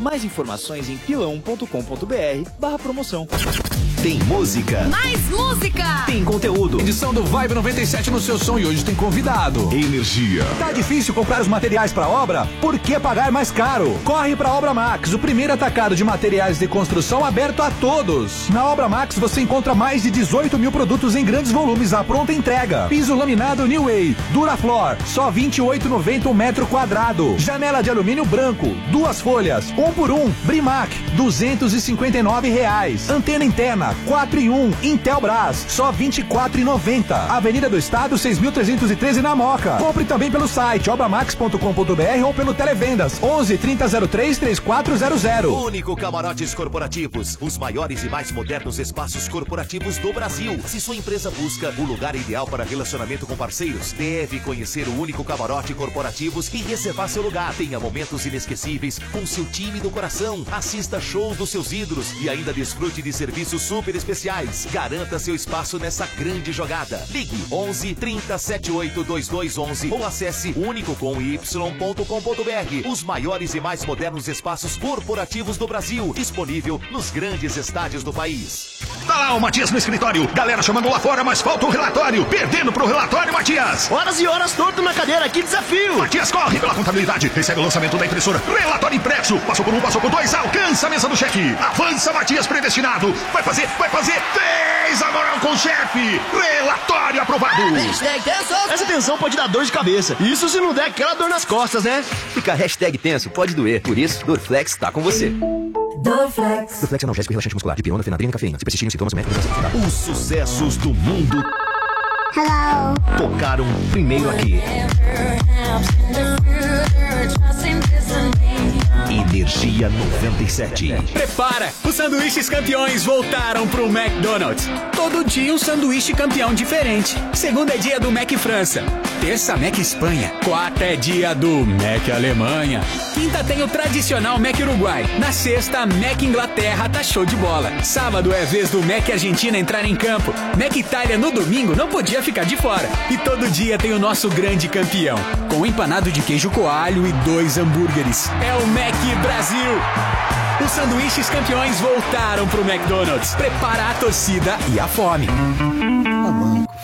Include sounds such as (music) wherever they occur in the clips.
Mais informações em um pilão.com.br barra promoção. Tem música, Mais música! tem conteúdo, Edição do Vibe 97 no seu som e hoje tem convidado. energia. Tá difícil comprar os materiais para obra? Por que pagar mais caro? Corre pra Obra Max, o primeiro atacado de materiais de construção aberto a todos. Na Obra Max você encontra mais de 18 mil produtos em grandes volumes à pronta entrega. Piso laminado New Way, Duraflor, só 28,90 o um metro quadrado. Janela de alumínio branco, duas folhas, um por um. Brimac, 259 reais. Antena interna, 4 em 1. Intelbras, só 24,90. Avenida do Estado, 6.313 na Moca. Compre também pelo site obramax.com.br ou pelo Televendas, 11 3003 3400. Único Camarotes Corporativos, os maiores e mais modernos espaços corporativos do Brasil. Se sua empresa busca o lugar ideal para relacionamento com parceiros, deve conhecer o Único Camarote Corporativos e reservar seu lugar. Tenha momentos inesquecíveis com seu time do coração. Assista shows dos seus ídolos e ainda desfrute de serviços super especiais. Garanta seu espaço nessa grande jogada. Ligue 11 30 78 2211 ou acesse únicocomy.com.br. Os maiores e mais modernos espaços corporativos do Brasil, disponível nos grandes estádios do país. Tá lá o Matias no escritório. Galera chamando lá fora, mas falta o relatório. Perdendo pro relatório, Matias. Horas e horas torto na cadeira, que desafio! Matias corre pela contabilidade. Recebe o lançamento da impressora. Relatório impresso. Passou por um, passou por dois. Alcança a mesa do cheque. Avança, Matias predestinado. Vai fazer, vai fazer. Fez a moral com o chefe. Relatório aprovado. Essa tensão pode dar dor de cabeça. Isso se não der aquela dor nas costas, né? Ficar hashtag tenso pode doer, por isso, Dorflex tá com você. Dorflex. Dorflex é analgésico e relaxante muscular, de pirona, fenadrina e cafeína. Se persistirem os sintomas, o médico deve consultar. Os sucessos do mundo tocaram primeiro aqui. Energia 97. Prepara! Os sanduíches campeões voltaram pro McDonald's. Todo dia um sanduíche campeão diferente. Segunda é dia do Mac França. Terça, Mac Espanha. Quarta é dia do Mac Alemanha. Quinta tem o tradicional Mac Uruguai. Na sexta, Mac Inglaterra tá show de bola. Sábado é vez do Mac Argentina entrar em campo. Mac Itália no domingo não podia ficar de fora. E todo dia tem o nosso grande campeão. Com empanado de queijo coalho e dois hambúrgueres. É o Mac Brasil! Os sanduíches campeões voltaram pro McDonald's. Prepara a torcida e a fome. Manco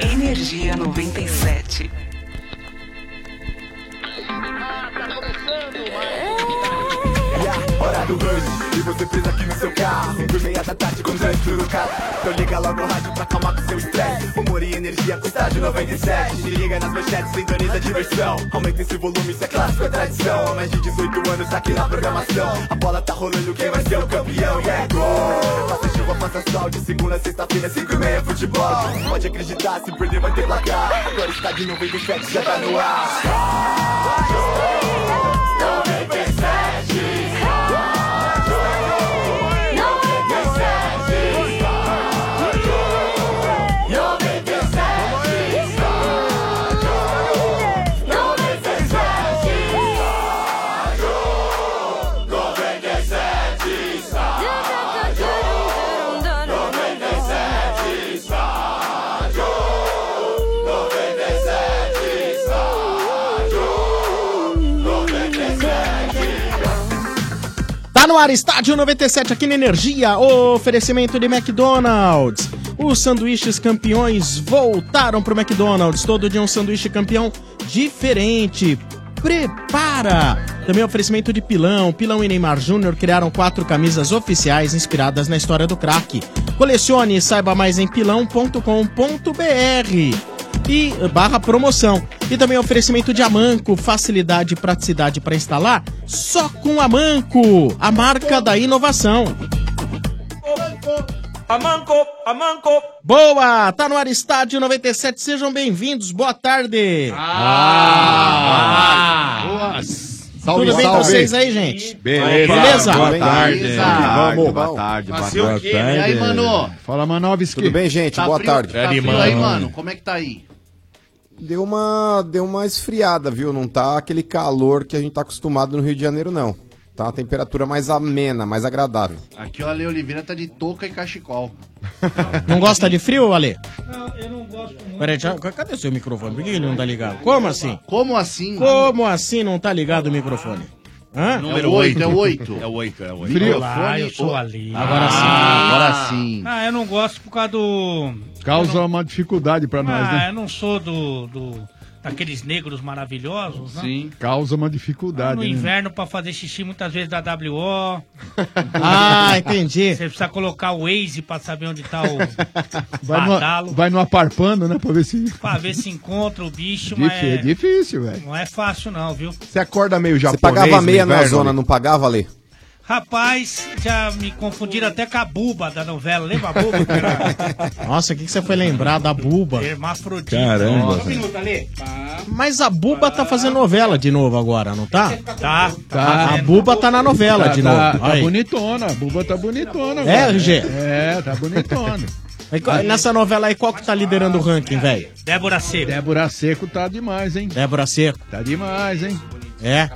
Energia 97. Hora do rush, e você presa aqui no seu carro Por meia da tarde com trânsito no carro Então liga logo o rádio pra acalmar com seu estresse Humor e energia com estágio 97 Se liga nas manchetes, sintoniza a diversão Aumenta esse volume, isso é clássico, é tradição Há mais de 18 anos aqui na programação A bola tá rolando, quem vai ser o campeão? E é gol! Faça chuva, faça sol, de segunda a sexta-feira 5 e meia, futebol Pode acreditar, se perder vai ter placar Agora está de 97, já tá no ar Rádio 97 Tá no ar, estádio 97 aqui na Energia, oferecimento de McDonald's. Os sanduíches campeões voltaram pro McDonald's. Todo dia um sanduíche campeão diferente. Prepara! Também oferecimento de Pilão. Pilão e Neymar Júnior criaram quatro camisas oficiais inspiradas na história do craque. Colecione e saiba mais em pilão.com.br e barra promoção. E também oferecimento de Amanco, facilidade e praticidade para instalar, só com Amanco, a marca da inovação. A manco, a manco. Boa, tá no ar estádio 97, sejam bem-vindos, boa tarde. Ah! Salve, Tudo bem com salve. vocês aí, gente? Beleza, Beleza? boa tarde. Vamos. Boa tarde, boa Mas e o tarde. quê? E aí, mano? Fala, Manovski. Tudo bem, gente? Tá Boa frio? tarde. Tá frio aí, aí, mano? mano? Como é que tá aí? Deu uma, deu uma esfriada, viu? Não tá aquele calor que a gente tá acostumado no Rio de Janeiro, não. Tá uma temperatura mais amena, mais agradável. Aqui o Ale Oliveira tá de touca e cachecol. Não gosta de frio, Ale? Peraí, deixa- cadê seu microfone? Por que ele não tá ligado? Como assim? Como assim? Como assim não tá ligado o microfone? Hã? Número oito, é o oito. É o 8, é o oito. Frio. Ah, eu sou ali. Agora sim. Agora sim. Ah, eu não gosto por causa do. Causa uma dificuldade pra nós, Ah, eu né? não sou do. do- Daqueles negros maravilhosos, né? Sim. Causa uma dificuldade. No né? inverno, pra fazer xixi, muitas vezes da (laughs) WO. Ah, entendi. Você precisa colocar o Waze pra saber onde (laughs) tá o Vai badalo. no, vai no aparpando, né? Pra ver se. Pra ver se encontra o bicho, Difí- mas. é difícil, velho. Não é fácil, não, viu? Você acorda meio Você japonês. pagava meia no na inverno, zona, né? não pagava, Ale? Rapaz, já me confundiram até com a buba da novela. Lembra a buba? (laughs) que era Nossa, o que, que você foi lembrar da Buba? Hermafrodita. Caramba. Só um minuto, Ale. Mas a Buba tá fazendo novela de novo agora, não tá? Tá. A Buba tá na novela Tá- de novo. tá- Tá Aí. bonitona, a buba tá bonitona. É, velho. RG? É, tá bonitona. Aí, qual- Nessa novela aí, qual que tá liderando o ranking, velho? Débora Seco. Débora Seco tá demais, hein? Débora Seco. Tá demais, hein? É.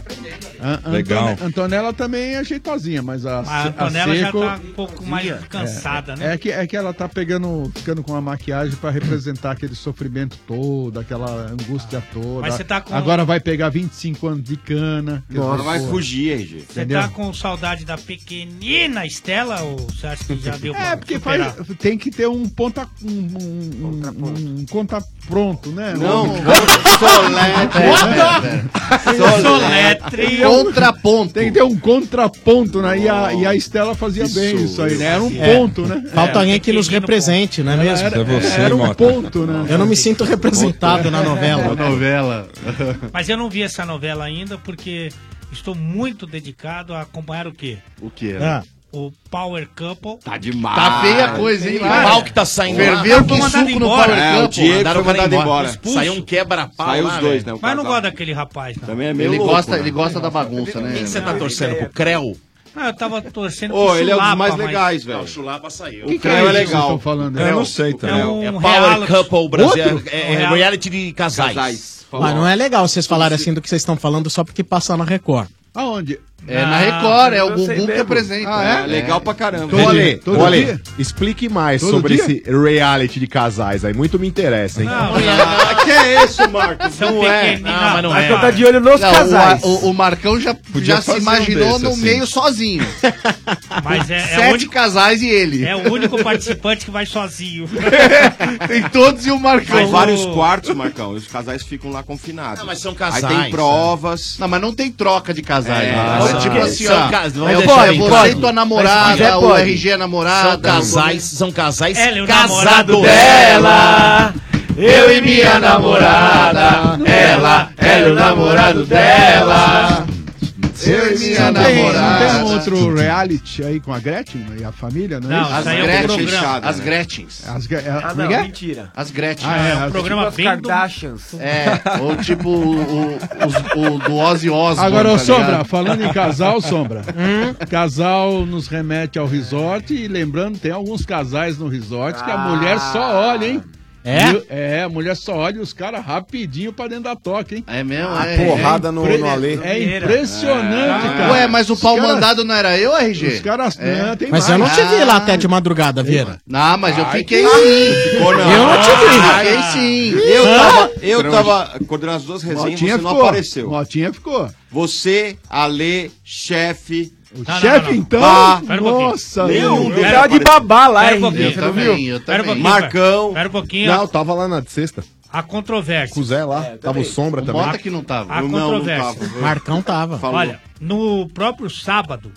Legal. Legal. Antonella também é jeitosinha, mas a, A Se- Antonella já Seco- tá um pouco mais cansada, é, né? É que, é que ela tá pegando, ficando com a maquiagem pra representar aquele sofrimento todo, aquela angústia toda. Mas você tá com- Agora vai pegar 25 anos de cana. Agora vai fugir, RG. Você tá com saudade da pequenina Estela ou você acha que já deu É, pra porque superar? faz, tem que ter um ponta. um, um, um, um conta pronto, né? Não, Um- soletre, Conta- Soletre. Contraponto. Tem que ter um contraponto, né? E a, e a Estela fazia bem isso aí, né? Era é. um ponto, né? Falta alguém que nos represente, não é mesmo? era- É você, era um Mota. ponto, né? Eu não me sinto representado na novela. Na novela. Mas eu não vi essa novela ainda porque estou muito dedicado a acompanhar o quê? O quê? né? Ah. O Power Couple. Tá demais. Tá feia a coisa, hein? Sei lá. Pau que tá saindo. Ferveu Ah, que foi mandado suco no embora. Power É, Couple. o Diego Mandaram foi mandado embora. Expulso. Saiu um quebra-pau Saiu os lá, dois, velho. né, o Mas não casal. gosto daquele rapaz, não. Também é meio Ele louco, gosta- né? ele gosta da bagunça, né? Quem que você tá torcendo? Pro Creu? Ah, eu tava torcendo Ô, pro ele é um dos Chulapa, mais mas- legais, velho. O Chulapa saiu. Que O que Creu é é isso que vocês legal. tão falando? Creu. Eu não sei O também. Creu É Um Power reality. Couple Brasil. Outro? É é Um reality de casais. Mas não é legal vocês falarem assim do que vocês estão falando só porque passar na Record. Aonde? É Ah, na Ah, Record, é o Bumbum que apresenta. Ah, é? É legal pra caramba. Ô, Ale, Todo ô, Ale, dia? explique mais Todo sobre dia? esse reality de casais aí. Muito me interessa, hein? que é isso, Marcos? São não é. pequeninos. Ah, mas não é. Você tá de olho nos o- casais. O, o Marcão já, Podia já se fazer um imaginou desse, no assim. meio sozinho. (laughs) Mas é, é Sete o único, casais e ele. é o único participante que vai sozinho. (laughs) Tem todos e o Marcão. Tem vários quartos, Marcão, e os casais ficam lá confinados. Não, mas são casais, Aí tem provas. Não, mas não tem troca de casais. É, né? são- tipo assim, são ó. cas- vamos é deixar você bem você claro. e tua Mas é namorada, o pode. RG é namorada. São casais- são casais Ela e o casados. namorado dela. Eu e minha namorada. Ela, ela e o namorado dela. Eu e minha Não tem, não namorada. tem um outro reality aí com a Gretchen e a família, não é Não, isso? as um Gretchens, as Gretchens. As Gre- é- como é que é? mentira. As Gretchen. Ah, é, É um as- programa bem Kardashians. (laughs) É, ou tipo o, o- os- o do Ozzy Osbourne. Agora, ô tá Sombra, ligado? falando (laughs) em casal, Sombra, casal nos remete ao resort e lembrando, tem alguns casais no resort que a mulher só olha, hein? É? E o- é, a mulher só olha e os caras rapidinho pra dentro da toca, hein? É mesmo? A é, porrada no- no Ale. É impressionante, cara. Ué, mas o Os pau caras- mandado não era eu, RG? Os caras... É. Não, tem Mas mais. eu não te vi lá até de madrugada, Vieira. Não, mas eu fiquei que- sim. Ficou não. Eu não te vi. Fiquei Ah, sim. Eu Hã? tava, eu tava coordenando as duas resenhas e Motinha você não ficou. apareceu. Motinha ficou. Você, Ale, chefe. não, chefe, não, não. então? Bah, Pera um pouquinho. Nossa, nenhum eu- deles Tava de apareceu. babá lá, Pera um hein? pouquinho, Eu você não também, viu? eu também. Pera um pouquinho, Marcão. Pera um pouquinho. Não, tava lá na de sexta. A controvérsia. Com o Zé lá. tava o (laughs) Sombra também. Bota que não tava. A Eu controvérsia. tava. Marcão tava. Falou. Olha, no próprio sábado,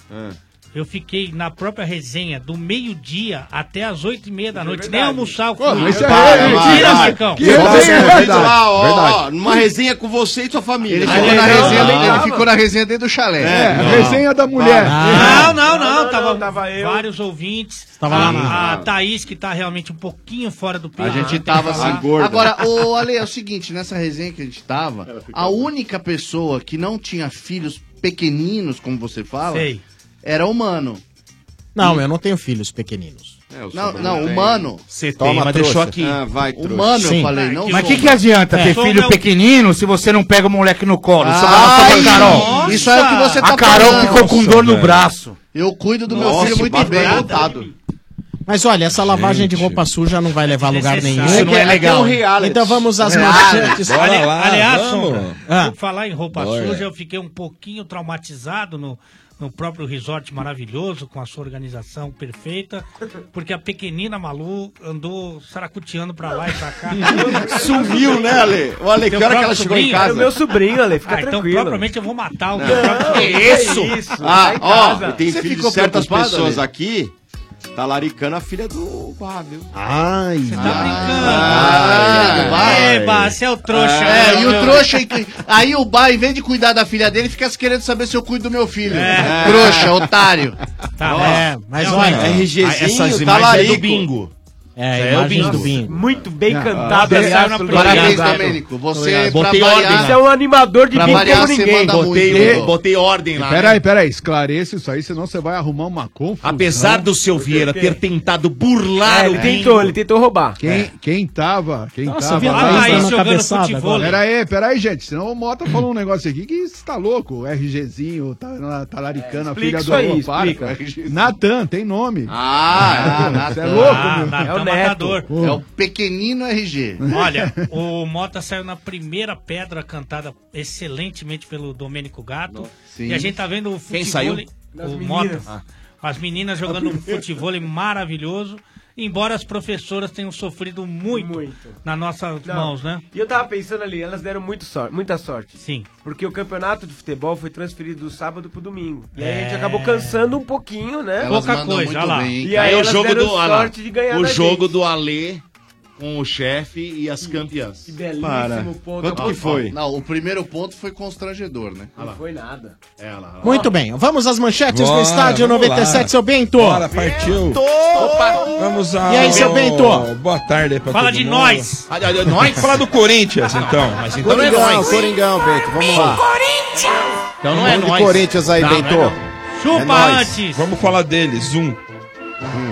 Eu fiquei na própria resenha do meio-dia até as oito e meia da noite. Nem verdade. almoçar o Pô, fui. isso é Para, verdade. Mentira, Verdade. Marcão. Que Tá resenha, Nossa, é verdade. então, ah, lá, ó, ó, Verdade. numa resenha com você e sua família. Ele ficou, na resenha, ele ficou na resenha dentro do chalé. É, Não. resenha da mulher. Não, não, não, tava, vários ouvintes. Tava a, lá na- a Thaís, que tá realmente um pouquinho fora do peso. A gente tem que tava falar. assim, gordo. Agora, ô Ale, é o seguinte, nessa resenha que a gente tava, a única pessoa que não tinha filhos pequeninos, como você fala, Sei. era humano. Não, eu não tenho filhos pequeninos. Não, não, humano. Você Toma, tem, mas deixou trouxa. aqui. Ah, vai, trouxa. Humano, Sim. É. eu falei, não Mas o sou que, que adianta humano. ter filho pequenino se você não pega o moleque no Ah, colo? Isso Ai, é uma Carol. Isso é o que você tá A Carol falando. ficou com dor É. no Nossa, braço. Eu cuido do meu Nossa, filho muito babado. bem, contado. Mas olha, essa lavagem de roupa suja não vai levar a lugar nenhum. Isso não é legal. Então vamos às um É Reality. manchetes. Ali- Aliás, vamos. Sombra, Ah. por falar em roupa Bora. suja, eu fiquei um pouquinho traumatizado no, no próprio resort maravilhoso, com a sua organização perfeita, porque a pequenina Malu andou saracuteando pra lá e pra cá. Sumiu, né, Ale? O Ale, Teu que hora que próprio ela chegou em sobrinho? casa? É o meu sobrinho, Ale, fica Então, tranquilo. é provavelmente eu vou Tá matar o meu Não, próprio é que sobrinho. isso? Ah, Tá em ó, casa. tem Você filho de ficou certas preocupado, pessoas Ale? aqui, tá laricando a filha do Bá, viu? Ai, Você tá brincando. Ah, Eba, você é o trouxa. É, né, e o meu? trouxa. aí- Aí o bar, em vez de cuidar da filha dele, fica se querendo saber se eu cuido do meu filho. Trouxa, otário. Tá, Ó, é, mas olha, RGzinho, essas imagens é do bingo. É, É, é o bingo. Muito bem Não, cantado, você- aliás, Parabéns, Floriano. Parabéns, Domênico. Você, Botei pra variar- ordem. Você é um animador de Pra bingo variar, como você ninguém. manda Botei muito. ordem. né? Botei ordem lá. Peraí, peraí, esclareça isso aí, senão você vai arrumar uma confusão. Apesar do seu Vieira ter tentado burlar o É, ele tentou, ele tentou roubar. É. Quem, quem tava, quem Nossa, tava... vi lá tava Thaís dando jogando cabeçada futebol. agora. Peraí, peraí, gente, senão o Mota falou um negócio aqui que você tá louco, o RGzinho, tá, na- tá laricando a filha explica isso do aí, Alô Parca. Natan, tem nome. Ah, você é Natan. louco, Ah, meu? Natan É o Neto. Matador. É o pequenino RG. Olha, o Mota saiu na primeira pedra cantada excelentemente pelo Domênico Gato. sim. E a gente tá vendo o futebol. Quem saiu? O Nas meninas. Mota. Ah. As meninas jogando um futebol maravilhoso. Embora as professoras tenham sofrido muito, nas nossas Não. mãos, né? E eu tava pensando ali, elas deram muito sor- muita sorte. Sim. Porque o campeonato de futebol foi transferido do sábado pro domingo. E aí a gente É. acabou cansando um pouquinho, né? Elas mandam muito bem, E cara. aí, Aí o elas jogo deram do olha lá, sorte de ganhar O da jogo gente. do Alê com o chefe e as campeãs. Que belíssimo ponto. Quanto Ó, que foi? ó, Não, o primeiro ponto foi constrangedor, né? Não foi nada. É, olha lá. Muito bem, vamos às manchetes do Bora, estádio vamos 97, lá. seu Bento. Bora, partiu. Vamos ao... E aí, seu Bento? Boa tarde aí pra Fala todo de mundo. nós. Ah, de- de Nós? Falar do Corinthians, então. Mas então Coringão, não é nós. Coringão, Bento, vamos lá. Então não é Vamos de nós. Corinthians aí, Bento. não é não. Chupa É nóis. Vamos falar deles, um.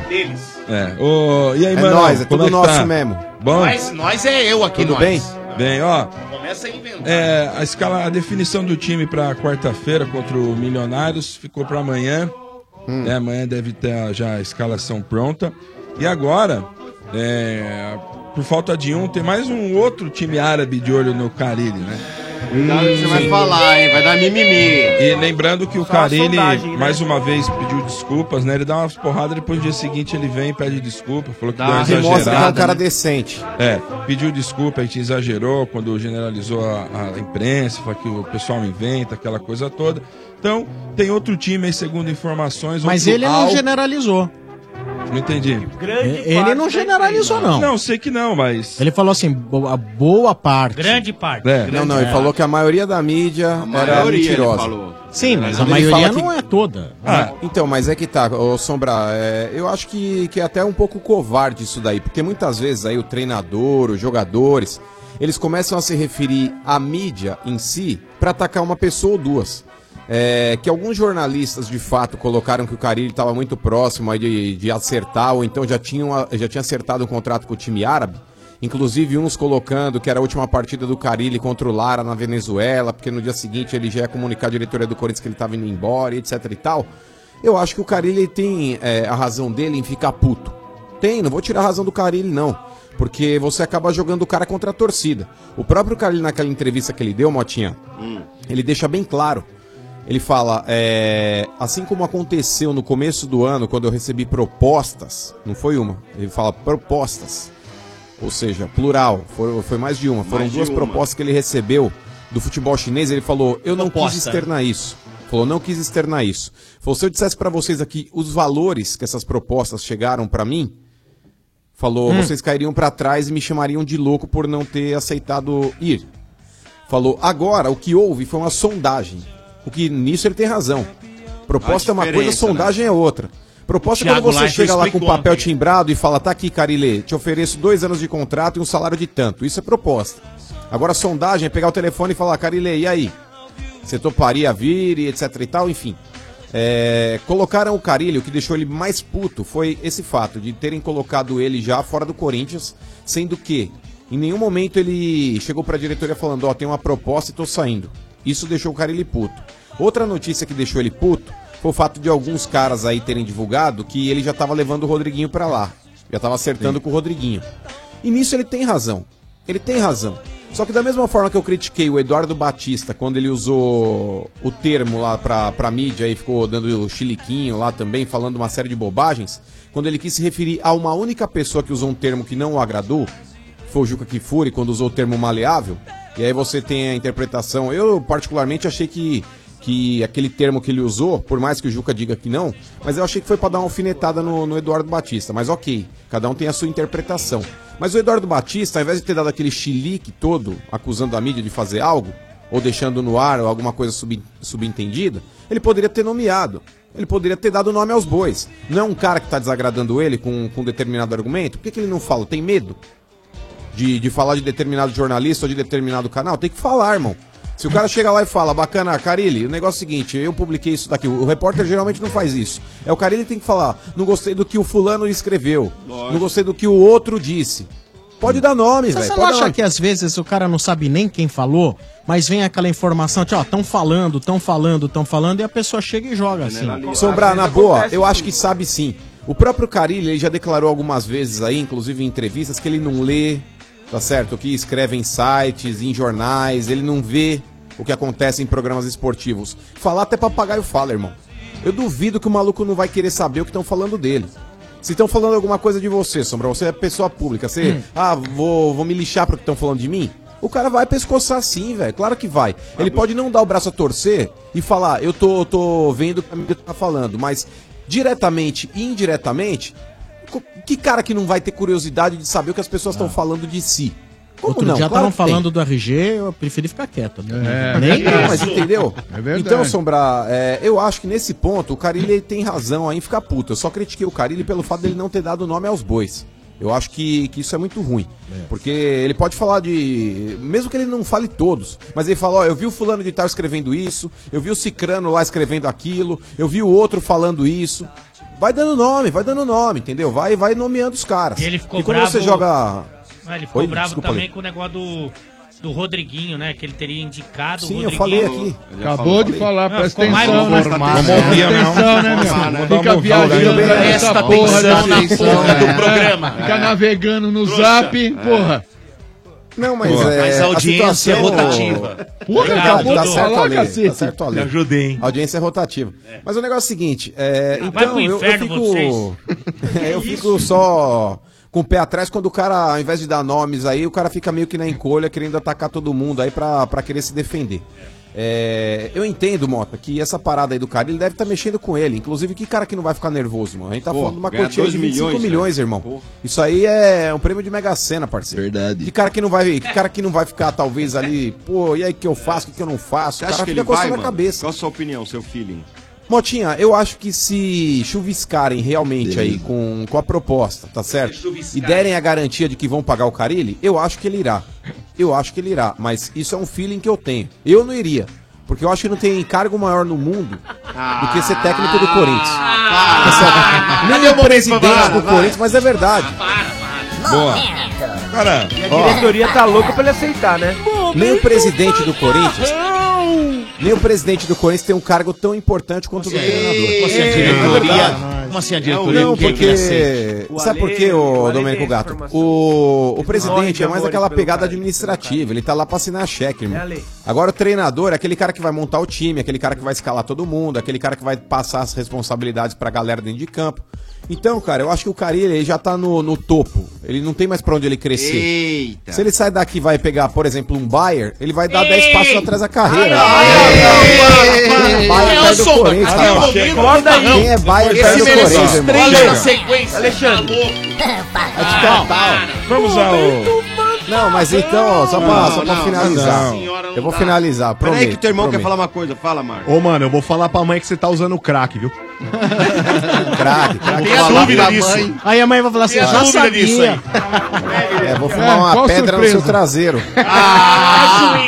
Deles. É. Ô, e aí, É mano? nóis, é como tudo que nosso tá? mesmo. Bom? Nós, nós é eu aqui, Tudo nós. bem? Bem, ó. (laughs) Começa a inventar. É, a escala, a definição do time para quarta-feira contra o Milionários ficou para amanhã. Hum. É, amanhã deve ter já a escalação pronta. E agora, é, por falta de um, tem mais um outro time árabe de olho no Carilli, né? Hum. Cuidado que você vai falar, hein? Vai dar mimimi. E lembrando que o Só a Carilli, sondagem, né? mais uma vez, pediu desculpas, né? Ele dá umas porradas, depois no dia seguinte ele vem e pede desculpa, falou que deu uma Ele mostra que é um exagerada, cara né? decente. É, pediu desculpa, a gente exagerou quando generalizou a, a imprensa, falou que o pessoal inventa, aquela coisa toda. Então, tem outro time aí, segundo informações. Mas outro ele não Al- generalizou. Não entendi. Ele não generalizou, não. Não, sei que não, mas. Ele falou assim, bo- a boa parte. Grande parte. É. Não, não, ele falou que a maioria da mídia era maioria, ele mentirosa. falou. Sim, mas a maioria não é toda. Ah, Então, mas é que tá, ô Sombra, é, eu acho que, que é até um pouco covarde isso daí, porque muitas vezes aí o treinador, os jogadores, eles começam a se referir à mídia em si pra atacar uma pessoa ou duas. É, que alguns jornalistas de fato colocaram que o Carille estava muito próximo aí de, de acertar, ou então já, tinham, a- já tinha acertado um contrato com o time árabe. Inclusive, uns colocando que era a última partida do Carilli contra o Lara na Venezuela, porque no dia seguinte ele já ia comunicar a diretoria do Corinthians que ele estava indo embora, e etc e tal. Eu acho que o Carilli tem é, a razão dele em ficar puto. Tem, não vou tirar a razão do Carilli, não. Porque você acaba jogando o cara contra a torcida. O próprio Carilli, naquela entrevista que ele deu, Motinha, ele deixa bem claro ele fala, é, assim como aconteceu no começo do ano, quando eu recebi propostas, não foi uma, ele fala propostas, ou seja, plural, for- foi mais de uma, foram Mais de duas uma. propostas que ele recebeu do futebol chinês, ele falou, eu não Proposta, quis né? externar isso. Falou, falou, não quis externar isso. Falou, se eu dissesse pra vocês aqui os valores que essas propostas chegaram pra mim, falou, Hum. vocês cairiam pra trás e me chamariam de louco por não ter aceitado ir. Falou, agora o que houve foi uma sondagem. O que nisso ele tem razão. Proposta é uma coisa, diferença, sondagem é outra. Proposta é Thiago quando você Leifert chega lá com um explicou papel timbrado e fala, tá aqui, Carilê, te ofereço dois anos de contrato e um salário de tanto. Isso é proposta. Agora, sondagem é pegar o telefone e falar, Carilê, e aí? Você toparia vir e etc e tal, enfim. É, colocaram o Carilho, o que deixou ele mais puto foi esse fato de terem colocado ele já fora do Corinthians, sendo que em nenhum momento ele chegou pra diretoria falando, ó, tem uma proposta e tô saindo. Isso deixou o Carilho puto. Outra notícia que deixou ele puto foi o fato de alguns caras aí terem divulgado que ele já tava levando o Rodriguinho pra lá. Já tava acertando com o Rodriguinho. E nisso ele tem razão. Ele tem razão. Só que da mesma forma que eu critiquei o Eduardo Batista quando ele usou o termo lá pra, pra mídia e ficou dando o chiliquinho lá também, falando uma série de bobagens, quando ele quis se referir a uma única pessoa que usou um termo que não o agradou, que foi o Juca Kifuri, quando usou o termo maleável, e aí você tem a interpretação. Eu, particularmente, achei que, que aquele termo que ele usou, por mais que o Juca diga que não, mas eu achei que foi pra dar uma alfinetada no, no Eduardo Batista. Mas ok, cada um tem a sua interpretação. Mas o Eduardo Batista, ao invés de ter dado aquele chilique todo, acusando a mídia de fazer algo, ou deixando no ar ou alguma coisa sub- subentendida, ele poderia ter nomeado. Ele poderia ter dado nome aos bois. Não é um cara que tá desagradando ele com, com determinado argumento? Por que, que ele não fala? Tem medo? de, de falar de determinado jornalista ou de determinado canal, tem que falar, irmão. Se o cara chega lá e fala, bacana, Carilli, o negócio é o seguinte, eu publiquei isso daqui. O repórter geralmente não faz isso. É o Carilli que tem que falar, não gostei do que o fulano escreveu, não gostei do que o outro disse. Pode dar nome, velho. Mas você pode não dar um- acha nome. que às vezes o cara não sabe nem quem falou, mas vem aquela informação, tipo, ó, tão falando, tão falando, tão falando, e a pessoa chega e joga assim. Sombrar, na boa, eu acho que sabe sim. O próprio Carilli, ele já declarou algumas vezes aí, inclusive em entrevistas, que ele não lê, tá certo? Que escreve em sites, em jornais, ele não vê o que acontece em programas esportivos. Falar até papagaio fala, irmão. Eu duvido que o maluco não vai querer saber o que estão falando dele. Se estão falando alguma coisa de você, Sombra, você é pessoa pública, você, ah, vou, vou me lixar pro que estão falando de mim? O cara vai pescoçar sim, velho, claro que vai. Ele pode não dar o braço a torcer e falar, eu tô, tô vendo o que a mídia tá falando, mas diretamente e indiretamente, co- que cara que não vai ter curiosidade de saber o que as pessoas estão falando de si? Como Outro não? dia Claro estavam que tem. falando do RG, eu preferi ficar quieto. É. né? Nem não, mas isso. entendeu? É verdade. Então, Sombra, é, eu acho que nesse ponto o Carilli ele tem razão aí em ficar puto. Eu só critiquei o Carilli pelo fato dele não ter dado nome aos bois. Eu acho que, que isso é muito ruim. Porque ele pode falar de. Mesmo que ele não fale todos, mas ele fala: ó, eu vi o fulano de tal escrevendo isso, eu vi o Cicrano lá escrevendo aquilo, eu vi o outro falando isso. Vai dando nome, vai dando nome, entendeu? Vai, vai nomeando os caras. ele ficou e quando bravo- você joga. Ah, ele ficou Oi, bravo desculpa, também Ale. com o negócio do, do Rodriguinho, né? Que ele teria indicado o Sim, eu Rodriguinho. Ah, falei aqui. Eu já Acabou de falar, presta atenção, né? Vamos tá ouvir, atenção, né, meu? um Fica viajando nessa porra dessa né? do programa. Fica navegando no zap, porra. Não, mas Pô, é, mas a a audiência situação- rotativa. Porra, Porra, acabou tá de certo, falar, Ale, cacete. tá certo, Ale. Me ajudei, hein? A audiência é rotativa. Mas o negócio é o seguinte, é, Ah, então vai pro eu- inferno eu, (laughs) fico... eu fico só com o pé atrás quando o cara, ao invés de dar nomes aí, o cara fica meio que na encolha querendo atacar todo mundo aí pra, pra querer se defender. É, eu entendo, Mota, que essa parada aí do cara, ele deve estar mexendo com ele. Inclusive, que cara que não vai ficar nervoso, mano? A gente tá Pô, falando de uma ganhar quantia de 12 25 milhões, milhões, né? milhões cara. irmão. Porra. Isso aí é um prêmio de Mega Sena, parceiro. Verdade. Que cara que não vai, que cara que não vai ficar talvez ali, pô, e aí o que eu faço, o que eu não faço? Você O cara acha que fica ele vai, coçando a mano? cabeça. Qual a sua opinião, seu feeling? Motinha, eu acho que se chuviscarem realmente aí com, com a proposta, tá certo? E derem a garantia de que vão pagar o Carilli, eu acho que ele irá. Eu acho que ele irá, mas isso é um feeling que eu tenho. Eu não iria, porque eu acho que não tem cargo maior no mundo do que ser técnico do Corinthians. Tá certo? Nem o presidente do Corinthians, mas é verdade. Boa. Cara, E a diretoria tá louca pra ele aceitar, né? nem o presidente do Corinthians. Nem o presidente do Corinthians tem um cargo tão importante quanto o do treinador. Como assim a diretoria? Como assim a diretoria? É, Não, Ninguém porque. quer ser. Sabe por quê, ô Domênico Gato? O, o presidente é mais aquela pegada administrativa, ele tá lá pra assinar cheque, irmão. É a lei. Agora o treinador é aquele cara que vai montar o time, aquele cara que vai escalar todo mundo, aquele cara que vai passar as responsabilidades pra galera dentro de campo. Então, cara, eu acho que o Carilli ele já tá no, no topo. Ele não tem mais pra onde ele crescer. Eita. Se ele sai daqui e vai pegar, por exemplo, um Bayer, ele vai dar 10 passos atrás da carreira. Bayer cai do Corinthians, cara. Quem é Bayer cai do Corinthians, irmão? sequência. Ah, tá. Alexandre. Vamos ao. Não, mas então, ó, só pra, Não, só pra não, finalizar. não, senhora, não eu vou dá. finalizar, prometo. Peraí que teu irmão quer prometo. falar uma coisa. Fala, Marcos. Ô, mano, eu vou falar pra mãe que você tá usando crack, (laughs) viu? crack, crack. Tem a dúvida disso. Aí a mãe vai falar assim, Tem a já dúvida sabia. disso aí. É, vou fumar É, uma qual pedra surpresa? no seu traseiro. Ah!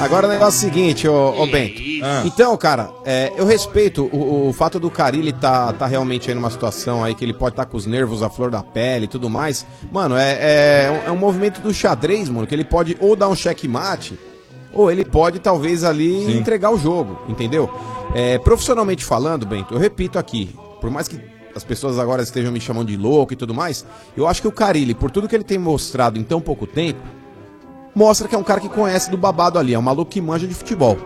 Agora o negócio é o seguinte, ô, ô Bento. Então, cara, é, eu respeito o, o fato do Carilli tá, tá realmente aí numa situação aí que ele pode estar com os nervos à flor da pele e tudo mais. Mano, é, é, um, é um movimento do xadrez, mano, que ele pode ou dar um checkmate, ou ele pode talvez ali entregar o jogo, entendeu? É, profissionalmente falando, Bento, eu repito aqui, por mais que as pessoas agora estejam me chamando de louco e tudo mais, eu acho que o Carilli, por tudo que ele tem mostrado em tão pouco tempo, mostra que é um cara que conhece do babado ali, é um maluco que manja de futebol.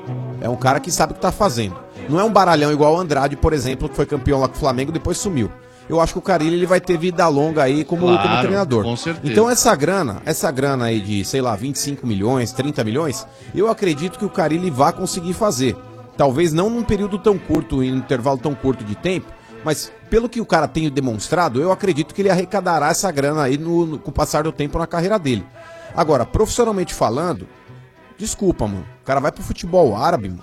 É um cara que sabe o que tá fazendo. Não é um baralhão igual o Andrade, por exemplo, que foi campeão lá com o Flamengo depois sumiu. Eu acho que o Carilli ele vai ter vida longa aí como, Claro, como treinador. com certeza. Então essa grana, essa grana aí de, sei lá, 25 milhões, 30 milhões, eu acredito que o Carilli vá conseguir fazer. Talvez não num período tão curto, em um intervalo tão curto de tempo, mas pelo que o cara tem demonstrado, eu acredito que ele arrecadará essa grana aí no- no- com o passar do tempo na carreira dele. Agora, profissionalmente falando, desculpa, mano. O cara vai pro futebol árabe, mano.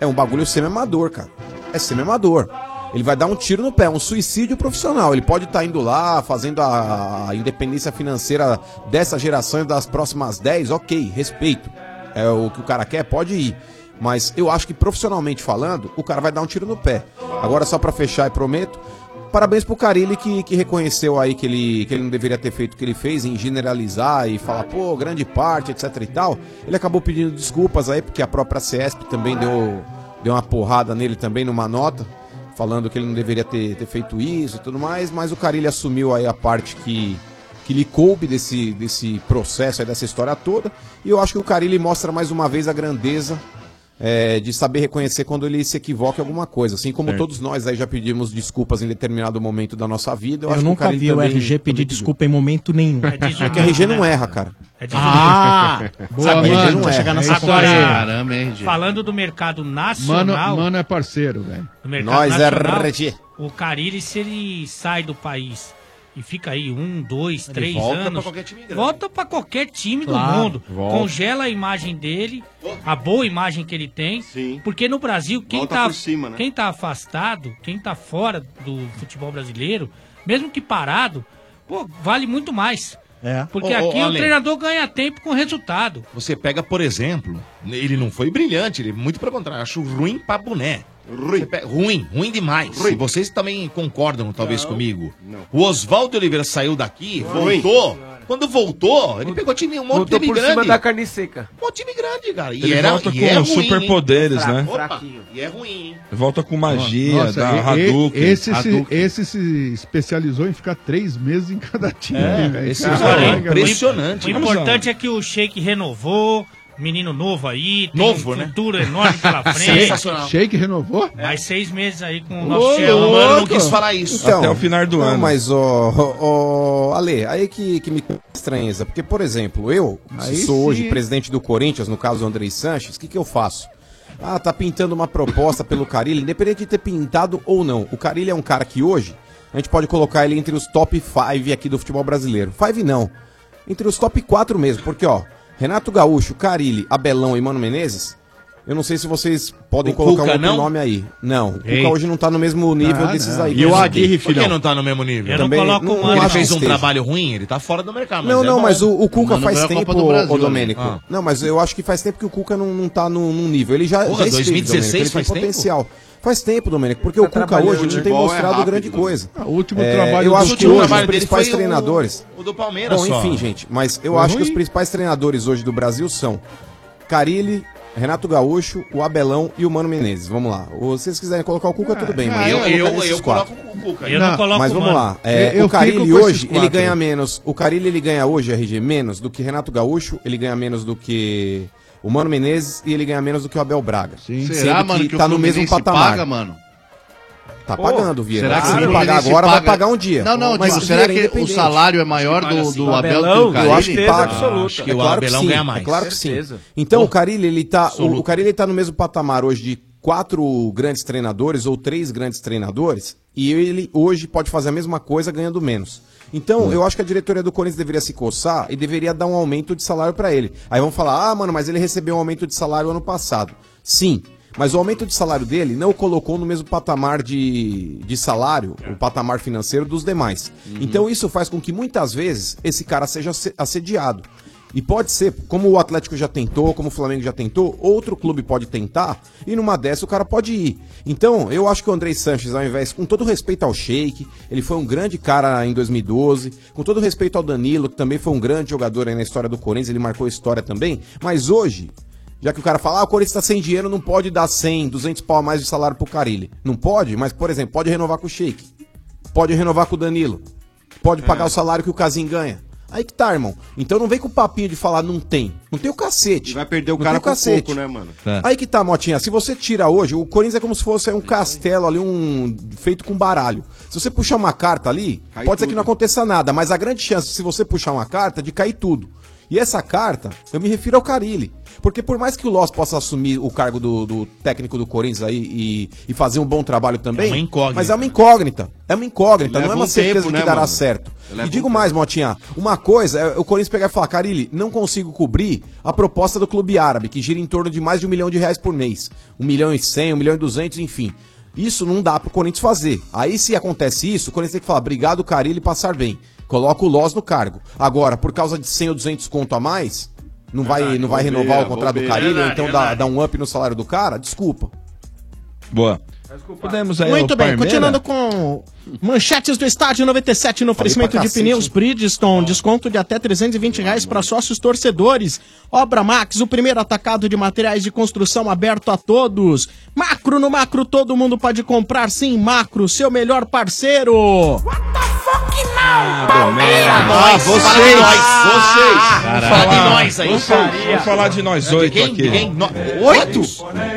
É um bagulho semi-amador, cara. É semi-amador. Ele vai dar um tiro no pé, é um suicídio profissional. Ele pode estar indo lá, fazendo a a independência financeira dessa geração e das próximas 10, ok, respeito. É o que o cara quer, pode ir. Mas eu acho que profissionalmente falando, o cara vai dar um tiro no pé. Agora, só pra fechar e prometo, parabéns pro Carilli que, que reconheceu aí que ele, que ele não deveria ter feito o que ele fez, em generalizar e falar, pô, grande parte, etc e tal. Ele acabou pedindo desculpas aí, porque a própria CESP também deu, deu uma porrada nele também numa nota, falando que ele não deveria ter, ter feito isso e tudo mais, mas o Carilli assumiu aí a parte que, que lhe coube desse, desse processo aí, dessa história toda, e eu acho que o Carilli mostra mais uma vez a grandeza é, de saber reconhecer quando ele se equivoca em alguma coisa. Assim como Certo. todos nós aí já pedimos desculpas em determinado momento da nossa vida. Eu, Eu, acho que o nunca Carille vi o também- RG pedir também desculpa em momento nenhum. pediu. É que a RG não erra, cara. É É Ah! Boa, Sabe, a RG mano, tá não pra erra. chegar nessa Agora, conclusão. falando do mercado Mano, nacional, mano é parceiro, velho. do mercado Nós é nacional, RG. o Carilli, se ele sai do país e fica aí um, dois, Ele três volta pra anos, qualquer time grande. volta pra qualquer time Claro, do mundo. volta. Congela a imagem dele, a boa imagem que ele tem. Porque no Brasil, quem Volta tá, por cima, né? quem tá afastado, quem tá fora do futebol brasileiro, mesmo que parado, pô, vale muito mais. É. Porque Ô, ô, aqui o Ale. treinador ganha tempo com resultado. Você pega, por exemplo, ele não foi brilhante, ele é muito pelo contrário, acho ruim pra boné. Ruim. ruim, ruim demais. E vocês também concordam, talvez, comigo. O Oswaldo Oliveira saiu daqui, Ruim. voltou. Quando voltou, ele pegou time, um monte de Voltou time por grande. cima da carne seca. Um time grande, cara. E E era, volta e com é ruim, superpoderes, hein? né? Opa, e é ruim, hein? Volta com magia, Nossa, da e- e- Hadouken. Esse, se, Hadouken. esse se especializou em ficar três meses em cada time. né? É, velho. esse Caraca, cara é mano. O importante é que o Sheik renovou, menino novo aí, tem Novo, um né? futuro enorme pela (laughs) (laughs) frente. Shake- Shake renovou? Mais seis meses aí com o Ô, nosso chefe. louco! Mano, não quis falar isso. Então, Até o final do não, ano. Mas, ó, ó, ó, Ale, aí que, que me estranheza. Porque, por exemplo, eu, se Aí sou sim, hoje hein? presidente do Corinthians, no caso do Andrei Sanches, o que, que eu faço? Ah, tá pintando uma proposta pelo Carilli, independente de ter pintado ou não. O Carilli é um cara que hoje, a gente pode colocar ele entre os top 5 aqui do futebol brasileiro. 5 não. Entre os top 4 mesmo, porque, ó, Renato Gaúcho, Carilli, Abelão e Mano Menezes, eu não sei se vocês podem O colocar um Cuca, outro não? nome aí. Não, o Eita. Cuca hoje não tá no mesmo nível Ah, desses não. aí. E o Aguirre, Por que filhão? não tá no mesmo nível? Eu não Também coloco não- o não Mano. Ele acho fez que um esteja. trabalho ruim, ele tá fora do mercado. Não, não, é mas bom. o, o Cuca Mano faz ganhou a tempo, Copa do Brasil, ô né? Domênico. Ah. Não, mas eu acho que faz tempo que o Cuca não, não tá num, num nível. Ele já, Porra, já esteve, 2016 Domênico, ele faz tem tempo? potencial. Faz tempo, Domênico, porque o Cuca trabalhando, hoje né? não tem Futebol é mostrado rápido, grande né? coisa. É, Ah, o último trabalho Eu do- acho o que último hoje os trabalho dele principais é foi o- treinadores... o do Palmeiras Bom, só. né? enfim, gente, mas eu Foi acho que os ruim. principais treinadores hoje do Brasil são Carilli, Renato Gaúcho, o Abelão e o Mano Menezes. Vamos lá. Ou Se vocês quiserem colocar o Cuca, tudo bem. Ah, mas eu, vou colocar eu, nesses eu quatro. coloco o Cuca. Não, Mas vamos lá. É, Eu- eu o Carilli fico com hoje, esses ele quatro. ganha menos. O Carilli, ele ganha hoje, RG, menos do que Renato Gaúcho. Ele ganha menos do que o Mano Menezes. E ele ganha menos do que o Abel Braga. Sim. Será, mano, que, o tá no mesmo Fluminense patamar. paga, mano? Tá pagando, Vieira. Será que Se o não Fluminense pagar agora, vai paga- pagar um dia. Não, não, Mas digo, o será Vieira é que o independente. salário é maior do, do Abel que do Carilli? Eu acho que paga. absoluta. é o claro Abelão que sim, ganha mais. É claro que sim. Certeza. Então o Carilli, ele tá, o, Absoluta. o Carilli tá no mesmo patamar hoje de quatro grandes treinadores ou três grandes treinadores e ele hoje pode fazer a mesma coisa ganhando menos. Então, eu acho que a diretoria do Corinthians deveria se coçar e deveria dar um aumento de salário pra ele. Aí vão falar: "Ah, mano, mas ele recebeu um aumento de salário ano passado". Sim, mas o aumento de salário dele não o colocou no mesmo patamar de, de salário, o patamar financeiro dos demais. Então isso faz com que muitas vezes esse cara seja asse- assediado. E pode ser, como o Atlético já tentou, como o Flamengo já tentou, outro clube pode tentar e numa dessa o cara pode ir. Então, eu acho que o Andrei Sanches, ao invés, com todo respeito ao Sheik, ele foi um grande cara em 2012, com todo respeito ao Danilo, que também foi um grande jogador aí na história do Corinthians, ele marcou história também, mas hoje já que o cara fala, ah, o Corinthians tá sem dinheiro, não pode dar 100, 200 pau a mais de salário pro Carilli. Não pode, mas, por exemplo, pode renovar com o Sheik. Pode renovar com o Danilo. Pode É. pagar o salário que o Casim ganha. Aí que tá, irmão. Então não vem com o papinho de falar não tem. Não tem o cacete. vai perder O cara com pouco, né, mano? É. Aí que tá, Motinha. Se você tira hoje, o Corinthians é como se fosse um castelo ali, um feito com baralho. Se você puxar uma carta ali, Cai pode ser que tudo. não aconteça nada, mas a grande chance, se você puxar uma carta, é de cair tudo. E essa carta, eu me refiro ao Carilli. Porque por mais que o Loss possa assumir o cargo do, do técnico do Corinthians aí e, e fazer um bom trabalho também, É uma incógnita. mas é uma incógnita. É uma incógnita, não Leva é uma um certeza tempo, de que né, dará mano? certo. Leva e um digo mais, Motinha, uma coisa é o Corinthians pegar e falar, Carilli, não consigo cobrir a proposta do clube árabe, que gira em torno de mais de um milhão de reais por mês. Um milhão e cem, um milhão e duzentos, enfim. Isso não dá pro Corinthians fazer. Aí se acontece isso, o Corinthians tem que falar, obrigado, Carilli, passar bem. Coloca o Loz no cargo. Agora, por causa de 100 ou 200 conto a mais, não vai, não vai bobeira, renovar o contrato do bobeira. Carilli, ou Verdade, então dá, verdade. dá um up no salário do cara? Desculpa. Boa. Podemos aí Muito ao bem, Parmeira? continuando com manchetes do estádio 97 no oferecimento de cacete, pneus Bridgestone, desconto de até 320 reais para sócios torcedores. Obra Max, o primeiro atacado de materiais de construção aberto a todos. Macro no macro, todo mundo pode comprar sim, macro, seu melhor parceiro. Ah, vocês! Vocês! Caralho. Fala de nós aí. Vamos falar- vamos falar de nós oito aqui. Oito?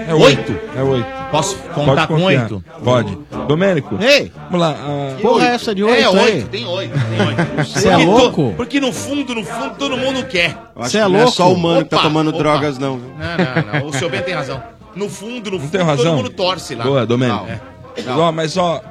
É oito? É oito. Posso contar com oito? Pode. Domênico. Ei! Vamos lá. ah, Porra, essa de oito É, aí? oito, tem oito, tem oito. Você é Porque to- louco? porque no fundo, no fundo, todo mundo quer. Eu acho que não é só o mano que tá Opa, tomando opa. drogas, não. viu? Não, não, não. O seu Ben tem razão. No fundo, no fundo, tem todo razão. mundo torce lá. Boa, Domênico. Não, é. Ó, mas ó,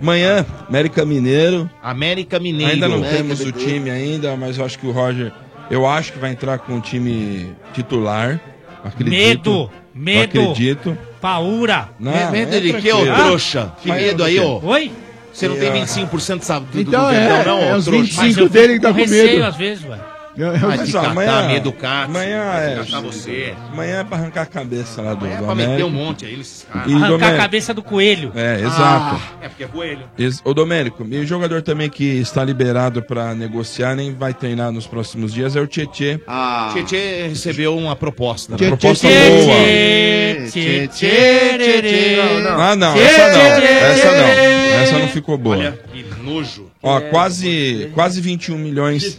amanhã, América Mineiro. América Mineiro. Ainda não América temos o Mineiro. time ainda, mas eu acho que o Roger, eu acho que vai entrar com o time titular. Acredito. Medo, medo. Eu acredito. Paura. Não, Me- medo é Ah, de quê, ô tranquilo. trouxa? Que medo aí, ô? Oi? Você não tem 25% de sabe, do, Então do é, Verdão, não, é ô os trouxa? 25 Mas eu fico dele que tá com com medo. receio às vezes, velho. Eu- eu- Vai Mas, te ó, catar, é, amanhã- medo, Cátia. amanhã Vai é- te catar você. Amanhã é pra arrancar a cabeça lá do, É do pra meter América. um monte aí nesses caras. E, Arrancar a Domênico? cabeça do coelho. É, exato. É porque é coelho. Ex- Ô Domênico, e o jogador também que está liberado pra negociar, nem vai treinar nos próximos dias, é o Tietê. Ah. Tietê recebeu uma proposta. Tietê, Proposta Tietê, boa. Tietê, Tietê, Tietê. Ah, não, Tietê, essa não. Tietê. Essa não. Essa não ficou boa. Olha, que nojo. Ó, quase, quase 21 milhões.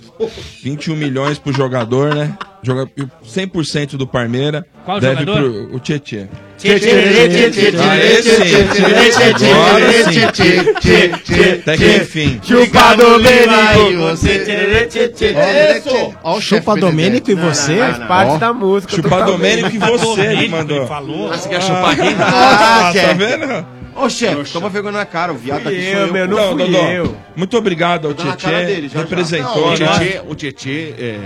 21 milhões pro jogador, né? Joga 100% do Parmeira. Qual deve jogador? pro o Tietê. Aê, sim. Agora sim. Até que enfim. Chupa Domênico e você. Ó, o Chupa Domênico e você? Ó. música. Chupa Domênico e você, Tá Tá ele mandou. falou. Ah, você quer chupar quem? Ah, Ah, tá chefe. vendo? Ô, chefe, toma vergonha na cara, o viado aqui sou eu. pô. Dodô, Muito obrigado ao Tá Tô na Tietê. cara dele, já, já. Não, representou, o né? Tietê, o Tietê é,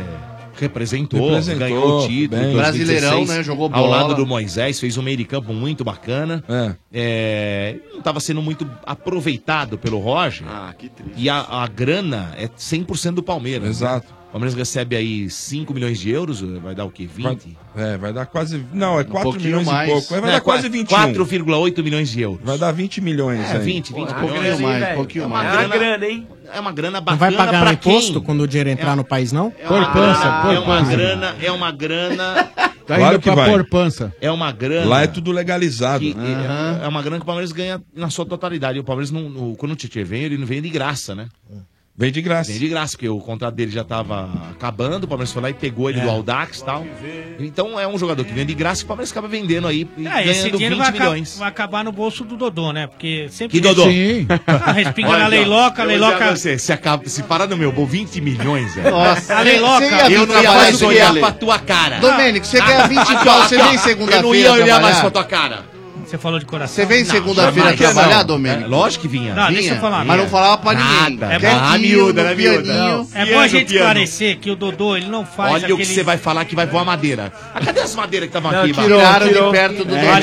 representou, Representou, ganhou o título. bem. em 2016, Brasileirão, né, jogou Ao bola. lado do Moisés, fez um meio de campo muito bacana. É, não estava sendo muito aproveitado pelo Roger. Ah, que triste. E a, a grana é 100% do Palmeiras. né? Exato. O Palmeiras recebe aí 5 milhões de euros, vai dar o quê? 20? É, vai dar quase. Um Não, é 4 Um pouquinho milhões mais. e um. pouco. Vai Não, dar é quase qua- 21. 4,8 milhões de euros. Vai dar 20 milhões. É, aí. 20, 20 Ah, pouquinho pouquinho mais, velho. pouquinho é uma mais. grana, É uma hein? É uma grana Não bacana vai pagar pra imposto quem? quando o dinheiro entrar no país, não? Ah, é uma grana, é uma grana. Tá indo Claro que pra vai. porpança. É uma grana. Lá é tudo legalizado. que- é- é uma grana que o Palmeiras ganha na sua totalidade. E O Palmeiras não, no- quando o Tietchan vem, ele não vem de graça, né? Vem de graça. Vem de graça, porque o contrato dele já tava acabando, o Palmeiras foi lá e pegou ele É. do Aldax e tal. Então é um jogador que vem de graça e o Palmeiras acaba vendendo aí e É, esse ganhando 20 dinheiro vai, aca- milhões. vai acabar no bolso do Dodô, né? Porque sempre. Que Dodô? Sim. Ah, respinga Olha na aqui, ó. leiloca, a Eu leiloca. já- Se, se, acaba, se parar no meu bol, 20 milhões, velho. Nossa. A leiloca. Você ia eu não ia trabalhar mais isso olhar aqui, pra Ale? tua cara. Ah, Domênico, você ganha 20 Aqui, ó, pau, É, você aqui, ó. vem segunda-feira Eu não ia olhar mais trabalhar. pra tua cara. Você falou de coração. Você vem Não, segunda-feira jamais. trabalhar, Não. Domênico? É, lógico que vinha. Não, deixa eu falar. Mas não falava pra ninguém. Nada. Quietinho, Ah, miúda, no né, miúda? pianinho. Não. É bom Piano, a gente piano. esclarecer que o Dodô, ele não faz Olha o que aquele- você vai falar que vai voar madeira. Ah, cadê as madeiras que estavam Não, aqui? Bá? tirou, tirou. É, Olha,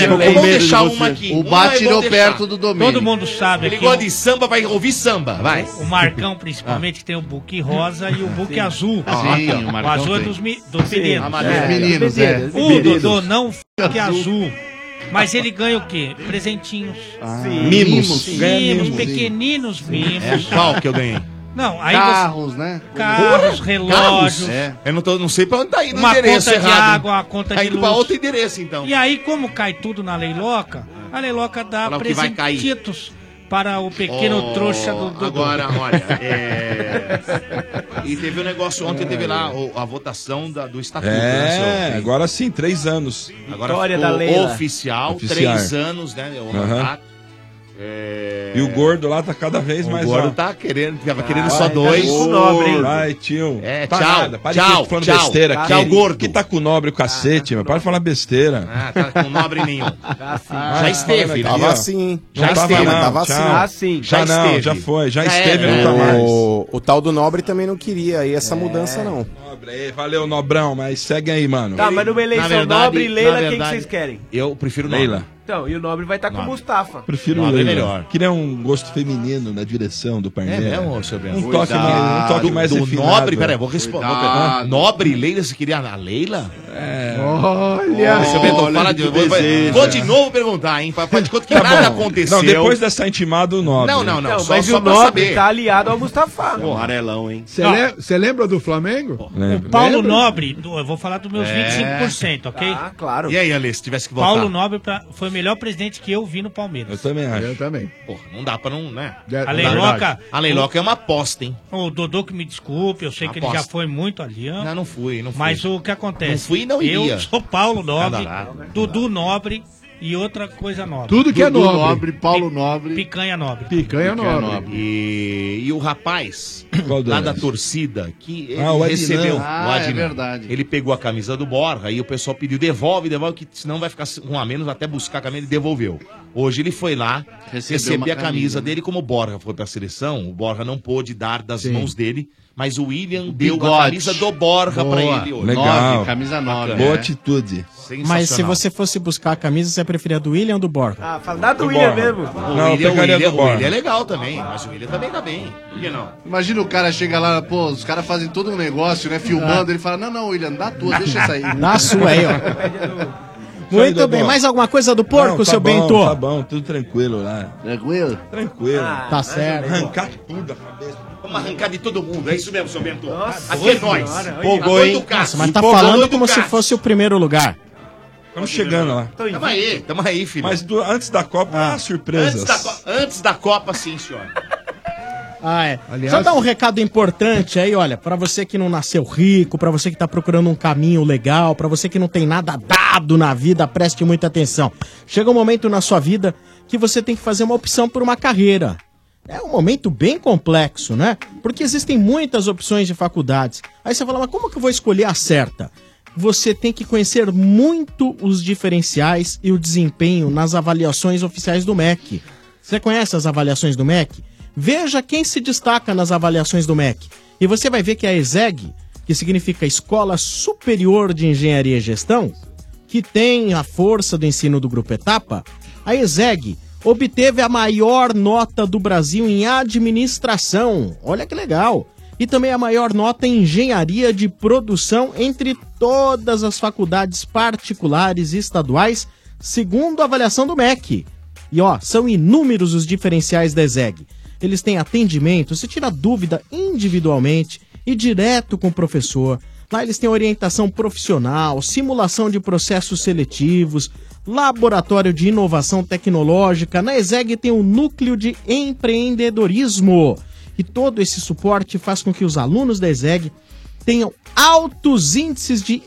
ficou com eu vou medo de deixar você. uma aqui. O Uma Bá eu vou tirou deixar. perto do Domênico. Todo mundo sabe Ele aqui. gosta de samba, vai ouvir samba. Vai. O Marcão, principalmente, que tem o book rosa e o book Sim. azul. Ah, Sim, o, o Marcão azul é tem. dos, mi- dos Sim, meninos. amarelo. Dos meninos, é. O Meninos. Dodô não fica azul. Mas ele ganha o quê? Presentinhos. Ah, Sim. Mimos. Mimos, Ganha mimos. pequeninos mimos. É qual que eu ganhei? Não, aí Carros, você... né? Carros, Porra, relógios. carros? É. Eu não, tô, não sei pra onde tá indo Uma o endereço conta de errado. água, uma conta Tá de indo pra luz. outro endereço, então. E aí, como cai tudo na leiloca, a leiloca dá Fala o que vai cair. presentitos para o pequeno Oh, trouxa do Dodô. Agora, olha, (laughs) é... E teve um negócio, ontem teve lá o- a votação da- do estatuto. né, É, seu- agora sim, três anos. Agora Vitória ficou da Leila. oficial, Oficial. três anos, né, o Aham. mandato. É... E o gordo lá tá cada vez O mais gordo alto. tá querendo, tava querendo Vai, só tá dois. com o nobre, hein? Vai, tio. É, Tá tchau, nada, para de tchau, ficar falando tchau, besteira aqui. tchau, gordo. Que tá com o nobre o Ah, cacete, meu. Para de falar besteira. Ah, tá com nobre (laughs) nenhum. Tá já esteve, né? Ah, Tava assim, hein? Já Não tava esteve. não, tava Tchau. assim. Tá Ah, sim. Já Já não, esteve. já foi, já, Já esteve, era. nunca É. mais. É. O, o tal do Nobre também não queria aí essa mudança, não. Nobre, aí, valeu, Nobrão, mas segue aí, mano. Tá, mas numa eleição Na verdade- nobre, Leila, na quem que verdade- vocês querem? Eu prefiro Nobre. Leila. Então, e o Nobre vai estar com o Mustafa. Prefiro Nobre Leila. é melhor. Queria um gosto feminino na direção do Parmeira. É mesmo, seu Bento? Um toque, mais- um toque mais do refinado. Ah, nobre, peraí, vou responder. vou Cuidado. perguntar. Nobre Leila, você queria a Leila? É. Olha, seu Bento, olha então, fala de que vou, vou- desejo, vou né? de novo perguntar, hein? Papai, de Tá conta que nada aconteceu. Não, depois dessa intimada, o Nobre. Não, não, não, Não, só- mas só o pra Nobre saber. tá aliado ao Mustafa. Pô, né? Arelão, hein? Você le- você lembra do Flamengo? O Paulo Nobre, do- eu vou falar dos meus É. 25%, ok? Tá, Ah, claro. E aí, Ale, se tivesse que voltar? Paulo Nobre pra- foi o melhor presidente que eu vi no Palmeiras. Eu também acho. Eu também. É, Porra, não dá pra não, né? A Leiloca- A Leiloca é uma aposta, hein? O Dodô que me desculpe, eu sei que ele Aposta. já foi muito ali. Não, não fui, não fui. Mas o que acontece? Não fui e não iria. Eu sou Paulo Nobre, Nada, nada. Dudu Nobre e outra coisa nobre. Tudo que é Dudu nobre. Paulo Nobre. Picanha Nobre. Picanha nobre. E, e o (coughs) rapaz lá da torcida que ele Ah, o Adnan. recebeu Ah, o é Adnan. verdade. Ele pegou a camisa do Borja e o pessoal pediu devolve, devolve, que senão vai ficar com um a menos até buscar a camisa e devolveu. Hoje ele foi lá Recebeu receber uma a camisa, camisa, né? dele, como o Borja foi pra seleção, o Borja não pôde dar das Sim. mãos dele, mas o William deu bigode. a camisa do Borja pra Boa. ele hoje. Legal. Nove, camisa nove, Boa é. atitude. Mas se você fosse buscar a camisa, você preferia a do William ou do Borja? Ah, fala da do Do William Borja. mesmo. O Não, eu William, o pegaria William- do o Borja. William é legal também, mas o William também tá bem. Por que não? Imagina o cara chega lá, pô, os caras fazem todo um negócio, né? Filmando, ele fala, não, não, William, dá a tua, deixa essa aí. Dá a sua aí, ó. Muito bem, mais alguma coisa do Não, porco, tá seu bom, Bento? Tá bom, tudo tranquilo lá. Tranquilo? Tranquilo. Tá certo. Arrancar tudo a cabeça. Vamos arrancar de todo mundo, é isso mesmo, seu Bento. Aqui é Nossa nós. senhora, Empolgou, olha. hein? Nossa, mas tá Empolgou falando do como se Cássio. fosse o primeiro lugar. Estamos chegando lá. Tamo aí, tamo aí, filho. Mas do- antes da Copa, ah, surpresas. Antes da, Co- antes da Copa, sim, senhor. Ah, é. Aliás- Só dar um recado importante aí, olha, pra você que não nasceu rico, pra você que tá procurando um caminho legal, pra você que não tem nada dado na vida, preste muita atenção. Chega um momento na sua vida que você tem que fazer uma opção por uma carreira. É um momento bem complexo, né? Porque existem muitas opções de faculdades. Aí você fala, mas como que eu vou escolher a certa? você tem que conhecer muito os diferenciais e o desempenho nas avaliações oficiais do MEC. Você conhece as avaliações do MEC? Veja quem se destaca nas avaliações do MEC. E você vai ver que a ESEG, que significa Escola Superior de Engenharia e Gestão, que tem a força do ensino do Grupo Etapa, a ESEG obteve a maior nota do Brasil em administração. Olha que legal! E também a maior nota em engenharia de produção entre todas as faculdades particulares e estaduais, segundo a avaliação do MEC. E ó, são inúmeros os diferenciais da ESEG. Eles têm atendimento, você tira dúvida individualmente e direto com o professor. Lá eles têm orientação profissional, simulação de processos seletivos, laboratório de inovação tecnológica. Na ESEG tem o núcleo de um empreendedorismo. E todo esse suporte faz com que os alunos da ESEG tenham altos índices de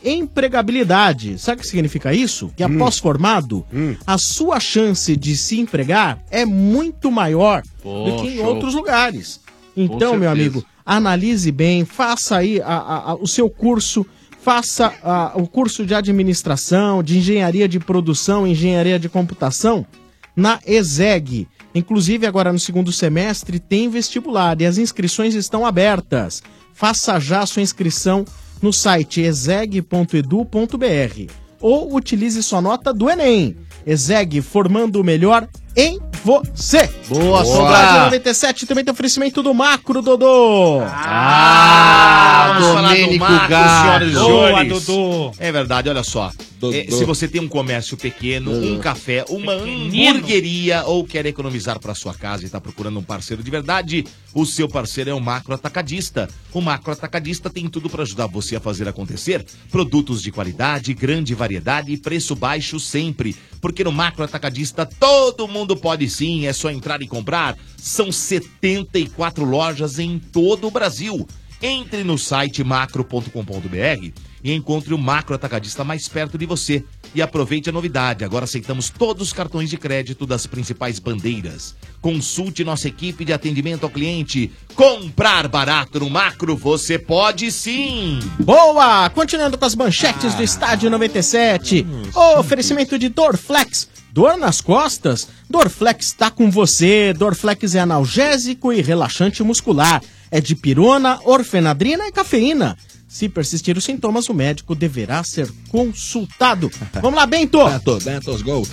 empregabilidade. Sabe o que significa isso? Que após formado, a sua chance de se empregar é muito maior do que em show. outros lugares. Então, meu certeza. amigo, analise bem, faça aí a- a- a- o seu curso, faça a- o curso de administração, de engenharia de produção, engenharia de computação na ESEG. Inclusive, agora no segundo semestre tem vestibular e as inscrições estão abertas. Faça já a sua inscrição no site exeg.edu.br ou utilize sua nota do Enem. ESEG formando o melhor em você. Boa, Sombra! Rádio 97 também tem oferecimento do Macro, Dodô. Ah, vamos falar do Domênico Marcos, Gás. senhoras e Boa, senhores. Dudu. É verdade, olha só. É, se você tem um comércio pequeno, um café, uma hamburgueria ou quer economizar para sua casa e está procurando um parceiro de verdade, o seu parceiro é o Macro Atacadista. O Macro Atacadista tem tudo para ajudar você a fazer acontecer. Produtos de qualidade, grande variedade e preço baixo sempre. Porque no Macro Atacadista todo mundo pode sim, é só entrar e comprar. São 74 lojas em todo o Brasil. Entre no site macro.com.br e encontre o macro atacadista mais perto de você. E aproveite a novidade, agora aceitamos todos os cartões de crédito das principais bandeiras. Consulte nossa equipe de atendimento ao cliente. Comprar barato no macro, você pode sim! Boa! Continuando com as manchetes Ah. do Estádio 97. Hum, O oferecimento de Dorflex. Dor nas costas? Dorflex tá com você. Dorflex é analgésico e relaxante muscular. É de pirona, orfenadrina e cafeína. Se persistir os sintomas, o médico deverá ser consultado. Vamos lá, Bento! Ah! Bento, Bento, os gols.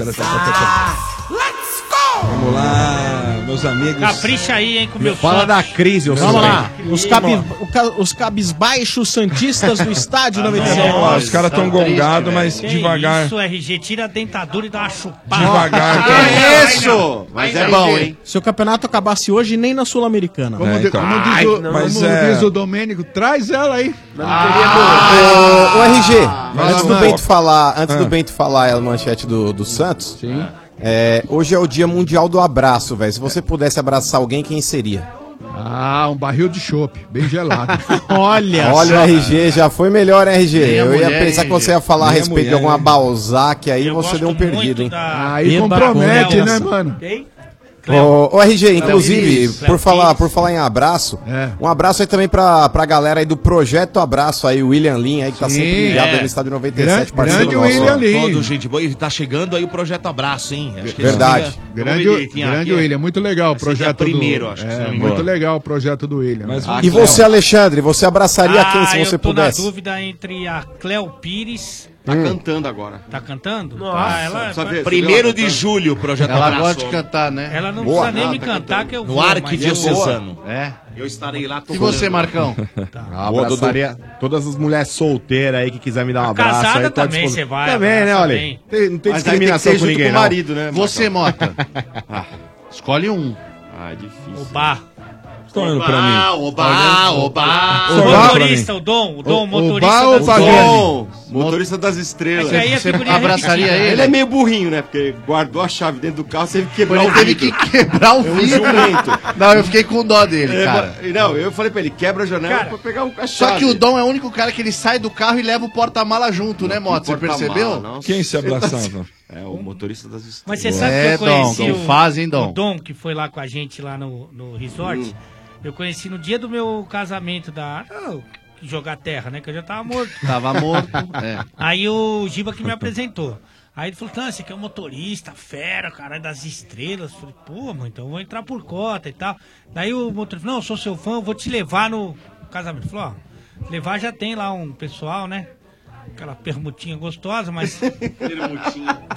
Vamos lá, meus amigos. Capricha aí, hein, com meu Fala da crise, ô Vamos Santos. lá. Ah, Os, cabi, o ca- os cabisbaixos santistas do Estádio 97. Nossa, Tá os caras tão gongados, mas Que devagar. Isso, RG, tira a dentadura e dá uma chupada. Devagar, Ah, cara. é isso? Mas é bom, hein? Se o campeonato acabasse hoje, nem na É, Sul-Americana. Como, então. di- como diz, o, como diz o Domênico, traz ela aí. Ô, ô, RG, Vai antes lá, do Marcos. Bento falar, antes Ah. do Bento falar a manchete do, do Santos, é, hoje é o dia mundial do abraço, velho. Se você pudesse abraçar alguém, quem seria? Ah, um barril de chopp, bem (laughs) gelado. Olha (laughs) Olha, RG, já foi melhor, hein, RG. Nem a Eu ia mulher, pensar que hein, você ia falar a nem a respeito de mulher, alguma né? Balzac, aí você deu um perdido, hein? Aí compromete, né, mano? Ô, ô, RG, Cleo inclusive, Pires, Cleo por falar, por falar em abraço, um abraço aí também pra, pra galera aí do Projeto Abraço aí, o William Lin aí, que tá Sim, sempre ligado é. aí no estádio 97, parceiro Grande nosso. William Lin. Todo gente boa. E tá chegando aí o Projeto Abraço, hein? Acho que eles Verdade. chegam- Grande, Vamos ver direitinho grande aqui. William, muito legal o Esse aqui é projeto primeiro, do... acho que se é, não me muito engano. legal o projeto do William. né? E você, Alexandre, você abraçaria quem se você Ah, eu tô pudesse? na dúvida entre a Cleo Pires. Tá Hum. cantando agora. Tá cantando? Nossa, Tá, ela, só ver- Primeiro de julho, o Projeto Ela Abraço. gosta de cantar, né? Ela não Boa. precisa nem Ah, me tá cantar que eu No vou. Arquidiocesano. É. Eu estarei lá E você, Marcão? Tá. Ah, abraçaria todas as mulheres solteiras aí que quiser me dar um abraço. Casada aí, tô à também disposição. você vai, Também, né, abraça olha. bem. aí. Tem- não tem Mas aí tem que discriminação ser com junto ninguém, com o não. marido, né, Você, Marcão? Mota. Escolhe um. Ah, é difícil. Oba. Estão olhando Oba, pra mim. oba, oba. O motorista, o Dom, o Dom, O- motorista oba, das oba, estrelas. Motorista das estrelas. É que aí a figurinha é abraçaria repetida. ele? Ele Ele é é meio burrinho, né? Porque guardou a chave dentro do carro, teve que quebrar Ele o teve vidro. É um que quebrar o vidro. Não, eu fiquei com dó dele, cara. Não, eu falei pra ele, quebra a janela Cara, pra pegar o cachorro. Só que o Dom é o único cara que ele sai do carro e leva o porta-mala junto, né, Mota? Você percebeu? Quem se abraçava? É, o motorista das estrelas. É, Mas você sabe que eu conheci o, o Dom, que foi lá com a gente lá no, no resort. Hum. Eu conheci no dia do meu casamento da... ah, Jogar terra, né? Que eu já tava morto. Tava morto, é. Aí o Giba que me Então. apresentou. Aí ele falou, não, esse aqui é um motorista, fera, cara, das estrelas. Eu Falei, pô, mano, então eu vou entrar por cota e tal. Daí o motorista falou, não, eu sou seu fã, eu vou te levar no casamento. Ele Falou, ó, levar já tem lá um pessoal, né? Aquela permutinha (laughs) gostosa, mas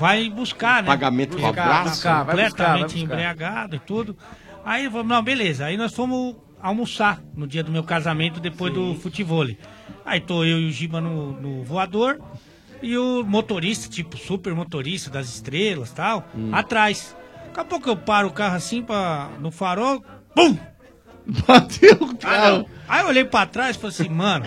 vai buscar, né? Pagamento com Buscar, abraço. Vai tá buscar, vai buscar, Completamente vai buscar. embriagado e tudo. Aí ele falou, não, beleza. Aí nós fomos almoçar no dia do meu casamento, depois do futebol. Aí tô eu e o Giba no, no voador e o motorista, tipo super motorista das estrelas tal, Hum. atrás. Daqui a pouco eu paro o carro assim pra, no farol, pum! Bateu o carro. Aí eu olhei pra trás e falei assim, (laughs) mano,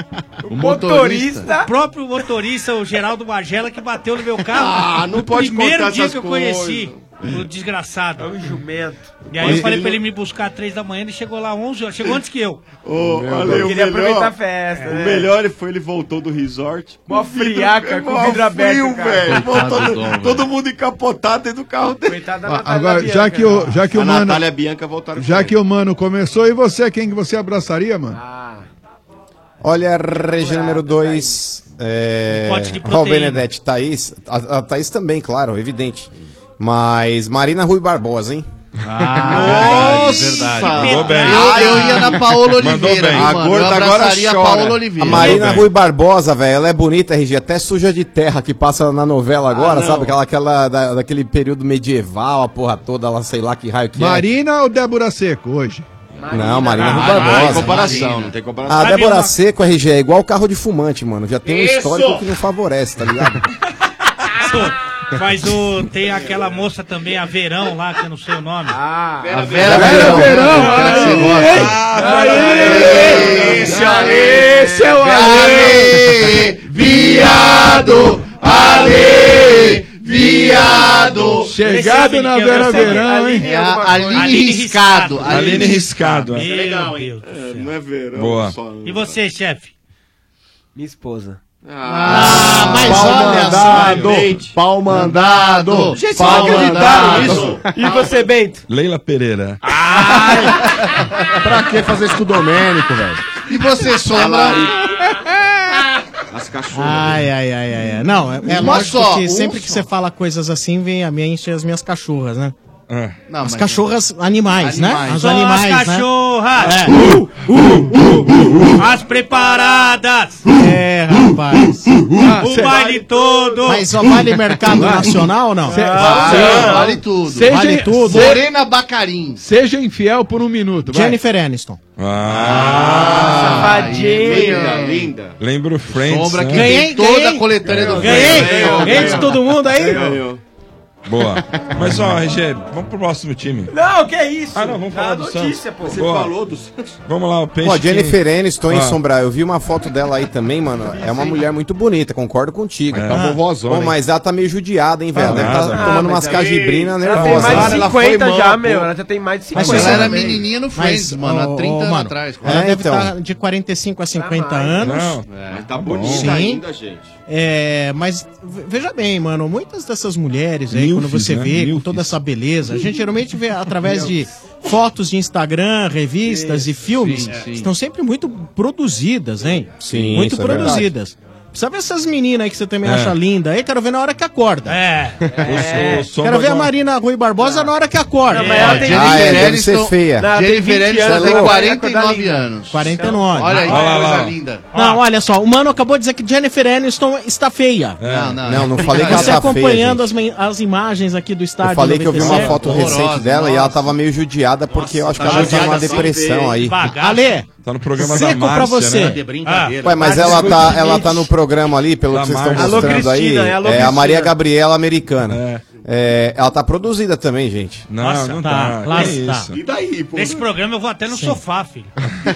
O motorista. o próprio motorista, o Geraldo Magela, que bateu no meu carro. Ah, não No pode primeiro contar dia essas que eu coisas. conheci. O desgraçado. É um jumento. E aí eu Ele- falei ele pra ele não- me buscar às três da manhã, ele chegou lá 11 horas, chegou antes que eu. Ô, Meu olha, Deus. o Queria melhor- aproveitar a festa, O né? melhor foi ele voltou do resort. Mó vidro- é friaca, com mó vidro aberto, frio, cara. velho. Coitado Voltou do no- Dom, velho. Todo mundo encapotado dentro do carro dele. Coitada da Natália Agora, já Bianca, que o- né? já que o a mano- Natália e a Bianca tá voltaram Já que o mano começou, e você, quem que você abraçaria, mano? Olha, região número 2. É... Um pote de Raul proteína. Benedetti, Thaís. A, a Thaís também, claro, evidente. Mas Marina Rui Barbosa, hein? Ah, verdade, verdade. Mandou bem. Ai, Eu- eu ia na Paola Oliveira, mandou bem. mano. Eu abraçaria a chora. Paola Oliveira. A Marina Mandou bem. Rui Barbosa, velho, ela é bonita, RG, até suja de terra que passa na novela agora, Ah, não. sabe? Aquela, aquela da- daquele período medieval, a porra toda, lá, sei lá que raio que é. Marina ou Débora Seco hoje? Não, Marina Ah, Rui não tem Barbosa. comparação, Marina. não tem comparação. A Sabe Débora uma- Seco, RG, é igual carro de fumante, mano. Já tem um Isso! histórico que não favorece, tá ligado? Mas o, tem aquela moça também, a Verão lá, que eu não sei o nome. Ah, a Vera Verão. Aquela que você gosta. Esse aí, esse é o Ale, viado, Ale, viado. Chegado na Vera Verão, hein? É a Aline Aline Riscado. Riscado. Aline Riscado. Meu legal, Deus do céu. Não é verão Boa. só. E você, chefe? Minha esposa. Ah, mas olha só, Leite. pau mandado, Gente, pau vocês acreditaram mandado. nisso? E você, Bento? Leila Pereira. (laughs) pra que fazer isso com o Domênico, velho? E você, As né? Ai, ai, ai, ai, ai. Não, é, é Uma lógico só, que um sempre que você fala coisas assim, vem a mente as minhas cachorras, né? É. Não, as mas- cachorras animais, né? As animais, as né? cachorras! É. As preparadas! É, rapaz. o baile todo! Mas (laughs) só vale mercado nacional ou não? Vale, vale tudo. Seja, vale tudo. Morena Bacarim. Seja infiel por um minuto, vai. Jennifer Aniston. Ah, Safadinha. Linda. Lembra o Friends. Sombra né? que tem toda a coletânea do Ganhei. Ganhou, Ganhei de ganhou. todo mundo aí. Ganhou. Boa. Mas ó, RG, vamos pro próximo time. Não, que isso? Ah, não, vamos falar Ah, do notícia, Santos. pô. Você falou do Vamos lá, o peixe. Pô, Jennifer que- Aniston, hein, Ah. Sombra? Eu vi uma foto dela aí também, mano. É uma mulher muito bonita, concordo contigo. Ah. Mas tá vovózona, Pô, hein? mas ela tá meio judiada, hein, velho? Deve tá nada. tomando Ah, umas mas aí- cajibrinas Ela tem nervosas. mais de Ela foi 50 já, mama, meu. pô. Ela já tem mais de Mas 50. ela era menininha Mas, ô, ô, mano, Ela deve estar de 45 a 50 anos. Não, É, Então. mas tá Sim. bonita ainda, gente. É, mas ve- veja bem, mano, muitas dessas mulheres aí, quando Milfs, você né? vê com toda essa beleza, a gente geralmente vê (laughs) através de fotos de Instagram, revistas e filmes, sim, sim. estão sempre muito produzidas, hein? Sim, Muito isso é produzidas. Precisa ver essas meninas aí que você também É. acha linda aí, quero ver na hora que acorda. É. é. O som- o Quero ver som a Marina Rui Barbosa na hora que acorda. Não, mas ela Tá. É. tem Ah, é, 20 deve anos, ser então- feia. Não, ela tem Jennifer 20 Aniston anos, tá ela vai acordar 49 linda. anos. 49. Então, Olha aí, Ah, olha lá, lá, lá. lá. linda. Não, olha só, o mano acabou de dizer que Jennifer Aniston está feia. É. Não, não, Não, não falei que ela Você tá feia, acompanhando as, men- as imagens aqui do estádio. Eu falei que eu vi uma 97. foto recente dela e ela tava meio judiada porque eu acho que tá ela tá judiada numa assim, depressão bem aí. devagar. Ale, Tá no programa seco da Márcia, pra você. né? Ah, Ué, mas ela tá, ela tá no programa ali, pelo Da que vocês estão Márcia. mostrando Alô, aí. Cristina, é É, alô, a Cristina. Maria Gabriela americana. É, ela tá produzida também, gente. Não, Nossa, não tá, tá. lá Que está. é isso? E daí, pô? Nesse programa eu vou até no sofá, filho.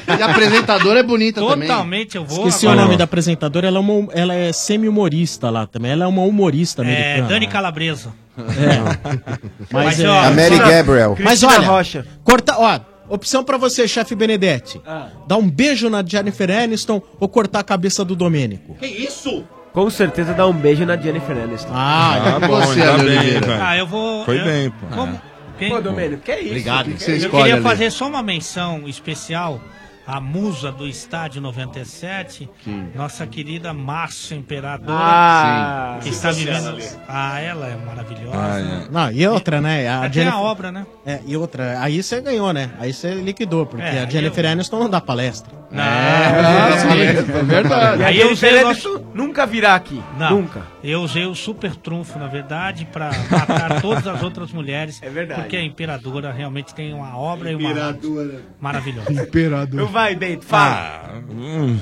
E a apresentadora é bonita também. Totalmente eu vou. Esqueci o nome da apresentadora, ela é, uma- ela é semi-humorista lá também. Ela é uma humorista É, americana. Dani Calabresa. (laughs) É. Mas, é, ó, a Mary Gabriel. Mas Cristina olha, Rocha. corta, ó, opção pra você, chefe Benedetti. Ah. Dar um beijo na Jennifer Aniston ou cortar a cabeça do Domênico. Que isso? Com certeza dá um beijo na Jennifer Aniston. Ah, e bom, ainda Ale bem, Oliveira? velho. Ah, eu vou. eu- Como- quem- Pô, Domênio, que é isso? Obrigado. Que que você eu escolhe queria ali? fazer só uma menção especial à musa do estádio 97, Quem? nossa querida Márcia Imperador, Ah, que sim. Ah, está Sim. vivendo. Ah, ela é maravilhosa. Não, e outra, né? Até a obra, né? É, e outra, aí você ganhou, né? Aí você liquidou, porque É, a Jennifer Aniston não dá palestra. Não, é verdade. E aí eu usei o nosso- Nunca virá aqui. Não, Nunca. Eu usei o super trunfo, na verdade, pra (laughs) matar todas as outras mulheres. É verdade. Porque a imperadora realmente tem uma obra e uma arte maravilhosa. Então Ah. Imperador. Não vai, Bento, fala. Ah, Hum.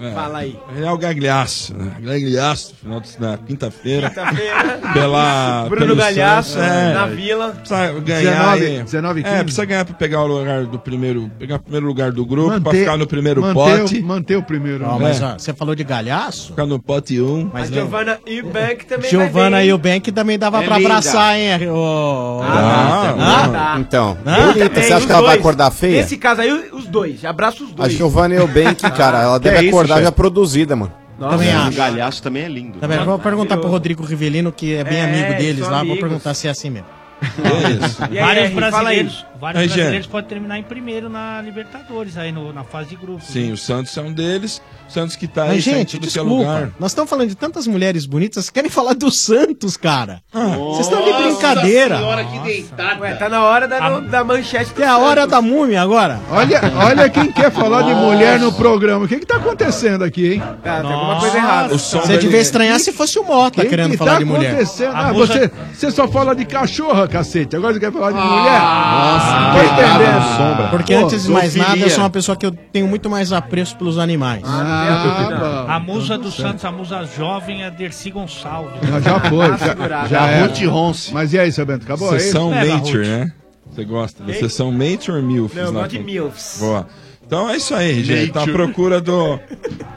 É, Fala aí. Real Gagliasso, né? Gagliasso, final de, na quinta-feira. Quinta-feira. pela. Bruno pelo Galhaço, Santos, é. na Vila. Precisa ganhar. 19, aí. 19, É, 15. precisa ganhar pra pegar o lugar do primeiro. Pegar o primeiro lugar do grupo, pra Manter- ficar no primeiro manter pote. o- manter o primeiro. Ó, né? mas, É. ó, Você falou de galhaço? Ficar no pote 1. Um. Mas A Giovanna Eubank também Giovana vai e bem. o Bank também dava É pra linda. abraçar, hein? ô- Ah, Hã? Então, Hã? bonita. Tem Você acha Ah, é, os que ela vai dois. acordar feia? Nesse caso aí, os dois. Abraço os A é dois. Giovanna Eubank, cara, ela Que deve é isso, acordar chefe? já produzida, mano. Também acho. galhaço também é lindo. Tá vendo? Vou perguntar pro Rodrigo Rivelino, que é bem É, amigo deles são lá, vou amigos. perguntar se é assim mesmo. E aí, vários Henrique, brasileiros, fala aí. vários Aí, Jean. brasileiros podem terminar em primeiro na Libertadores, aí no- na fase de né? grupo. Sim, o Santos é um deles. O Santos que tá aí, Mas, tá em gente, tudo que é desculpa. lugar. Nós estamos falando de tantas mulheres bonitas, vocês querem falar do Santos, cara. Vocês estão de Nossa brincadeira. senhora, que deitada. Ué, tá na hora da, da manchete do É a Santos. hora da múmia agora. Olha, olha quem quer falar de mulher no programa. O que que tá acontecendo aqui, hein? Tá, tem alguma coisa errada. Você devia estranhar se fosse o Mota Quem querendo que falar tá de mulher. acontecendo? A Ah, moça- você, você só fala de cachorra, cacete. Agora você quer falar de Ah, mulher? Nossa, Tô coitada entendendo. do Sombra. Porque Pô, antes de mais zoofilia. nada, eu sou uma pessoa que eu tenho muito mais apreço pelos animais. é Ah, tá. Então a musa tá do Santos, a musa jovem, é a Dercy Gonçalves. Já, Tá já foi. Já, já A é era. Ruth Ronce. É. Mas e aí, seu Bento? Acabou aí? Sessão Nature, né? Você gosta da Ei. sessão Nature ou MILFs? Não, eu lá gosto de com- MILFs. Boa. Então é isso aí, gente. Tá à Nature. procura do.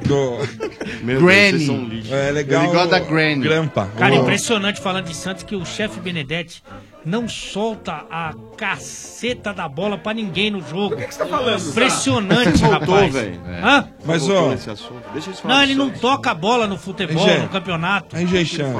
do... Meu Deus, Granny. vocês são um lixo. É legal. Ele gosta da o- Granny. Grampa. Cara, O- impressionante falando de Santos que o chefe Benedetti não solta a caceta da bola pra ninguém no jogo. O que, você tá falando? Impressionante, Voltou, rapaz. velho. É. Hã? Mas, Voltou ó, esse assunto. Deixa eles falar Não, do ele não toca a bola no futebol, Hein, Gê? no campeonato. Hein,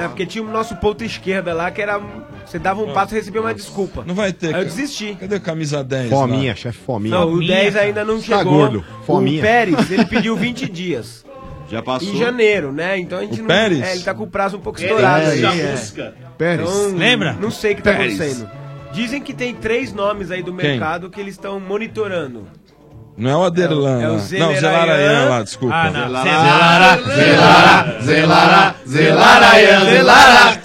É, porque tinha o nosso ponto esquerda lá, que era. Você dava um passo e recebia uma desculpa. Não vai ter. Aí eu cara. desisti. Cadê a camisa 10? Fominha, lá? chefe, fominha. Não, o é 10 ainda não Tá chegou. gordo. O Fominha. Pérez, ele pediu 20 dias. Já Em janeiro, né? Então a gente O não. Pérez? É, ele tá com o prazo um pouco Pérez, estourado aí. já é. busca. Pérez. Lembra? Não sei o que tá Pérez. acontecendo. Dizem que tem três nomes aí do Quem? mercado que eles estão monitorando. Não é o Aderlan. É lá. o não, Zelarayan. Zelarayan lá, desculpa. Ah, não. Zelara, Zelara, Zelara, Zelara, Zelara,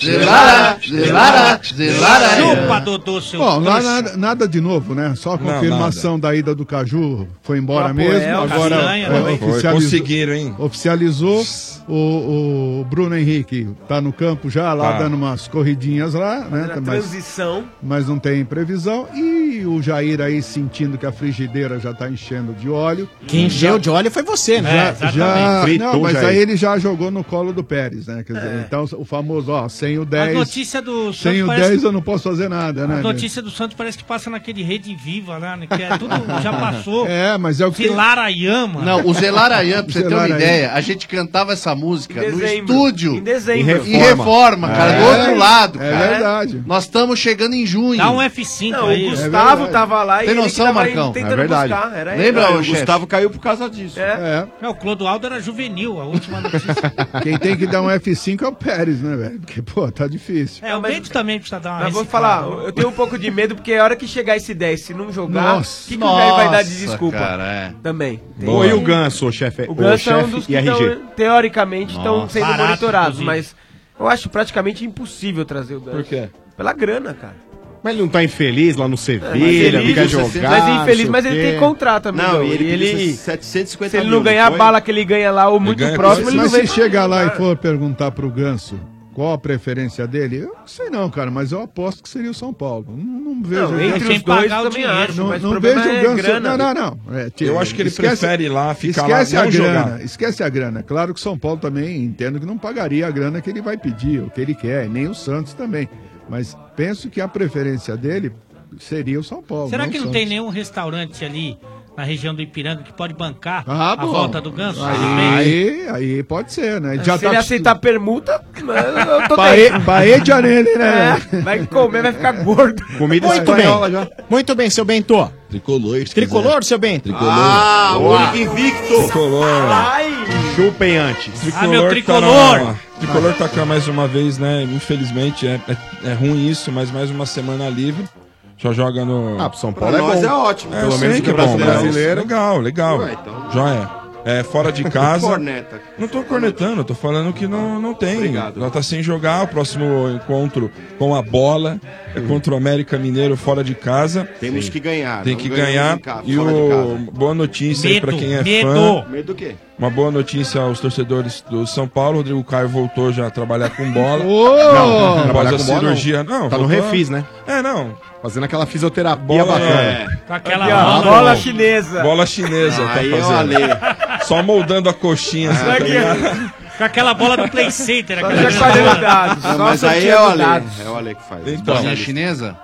Zelara, Zelara, Zelara. Chupa, Dodô, seu Bom, lá trouxa. nada, nada de novo, né? Só a Não, confirmação da ida do Caju foi embora Papo mesmo. é, o agora Castanha é, também. Foi, oficializou- conseguiram, hein? Oficializou. O, o Bruno Henrique tá no campo já, lá Tá. dando umas corridinhas lá, né? Na Mas, transição. mas não tem previsão. E o Jair aí sentindo que a frigideira já tá enchendo de óleo. Quem encheu Já- de óleo foi você, É, né? já, já- não, mas aí ele já jogou no colo do Pérez, né? Quer dizer, Então o famoso, ó, sem o 10. É. notícia do Sem Santos o parece- 10 eu não posso fazer nada, né? A notícia do Santos parece que passa naquele Rede Viva lá, né? Que é tudo (laughs) já passou. É, mas é o que. Zelarayan, mano. Não, o Zelarayan, pra você ter Zelarayan. uma ideia, a gente cantava essa música Em no dezembro. estúdio. Em dezembro. E reforma, cara, do É, outro lado, é cara. verdade. Nós estamos chegando em junho. Dá um F5 Não, o Gustavo tava lá e Tem ele que noção, tava aí Marcão? É tentando buscar, era ele. Lembra, Aí o chefe? caiu por causa disso. É. É, o Clodoaldo era juvenil, a última notícia. Quem tem que dar um F5 é o Pérez, né, velho? Porque, pô, tá difícil. É, o Bento também precisa dar uma Mas vou reciclada. falar, eu tenho um pouco de medo, porque a hora que chegar esse 10, se não jogar, o Nossa. que, que o Jair vai dar de Nossa, desculpa? cara, Também. Boa, e o Ganso, chefe? O Ganso é um chefe dos que e RG. tão, teoricamente estão Nossa. sendo Barato, monitorados, inclusive. mas eu acho praticamente impossível trazer o Ganso. Por quê? Pela grana, cara. Mas ele não tá infeliz lá no É, mas Sevilha, não quer jogar. Mas é infeliz, não mas sei ele o quê. tem contrato também. Não, e ele precisa de 750 Se ele mil, não não ganhar foi? a bala que ele ganha lá ou muito Ganha próximo, coisa. ele não mas vem. se chegar lá e for perguntar pro Ganso qual a preferência dele, eu não sei não, cara, mas eu aposto que seria o São Paulo. Não, não vejo. Não, entre Sem os dois pagar o também dinheiro. acho, Não, mas não o problema vejo o é Ganso. grana. Não, não, não. É, tira, Eu acho que ele prefere ir lá, ficar lá, esquece não a grana, jogar. Esquece a grana. Claro que o São Paulo também entendo que não pagaria a grana que ele vai pedir, o que ele quer, e nem o Santos também. Mas penso que a preferência dele seria o São Paulo. Será que o não Santos. tem nenhum restaurante ali na região do Ipiranga que pode bancar Ah, a bom. volta do Ganso? Aí, aí, aí pode ser, né? Se ele aceitar permuta, eu tô Paê- dentro. é Paedia nele, né? É, vai comer, vai ficar gordo. Comida Muito bem. Muito bem, seu Bento. Tricolor. Tricolor, seu Bento. Tricolor. Ah, Boa. invicto. Tricolor. Chupem antes. Tricolor Tá na- tricolor tá cá mais uma vez, né? Infelizmente, é, é, é ruim isso, mas mais uma semana livre. Só joga no. Ah, pro São Paulo Pra é nós bom. é ótimo. É, Pelo eu menos sei que é no bom, Brasileiro. mas Legal, legal. Ué, então. Joia. É, (laughs) fora (laughs) de casa. Corneta. Não tô cornetando, tô falando que não, não tem. Obrigado. Nós tá sem jogar. O próximo encontro com a bola é contra o América Mineiro fora de casa. Temos que ganhar, Tem não que ganhamos ganhar. em casa, e fora de o boa notícia aí pra quem é fã. Medo do quê? Uma boa notícia aos torcedores do São Paulo. Rodrigo Caio voltou já a trabalhar com bola. Ô! Não, trabalhar após a com bola, cirurgia. não. Não, Tá no voltou a- refis, né? É, não. Fazendo aquela fisioterapia Bola- bacana. é. Com aquela Aqui, ó, bola, bola irmão. chinesa. Bola chinesa, Ah, tá aí eu fazendo. alei. Só moldando a Ah, coxinha. é assim, tá ligado? (laughs) Com aquela bola do Play Center. aquela grande bola. Não, mas aí é o Ale. É o Ale que faz. Então, Bolinha chinesa?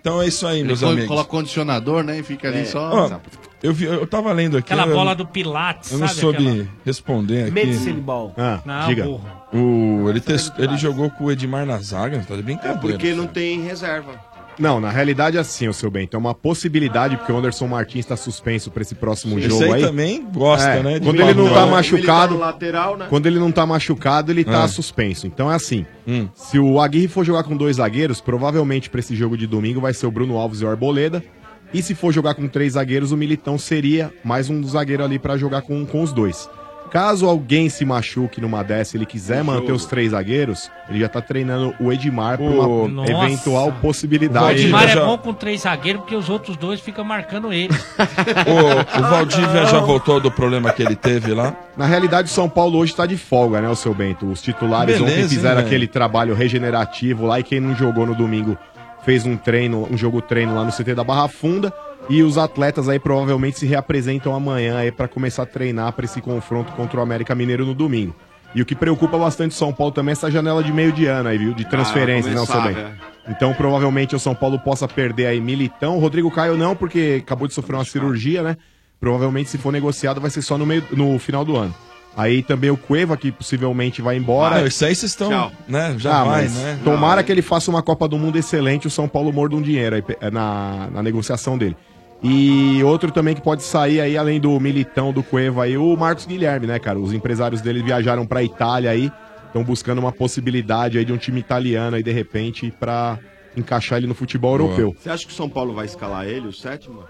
Então é isso aí, meus colo- amigos. É. Coloca condicionador, né? E fica É. ali só. Ó, eu, vi, eu tava lendo aqui. Aquela eu- bola do Pilates, Eu não sabe? soube Aquela- responder aqui. Medicine ball. Ah, Não, porra. O, ele, test- ele jogou com o Edmar na zaga, tá de brincadeira. Porque não tem reserva. Não, na realidade é assim, o seu bem. Então é uma possibilidade, porque o Anderson Martins está suspenso para esse próximo Sim. jogo Esse aí aí. também gosta, né, de Quando ele não papo, tá né? machucado. Ele tá no lateral, né? Quando ele não tá machucado, ele tá Ah. Hum. suspenso. Então é assim. Se o Aguirre for jogar com dois zagueiros, provavelmente para esse jogo de domingo vai ser o Bruno Alves e o Arboleda. E se for jogar com três zagueiros, o Militão seria mais um zagueiro ali para jogar com, com os dois. Caso alguém se machuque numa dessa e ele quiser manter os três zagueiros, ele já tá treinando o Edmar pra uma Nossa. eventual O possibilidade. Edmar é bom com três zagueiros porque os outros dois ficam marcando (laughs) ele. O, o Valdívia já voltou do problema que ele teve lá. Na realidade, o São Paulo hoje tá de folga, né, o seu Bento? Os titulares Beleza, ontem hein, fizeram velho? aquele trabalho regenerativo lá e quem não jogou no domingo fez um treino, um jogo treino lá no CT da Barra Funda. E os atletas aí provavelmente se reapresentam amanhã aí para começar a treinar para esse confronto contra o América Mineiro no domingo. E o que preocupa bastante o São Paulo também é essa janela de meio de ano aí, viu? De transferências, né, o seu começar, Bento? né? Então, provavelmente, o São Paulo possa perder aí Militão. Rodrigo Caio não, porque acabou de sofrer uma cirurgia, né? Provavelmente, se for negociado, vai ser só no, meio, no final do ano. Aí também o Cueva, que possivelmente vai embora. Não, Ah, isso aí vocês estão, Tchau. Ah, né, já vai, né? Tomara Não. que ele faça uma Copa do Mundo excelente, o São Paulo morda um dinheiro aí, pe- na, na negociação dele. E outro também que pode sair aí, além do Militão, do Cueva aí, o Marcos Guilherme, né, cara? Os empresários dele viajaram pra Itália aí, estão buscando uma possibilidade aí de um time italiano aí, de repente, pra encaixar ele no futebol europeu. Você acha que o São Paulo vai escalar ele, o sétimo?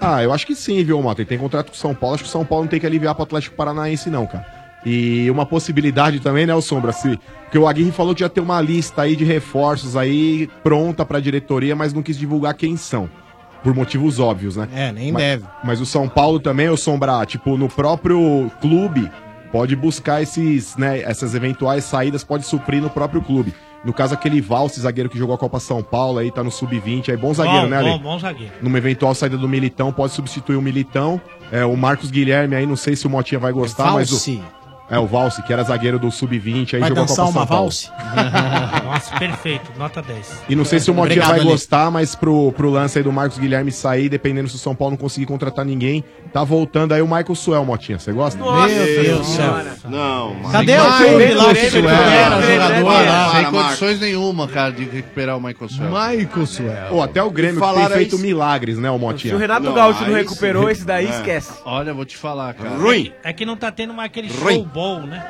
Ah, eu acho que sim, viu, Mato? Ele tem contrato com o São Paulo. Acho que o São Paulo não tem que aliviar pro Atlético Paranaense, não, cara. E uma possibilidade também, né, o Sombra? Se, porque o Aguirre falou que já tem uma lista aí de reforços aí pronta pra diretoria, mas não quis divulgar quem são. Por motivos óbvios, né? É, nem mas, deve. Mas o São Paulo também, o Sombra, tipo, no próprio clube, pode buscar esses, né, essas eventuais saídas, pode suprir no próprio clube. No caso, aquele Valse, zagueiro que jogou a Copa São Paulo aí, tá no Sub-20, aí bom zagueiro, bom, né, Ale? bom, bom zagueiro. numa eventual saída do Militão, pode substituir o Militão. É, o Marcos Guilherme aí, não sei se o Motinha vai gostar, mas Valse. o. É, o Valse, que era zagueiro do Sub-20, aí Vai jogou dançar a Copa São uma Paulo. valse? (laughs) Nossa, perfeito. Nota 10. E não sei se o Motinha Obrigado, vai Ale. gostar, mas pro, pro lance aí do Marcos Guilherme sair, dependendo se o São Paulo não conseguir contratar ninguém, tá voltando aí o Michael Suel, Motinha. Você gosta? Meu Deus do céu. Não, mano. Cadê o clube lá que tu era jogador lá? Sem condições nenhuma, cara, de recuperar o Michael Suel. Michael Suel. Ou até o Grêmio, que tem Falaram feito isso. milagres, né, o Motinha? aí sim. daí É. esquece. Olha, vou te falar, cara. É que não tá tendo mais aquele Ruim. É. showball, né?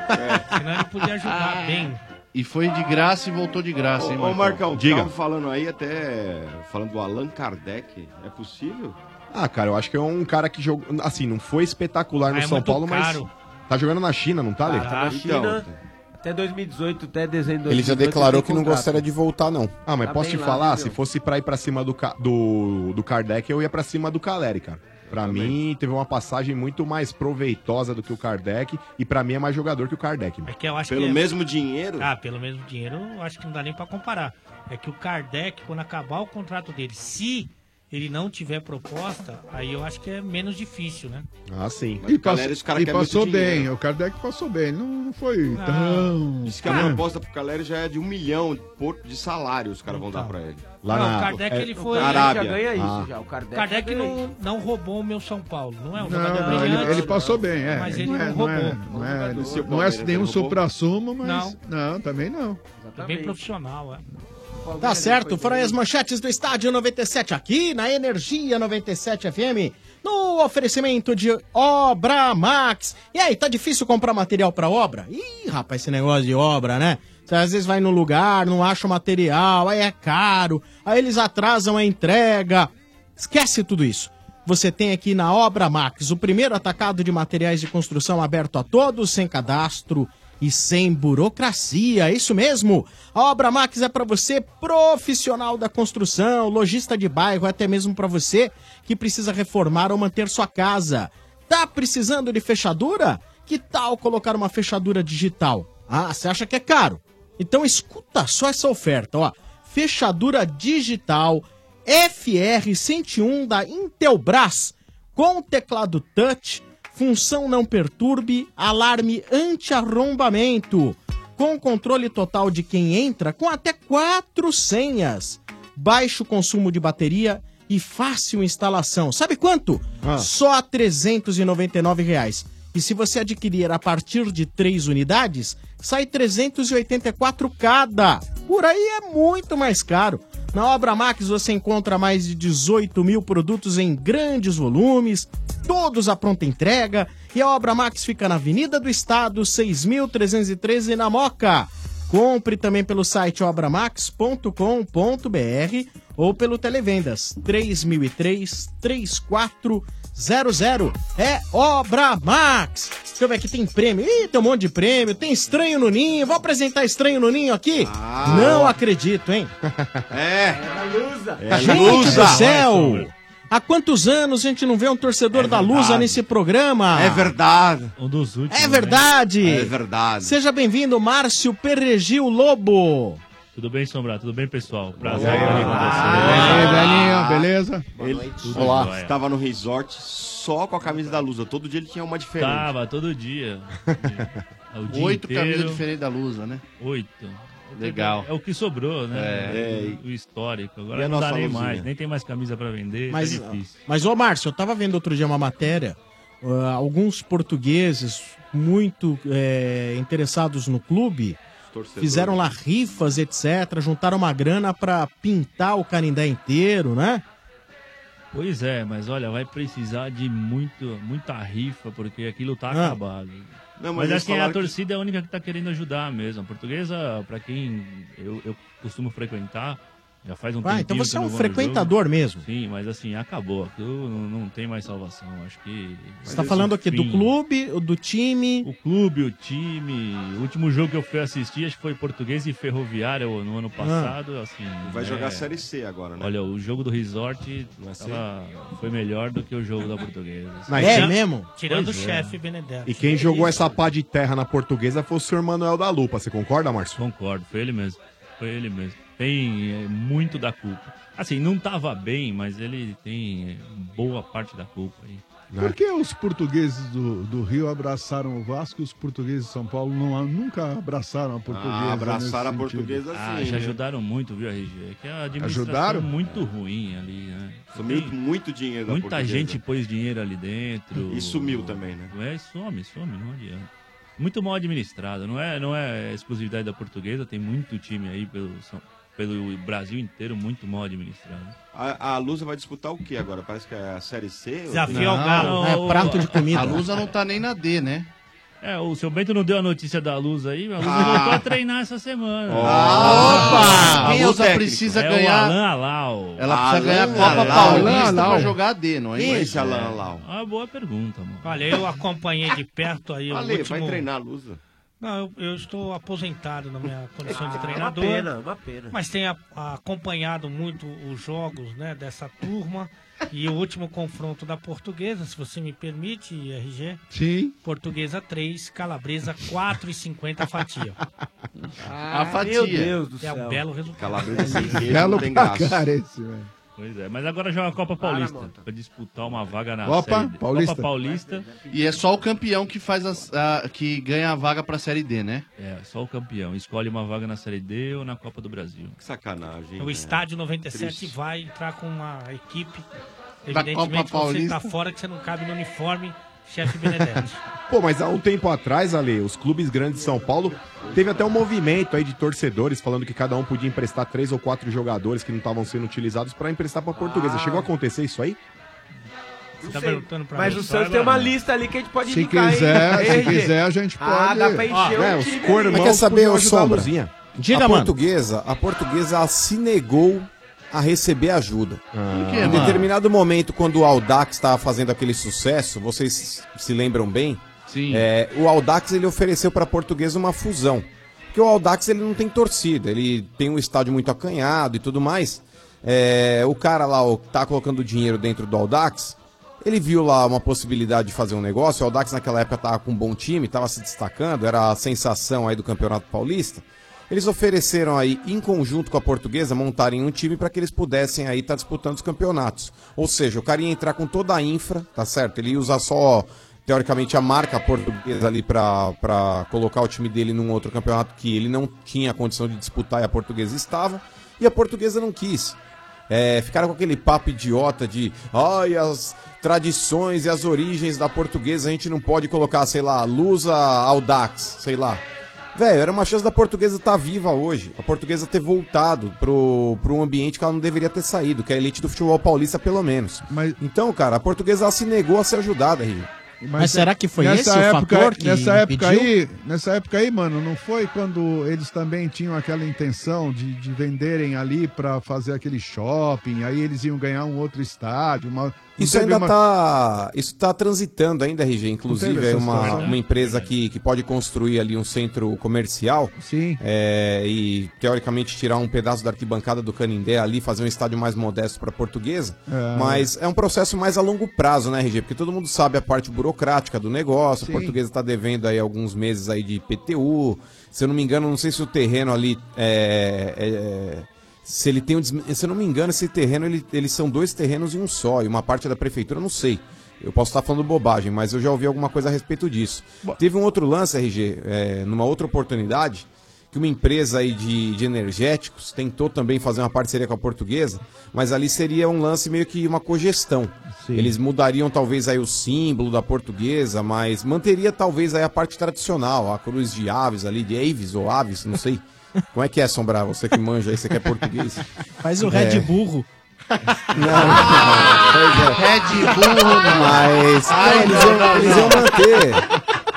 Senão ele podia ajudar bem. E foi de graça e voltou de graça, hein, Ô, ô Marcão, Diga. Diga. falando aí até. Falando do Allan Kardec. É possível? Ah, cara, eu acho que é um cara que jogou. Assim, não foi espetacular no Ah, é São muito Paulo, caro. mas. Tá jogando na China, não tá, Ale? Tá na China até 2018, até dezembro de 2018. Ele já tem declarou que não contrato. gostaria de voltar, não. Ah, mas Tá posso te bem lá, falar? viu? se fosse pra ir pra cima do, Ca- do, do Kardec, eu ia pra cima do Caleri, cara. Pra mim, teve uma passagem muito mais proveitosa do que o Kardec. E pra mim é mais jogador que o Kardec. mano. É que eu acho que é- Ah, pelo mesmo dinheiro, eu acho que não dá nem pra comparar. É que o Kardec, quando acabar o contrato dele, se ele não tiver proposta, aí eu acho que é menos difícil, né? Ah, sim. E, o Caleri, passou- esse cara e quer passou muito bem, dinheiro. o Kardec passou bem, não, não foi Ah, tão... Diz é que a proposta pro Caleri já é de um milhão e pouco de salário os caras vão dar pra ele. Lá Ah, não, o Kardec ele foi. Arábia. Ah. O Kardec, não, não roubou o meu São Paulo. Não é um Não, jogador não, ele, brilhante, ele passou bem, é. Mas ele não, é, não não, roubou. é, não, é, não é nenhum supra-sumo, mas... Não. também não. É bem profissional, é. Tá certo, foram aí as manchetes do Estádio 97 aqui na Energia 97 FM, no oferecimento de Obra Max. E aí, tá difícil comprar material pra obra? Ih, rapaz, esse negócio de obra, né? Você às vezes vai no lugar, não acha o material, aí é caro, aí eles atrasam a entrega. Esquece tudo isso. Você tem aqui na Obra Max o primeiro atacado de materiais de construção aberto a todos, sem cadastro e sem burocracia. É Isso mesmo. A Obra Max é para você, profissional da é construção, lojista de bairro, até mesmo para você que precisa reformar ou manter sua casa. Tá precisando de fechadura? Que tal colocar uma fechadura digital? Ah, você acha que é caro? Então escuta só essa oferta, ó. Fechadura digital FR101 da Intelbras com teclado touch, função não perturbe, alarme anti-arrombamento, com controle total de quem entra com até quatro senhas, baixo consumo de bateria e fácil instalação. Sabe quanto? Só R$ 399 reais. E se você adquirir a partir de três unidades, sai 384 cada. Por aí é muito mais caro. Na Obra Max você encontra mais de 18 mil produtos em grandes volumes, todos à pronta entrega. E a Obra Max fica na Avenida do Estado, 6.313 na Moca. Compre também pelo site obramax.com.br ou pelo Televendas 3003 3400. É Obra Max. Deixa eu ver aqui, tem prêmio. Ih, tem um monte de prêmio. Tem Estranho no Ninho. Vou apresentar Estranho no Ninho aqui? Não acredito, hein? É. É Gente Lusa. do céu! Há quantos anos a gente não vê um torcedor da Lusa É verdade. nesse programa? É verdade. Um dos últimos. É verdade. É verdade. Seja bem-vindo, Márcio Perregil Lobo. Tudo bem, Sombra? Tudo bem, pessoal? Prazer Olá. estar aqui E aí, velhinho, com vocês. beleza? Ele Tudo Olá. jóia. Tá estava no resort só com a camisa da Lusa. Todo dia ele tinha uma diferente. Tava, todo dia. É O dia Oito inteiro. camisas diferentes da Lusa, né? Oito. Legal. É o que sobrou, né? É. O histórico. E a Agora não dá nossa nem luzinha? mais. Nem tem mais camisa pra vender. Mas, Mas, tá difícil. mas ô Márcio, eu tava vendo outro dia uma matéria, ah, alguns portugueses muito eh, interessados no clube torcedores. fizeram lá rifas, etc, juntaram uma grana pra pintar o Canindé inteiro, né? Pois é, mas olha, vai precisar de muito, muita rifa, porque aquilo tá Ah. acabado. Não, mas mas eles acho que a falaram que- torcida é a única que tá querendo ajudar mesmo. A portuguesa, pra quem eu, eu costumo frequentar, já faz um Ah, tempinho então que você eu é não um vou no frequentador jogo. mesmo. Sim, mas assim, acabou. Aquilo não, não tem mais salvação. Acho que. um Você tá falando aqui né? do clube, do time. O clube, o time. O último jogo que eu fui assistir, acho que foi português e ferroviária no ano passado. Assim, Vai jogar é- Série C agora, né? Olha, o jogo do Resort tava- foi melhor do que o jogo da Portuguesa. Mas É tira- mesmo? Tirando o Pois é. chefe Benedetto. E quem jogou essa pá de terra na portuguesa foi o senhor Manuel da Lupa, você concorda, Márcio? Concordo, foi ele mesmo. Foi ele mesmo. Tem é, muito da culpa. Assim, não tava bem, mas ele tem é, boa parte da culpa aí. Por que os portugueses do, do Rio abraçaram o Vasco e os portugueses de São Paulo não, nunca abraçaram Ah, a portuguesa? nesse sentido? Ah, já ajudaram muito, viu, RG? É que a administração Ajudaram? é muito ruim ali, né? Sumiu Tem muito dinheiro da Muita Portuguesa. gente pôs dinheiro ali dentro. E sumiu também, né? É, some, some, não adianta. Muito mal administrado. Não é, não é exclusividade da portuguesa, tem muito time aí pelo, São- pelo Brasil inteiro muito mal administrado. A, a Lusa vai disputar o que agora? Parece que é a Série C? Desafio ao Não, Galo. é prato de comida. A Lusa não tá nem na D, né? É, o seu Bento não deu a notícia da luz aí, a luz Ah. voltou a treinar essa semana. Ah, opa! Quem A é o Lusa técnico? precisa É o ganhar. Alan Alau. Ela precisa ganhar a Copa Paulista pra jogar a D, não é Quem é isso? esse Alan Alau? Lau? Uma boa pergunta, mano. Olha, eu acompanhei de perto aí o Ale, último... vai treinar a Lusa. Não, eu, eu estou aposentado na minha condição de Ah, treinador. uma pena, uma pena. Mas tenho a- a- acompanhado muito os jogos né, dessa turma. E o último confronto da portuguesa, se você me permite, RG. Sim. Portuguesa 3, Calabresa 4,50 a fatia. Ah, A fatia. Meu Deus do céu. É um belo resultado. Calabresa sem rede (laughs) Belo não tem pra graça. cara esse, velho. Pois é, mas agora joga a Copa Paulista pra disputar uma vaga na Opa, Série D. Paulista. Copa Paulista. E é só o campeão que faz as- a- que ganha a vaga pra Série D, né? É, só o campeão. Escolhe uma vaga na Série D ou na Copa do Brasil. Que sacanagem. né? O estádio 97 vai entrar com uma equipe. Da Copa Evidentemente, quando você Paulista. tá fora que você não cabe no uniforme, chefe Benedetto. Pô, mas há um tempo atrás, Ale, os clubes grandes de São Paulo teve até um movimento aí de torcedores falando que cada um podia emprestar três ou quatro jogadores que não estavam sendo utilizados pra emprestar pra portuguesa. Ah. Chegou a acontecer isso aí? Não tá sei. perguntando pra Mas mim. o Só é Santos tem agora uma não. lista ali que a gente pode Se indicar, quiser, hein? se RG. quiser, a gente pode. É, Ah, dá pra encher o time. dele. Mas quer saber, ô podiam ajudar a Sombra? Luzinha. Diga, a mano. portuguesa, a portuguesa ela se negou a receber ajuda. quê, em mano? determinado momento, quando o Aldax estava fazendo aquele sucesso, vocês se lembram bem? Sim. É, o Aldax ele ofereceu para a portuguesa uma fusão. Porque o Aldax ele não tem torcida, ele tem um estádio muito acanhado e tudo mais. É, o cara lá, o que tá colocando dinheiro dentro do Aldax, Ele viu lá uma possibilidade de fazer um negócio. O Aldax naquela época estava com um bom time, estava se destacando, era a sensação aí do Campeonato Paulista. Eles ofereceram aí, em conjunto com a portuguesa, montarem um time para que eles pudessem aí estar disputando os campeonatos. Ou seja, o cara ia entrar com toda a infra, tá certo? Ele ia usar só, teoricamente, a marca portuguesa ali para colocar o time dele num outro campeonato que ele não tinha condição de disputar e a portuguesa estava. E a portuguesa não quis. É, ficaram com aquele papo idiota de ai, as tradições e as origens da portuguesa, a gente não pode colocar, sei lá, Lusa Audax, sei lá. Velho, era uma chance da portuguesa estar viva hoje. A portuguesa ter voltado pro, pro ambiente que ela não deveria ter saído, que é a elite do futebol paulista, pelo menos. Então, cara, a portuguesa ela se negou a ser ajudada, Rio. Mas será que foi esse o época, fator que nessa época impediu? aí Nessa época aí, mano, não foi quando eles também tinham aquela intenção de, de venderem ali pra fazer aquele shopping, aí eles iam ganhar um outro estádio. uma- não Isso teve ainda uma- tá. Isso tá transitando ainda, RG. Não Inclusive, teve é essas uma, coisas, né? uma empresa que, que pode construir ali um centro comercial. é, Sim. e teoricamente tirar um pedaço da arquibancada do Canindé ali, fazer um estádio mais modesto pra portuguesa. Ah. É. Mas é um processo mais a longo prazo, né, RG? Porque todo mundo sabe a parte burocrática do negócio. Sim. A portuguesa tá devendo aí alguns meses aí de PTU. Se eu não me engano, não sei se o terreno ali é. é- se ele tem um desmi- Se eu não me engano, esse terreno, ele, eles são dois terrenos em um só, e uma parte é da prefeitura, eu não sei. Eu posso estar falando bobagem, mas eu já ouvi alguma coisa a respeito disso. Teve um outro lance, RG, é, numa outra oportunidade, que uma empresa aí de, de energéticos tentou também fazer uma parceria com a portuguesa, mas ali seria um lance meio que uma cogestão. Eles mudariam talvez aí o símbolo da portuguesa, mas manteria talvez aí a parte tradicional, a cruz de aves ali, de aves ou aves, não sei. Como é que é, Sombra? Você que manja aí, você que é português. Faz o Red É. Burro. Red Bull, mas Ai, não, eles, não, iam, não, eles não. iam manter.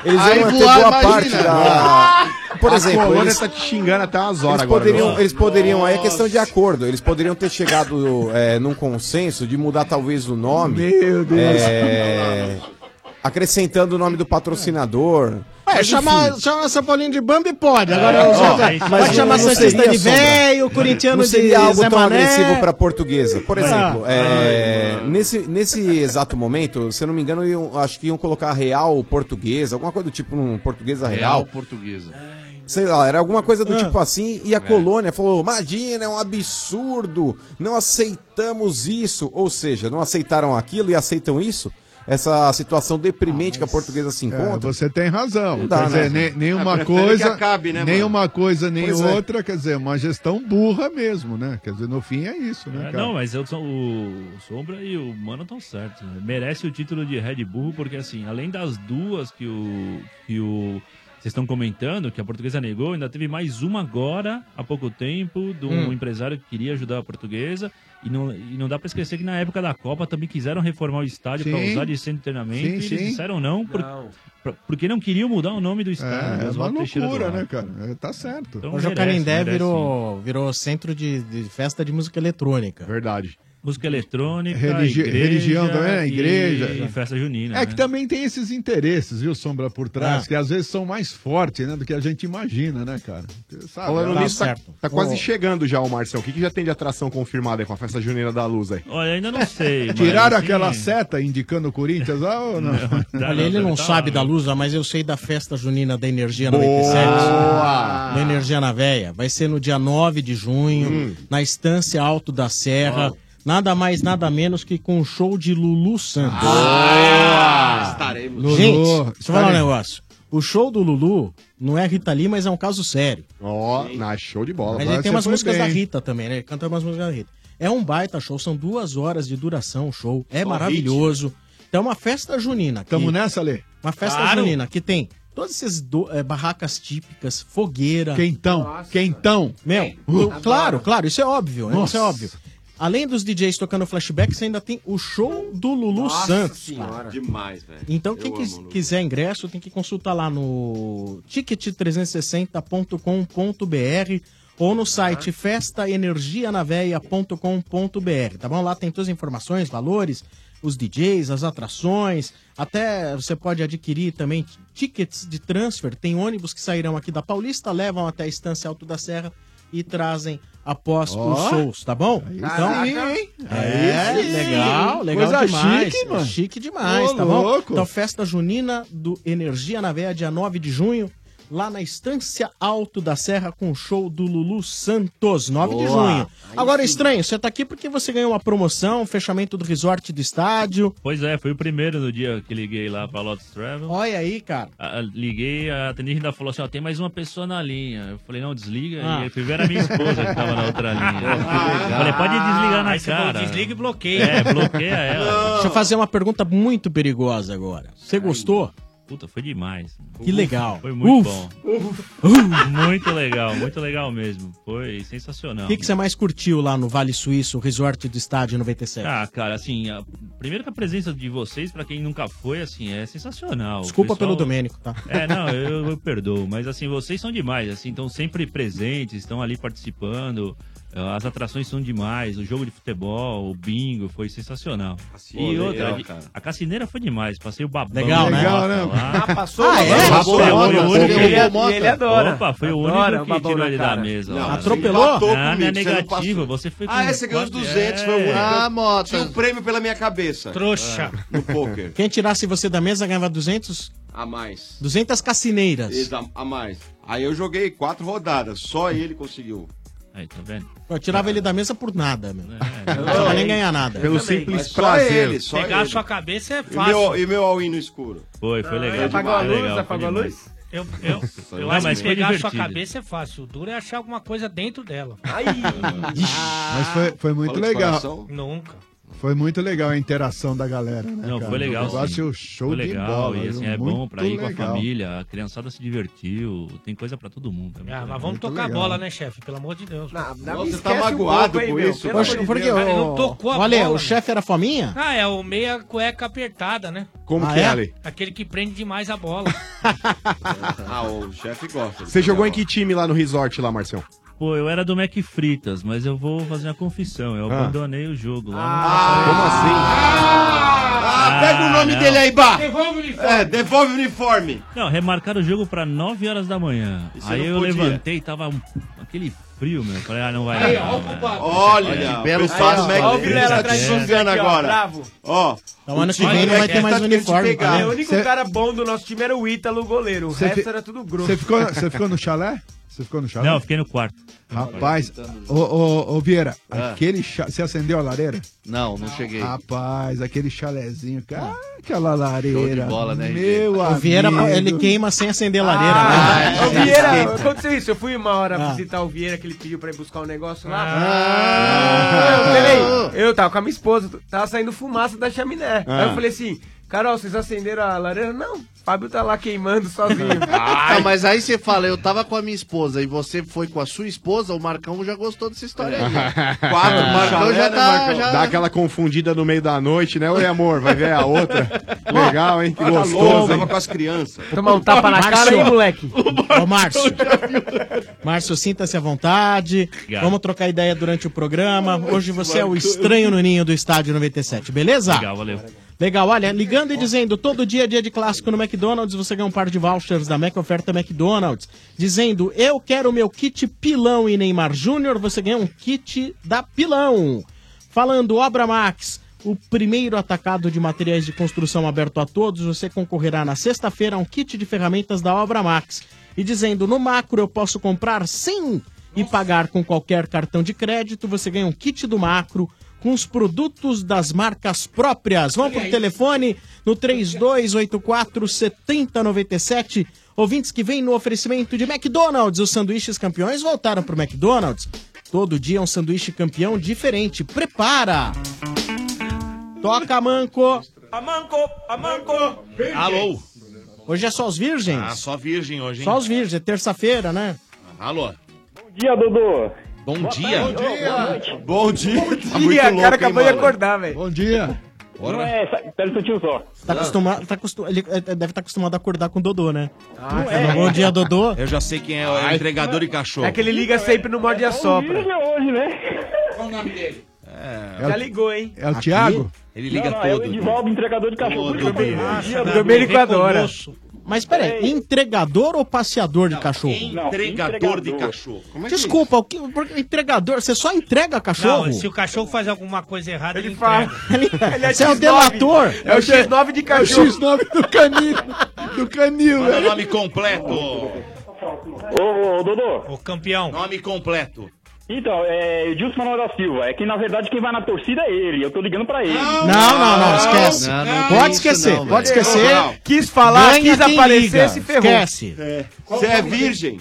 Eles Aí iam manter voar, boa imagina. parte da. Por Ah. a exemplo, colônia eles, tá te xingando até umas horas eles agora. poderiam, viu? eles poderiam aí é questão de acordo. Eles poderiam ter chegado é, num consenso de mudar talvez o nome. Meu Deus. é, acrescentando o nome do patrocinador. Ué, chamar É, chama São Paulinho de Bambi pode. Agora os outros- pode chamar Santista Santista de velho, corintiano não de seria algo Zé tão Mané. agressivo pra portuguesa. Por Ah. exemplo, é, nesse, nesse exato momento, se eu não me engano, iam, acho que iam colocar real portuguesa, alguma coisa do tipo, um portuguesa real. Real portuguesa. Sei lá, era alguma coisa do Ah. tipo assim, e a colônia falou: imagina, é um absurdo, não aceitamos isso. Ou seja, não aceitaram aquilo e aceitam isso? Essa situação deprimente que a portuguesa se É, encontra. você tem razão. Não dá, quer dizer, né? nem- nenhuma É, prefere coisa. que acabe, né, nem mano? uma coisa, nem Pois é. outra. Quer dizer, uma gestão burra mesmo, né? Quer dizer, no fim é isso, né, É, cara? não, mas eu sou- o Sombra e o Mano estão certos. né? Merece o título de Red Bull, porque assim, além das duas que o. que o. Vocês estão comentando que a portuguesa negou, ainda teve mais uma agora, há pouco tempo, de um Hum. empresário que queria ajudar a portuguesa. E não, e não dá pra esquecer que na época da Copa também quiseram reformar o estádio pra Sim. usar de centro de treinamento. Sim, e eles sim. disseram não, por- pra- porque não queriam mudar o nome do estádio. É, é uma Oswaldo Teixeira do loucura, Ar. né, cara? É, Tá certo. Então, Hoje o Canindé virou, virou centro de, de festa de música eletrônica. Verdade. Música eletrônica, Religi- igreja religião também, né? e- Igreja. E, festa junina. né? É que também tem esses interesses, viu, Sombra, por trás, Ah. que às vezes são mais fortes né, do que a gente imagina, né, cara? Porque, sabe, Falando tá nisso, tá, certo. tá quase Ô. chegando já o Marcel. O que, que já tem de atração confirmada aí com a festa junina da luz aí? Olha, ainda não sei. mas, tá Tiraram assim, aquela seta indicando o Corinthians lá ou não? Olha, tá, ele não sabe da Lusa, mas eu sei da festa junina da Energia 97. Boa! Da Energia na Véia. Vai ser no dia 9 de junho, Hum. na Estância Alto da Serra. Nada mais, nada menos que com o show de Lulu Santos. Estaremos. Lulu, Gente, deixa eu falar um negócio. O show do Lulu não é Rita Lee, mas é um caso sério. Ó, na show de bola. Mas Agora ele tem você umas foi músicas bem. da Rita também, né? Ele canta umas músicas da Rita. É um baita show, são duas horas de duração o show. É maravilhoso. Então é uma festa junina. Tamo nessa, Lê? Uma festa Claro. junina que tem todas essas do- eh, barracas típicas, fogueira. Quentão, quentão. Meu, o- claro, claro, isso é óbvio, né? Isso é Nossa. óbvio. Além dos DJs tocando flashback, você ainda tem o show do Lulu Nossa Santos. senhora. cara. Demais, velho. Então, É, Eu quem amo quis- o Lulu. quiser ingresso, tem que consultar lá no ticket360.com.br ou no site festaenergianaveia.com.br, tá bom? Lá tem todas as informações, valores, os DJs, as atrações, até você pode adquirir também tickets de transfer, tem ônibus que sairão aqui da Paulista, levam até a Estância Alto da Serra e trazem após Ó. os shows, tá bom? Então, sim, hein? É, Aí sim. legal, legal Coisa demais. chique, mano. Chique demais, Ô, tá bom? louco. Então, festa junina do Energia na Veia, dia 9 de junho, lá na Estância Alto da Serra, com o show do Lulu Santos, 9 de Boa. junho. Agora, estranho, você tá aqui porque você ganhou uma promoção, um fechamento do resort do estádio. Pois é, foi o primeiro no dia que liguei lá pra Lotus Travel. Olha aí, cara. A- a- Liguei, a atendente ainda falou assim: ó, tem mais uma pessoa na linha. Eu falei: não, desliga. Ah. E aí fui ver a minha esposa que tava na (laughs) outra linha. Ah, Eu falei: pode desligar na aí você falou, cara. desliga e bloqueia. É, bloqueia ela. Deixa eu fazer uma pergunta muito perigosa agora. Você gostou? Puta, foi demais. Que legal. Foi muito bom. Uf. Muito legal, muito legal mesmo. Foi sensacional. O que, que você mais curtiu lá no Vale Suíço, resort do estádio 97? Ah, cara, assim, a- primeiro que a presença de vocês, pra quem nunca foi, assim, é sensacional. O Desculpa pessoal- pelo Domênico, tá? É, não, (laughs) eu, eu perdoo, mas assim, vocês são demais, assim, estão sempre presentes, estão ali participando, ah, as atrações são demais, o jogo de futebol, o bingo, foi sensacional. Pô, e legal, outra, de- cara. a cassineira foi demais, passei o babão. Legal, né? Legal, né? Ah, passou o babão? Passou o babão, foi o ele- único. ele- ele adora. Opa, foi o Adora o único que babão tirou na ele da cara. mesa. Não, ó. você empatou Ah, não, comigo, você é não negativa, passou. você foi com... Ah, é, você ganhou os 200, foi o único. Ah, mota. Tinha um prêmio pela minha cabeça. Trouxa. É, no poker. Quem tirasse você da mesa ganhava 200? A mais. 200 cassineiras. Exa- A mais. Aí eu joguei quatro rodadas, só ele conseguiu. Aí, tá vendo? Eu tirava ele da mesa por nada, meu. Não precisava nem ganhar nada. Pegar a tá sua cabeça é E meu, fácil. e meu all-in no escuro. Foi, foi legal. apagou a demais, luz, legal, foi apagou a demais. luz? Eu, eu, eu Não, acho mas que foi pegar a sua divertido. cabeça é fácil. O duro é achar alguma coisa dentro dela. Mas foi, foi muito Falou de legal. coração? Nunca. Foi muito legal a interação da galera, É, né? Não, cara? foi legal. O sim. negócio show foi de legal, bola. E viu? assim, é Muito bom pra ir com a legal. família. A criançada se divertiu. Tem coisa pra todo mundo. É Ah, mas vamos tocar a bola, né, chefe? Pelo amor de Deus. você um tá magoado com isso, né? Por quê? Cara, ele não Ô, tocou a Olha, bola. né? o chefe era fominha? Ah, é o meia cueca apertada, né? Como Ah, que é, é? Ale? Aquele que prende demais a bola. Ah, o chefe gosta. Você jogou em que time lá no resort, lá, Marcião? Pô, eu era do Mac Fritas, mas eu vou fazer uma confissão. Eu Ah. abandonei o jogo lá. como assim? Ah, pega o nome não. dele aí, Bá. Devolve o uniforme. É, devolve o uniforme. Não, remarcaram o jogo pra 9 horas da manhã. E você Aí não eu podia? levantei e tava um- aquele frio, meu. Eu Falei, ah, não vai Aí, dar, ó, o velho. culpado. Olha, o pessoal do Mac Fritas tá É. te xingando agora. Ó, Então, ano que vem não vai ter mais uniforme. tá É, O vendo? único Cê- cara bom do nosso time era o Ítalo, o goleiro. O Cê resto fi- era tudo grosso. Você (laughs) ficou, você ficou no chalé? Você ficou no chalé? Não, eu fiquei no quarto. Rapaz, ô, ô, ô, Vieira, Ah. aquele chá. Você acendeu a lareira? Não, não cheguei. Ah, Rapaz, aquele chalezinho, cara, aquela lareira. Show de bola, né, Meu O Vieira, amigo. ele queima sem acender a lareira, né? Ah, o é. Vieira, aconteceu isso. Eu fui uma hora Ah. visitar o Vieira que ele pediu pra ir buscar um negócio lá. Ah. Ah. Eu, peraí, eu tava com a minha esposa, tava saindo fumaça da chaminé. Ah. Aí eu falei assim, Carol, vocês acenderam a lareira? Não, Fábio tá lá queimando (laughs) sozinho. Ah, mas aí você fala, eu tava com a minha esposa e você foi com a sua esposa, o Marcão já gostou dessa história É. aí. (laughs) Quatro, o Marcão já tá. já- né, Dá aquela confundida no meio da noite, né? Oi, amor, vai ver a (laughs) outra. Legal, hein? Que Olha, tá gostoso, louco, hein? tava com as crianças. Tomar um tapa na cara aí, (laughs) (laughs) moleque. Ô, Márcio. Márcio, sinta-se à vontade. Obrigado. Vamos trocar ideia durante o programa. Hoje você é o estranho no ninho do Estádio 97, beleza? Legal, valeu. Legal, olha, ligando e dizendo, todo dia é dia de clássico no McDonald's, você ganha um par de vouchers da Mac Oferta McDonald's. Dizendo, eu quero meu kit Pilão e Neymar Júnior, você ganha um kit da Pilão. Falando, Obra Max, o primeiro atacado de materiais de construção aberto a todos, você concorrerá na sexta-feira a um kit de ferramentas da Obra Max. E dizendo, no macro eu posso comprar sim e pagar com qualquer cartão de crédito, você ganha um kit do macro com os produtos das marcas próprias. Vão por telefone no 3284 7097. Ouvintes que vêm no oferecimento de McDonald's. Os sanduíches campeões voltaram pro McDonald's. Todo dia é um sanduíche campeão diferente. Prepara! Toca, Manco! Amanco, amanco. Ah, Alô? Hoje é só os virgens? Ah, só virgem hoje, hein? só os virgens, é terça-feira, né? Alô? Bom dia, Dudu! Bom dia. Bom dia. Bom dia. Tá muito louco, hein, mano? velho. Bom dia. Não é, sa- pera um tio só. Tá acostumado, tá acostu- ele eh, deve estar acostumado a acordar com o Dodô, né? Ah, é. Bom dia, Dodô. Eu já sei quem é, é o entregador e cachorro. É que ele liga sempre no morde e assopra. hoje, né? Qual o nome dele? É, Já ligou, hein? É o Thiago? Ele liga não, não, todo. É o Edivaldo, entregador de cachorro. Por isso que eu falei, bom dia, Domênico adora. Mas peraí, entregador ou passeador de cachorro? é um Entregador de cachorro. Como é que é Desculpa, o que, porque entregador, você só entrega cachorro? Não, se o cachorro faz alguma coisa errada, ele, (laughs) entrega. Ele Você é o X9. delator. É o X9 de cachorro. É o X9 do canil. Do canil, Manda nome completo. Ô, ô, Dodô. Ô, campeão. Nome completo. Então, é Edilson Manuel da Silva. É que, na verdade, quem vai na torcida é ele. Eu tô ligando pra ele. Não, Não, não, não, é esquece. pode esquecer, pode esquecer. Quis falar, Ganha quis quem liga. aparecer, se ferrou. Esquece. É. Qual Você o é nome dele? virgem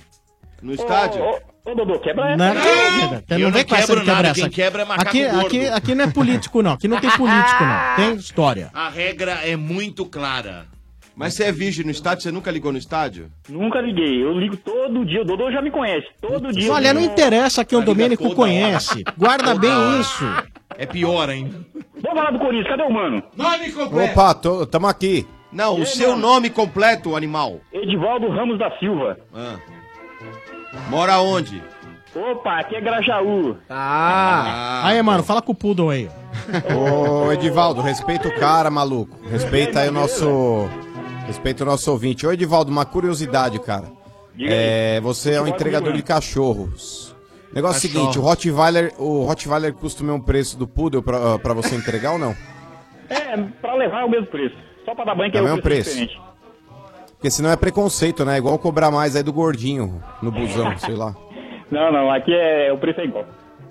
no estádio? Ô, Dodô, quebra Não, essa. quebra. Tem- não vem com essa de quebrar essa. é é aqui, aqui, aqui não é político, não. Aqui não tem político, não. Tem história. A regra é muito clara. Mas você é virgem no estádio? Você nunca ligou no estádio? Nunca liguei. Eu ligo todo dia. O Dodô já me conhece. Todo dia. Olha, não interessa quem o Domênico conhece. Guarda Ah. bem isso. É pior, hein? Vamos falar do Corinthians. Cadê o mano? Nome Opa, tô- tamo aqui. Não, o É, seu não. nome completo, animal. Ah. Edivaldo Ramos da Silva. Mora onde? Opa, aqui é Grajaú. Tá. Ah! Aí, mano, fala com o Poodle aí. Ô, Edivaldo, respeita o cara, maluco. Respeita aí o nosso. Respeita o nosso ouvinte. Ô, Edivaldo, uma curiosidade, cara. É, você é um entregador de cachorros. Negócio Cachorro. seguinte, o Rottweiler, o Rottweiler custa o mesmo preço do Poodle pra, pra você entregar ou não? É, pra levar é o mesmo preço. Só pra dar banho que É é o mesmo o preço. Porque senão é preconceito, né? É Igual cobrar mais aí do gordinho no busão, sei lá. Não, não, aqui é o preço é igual.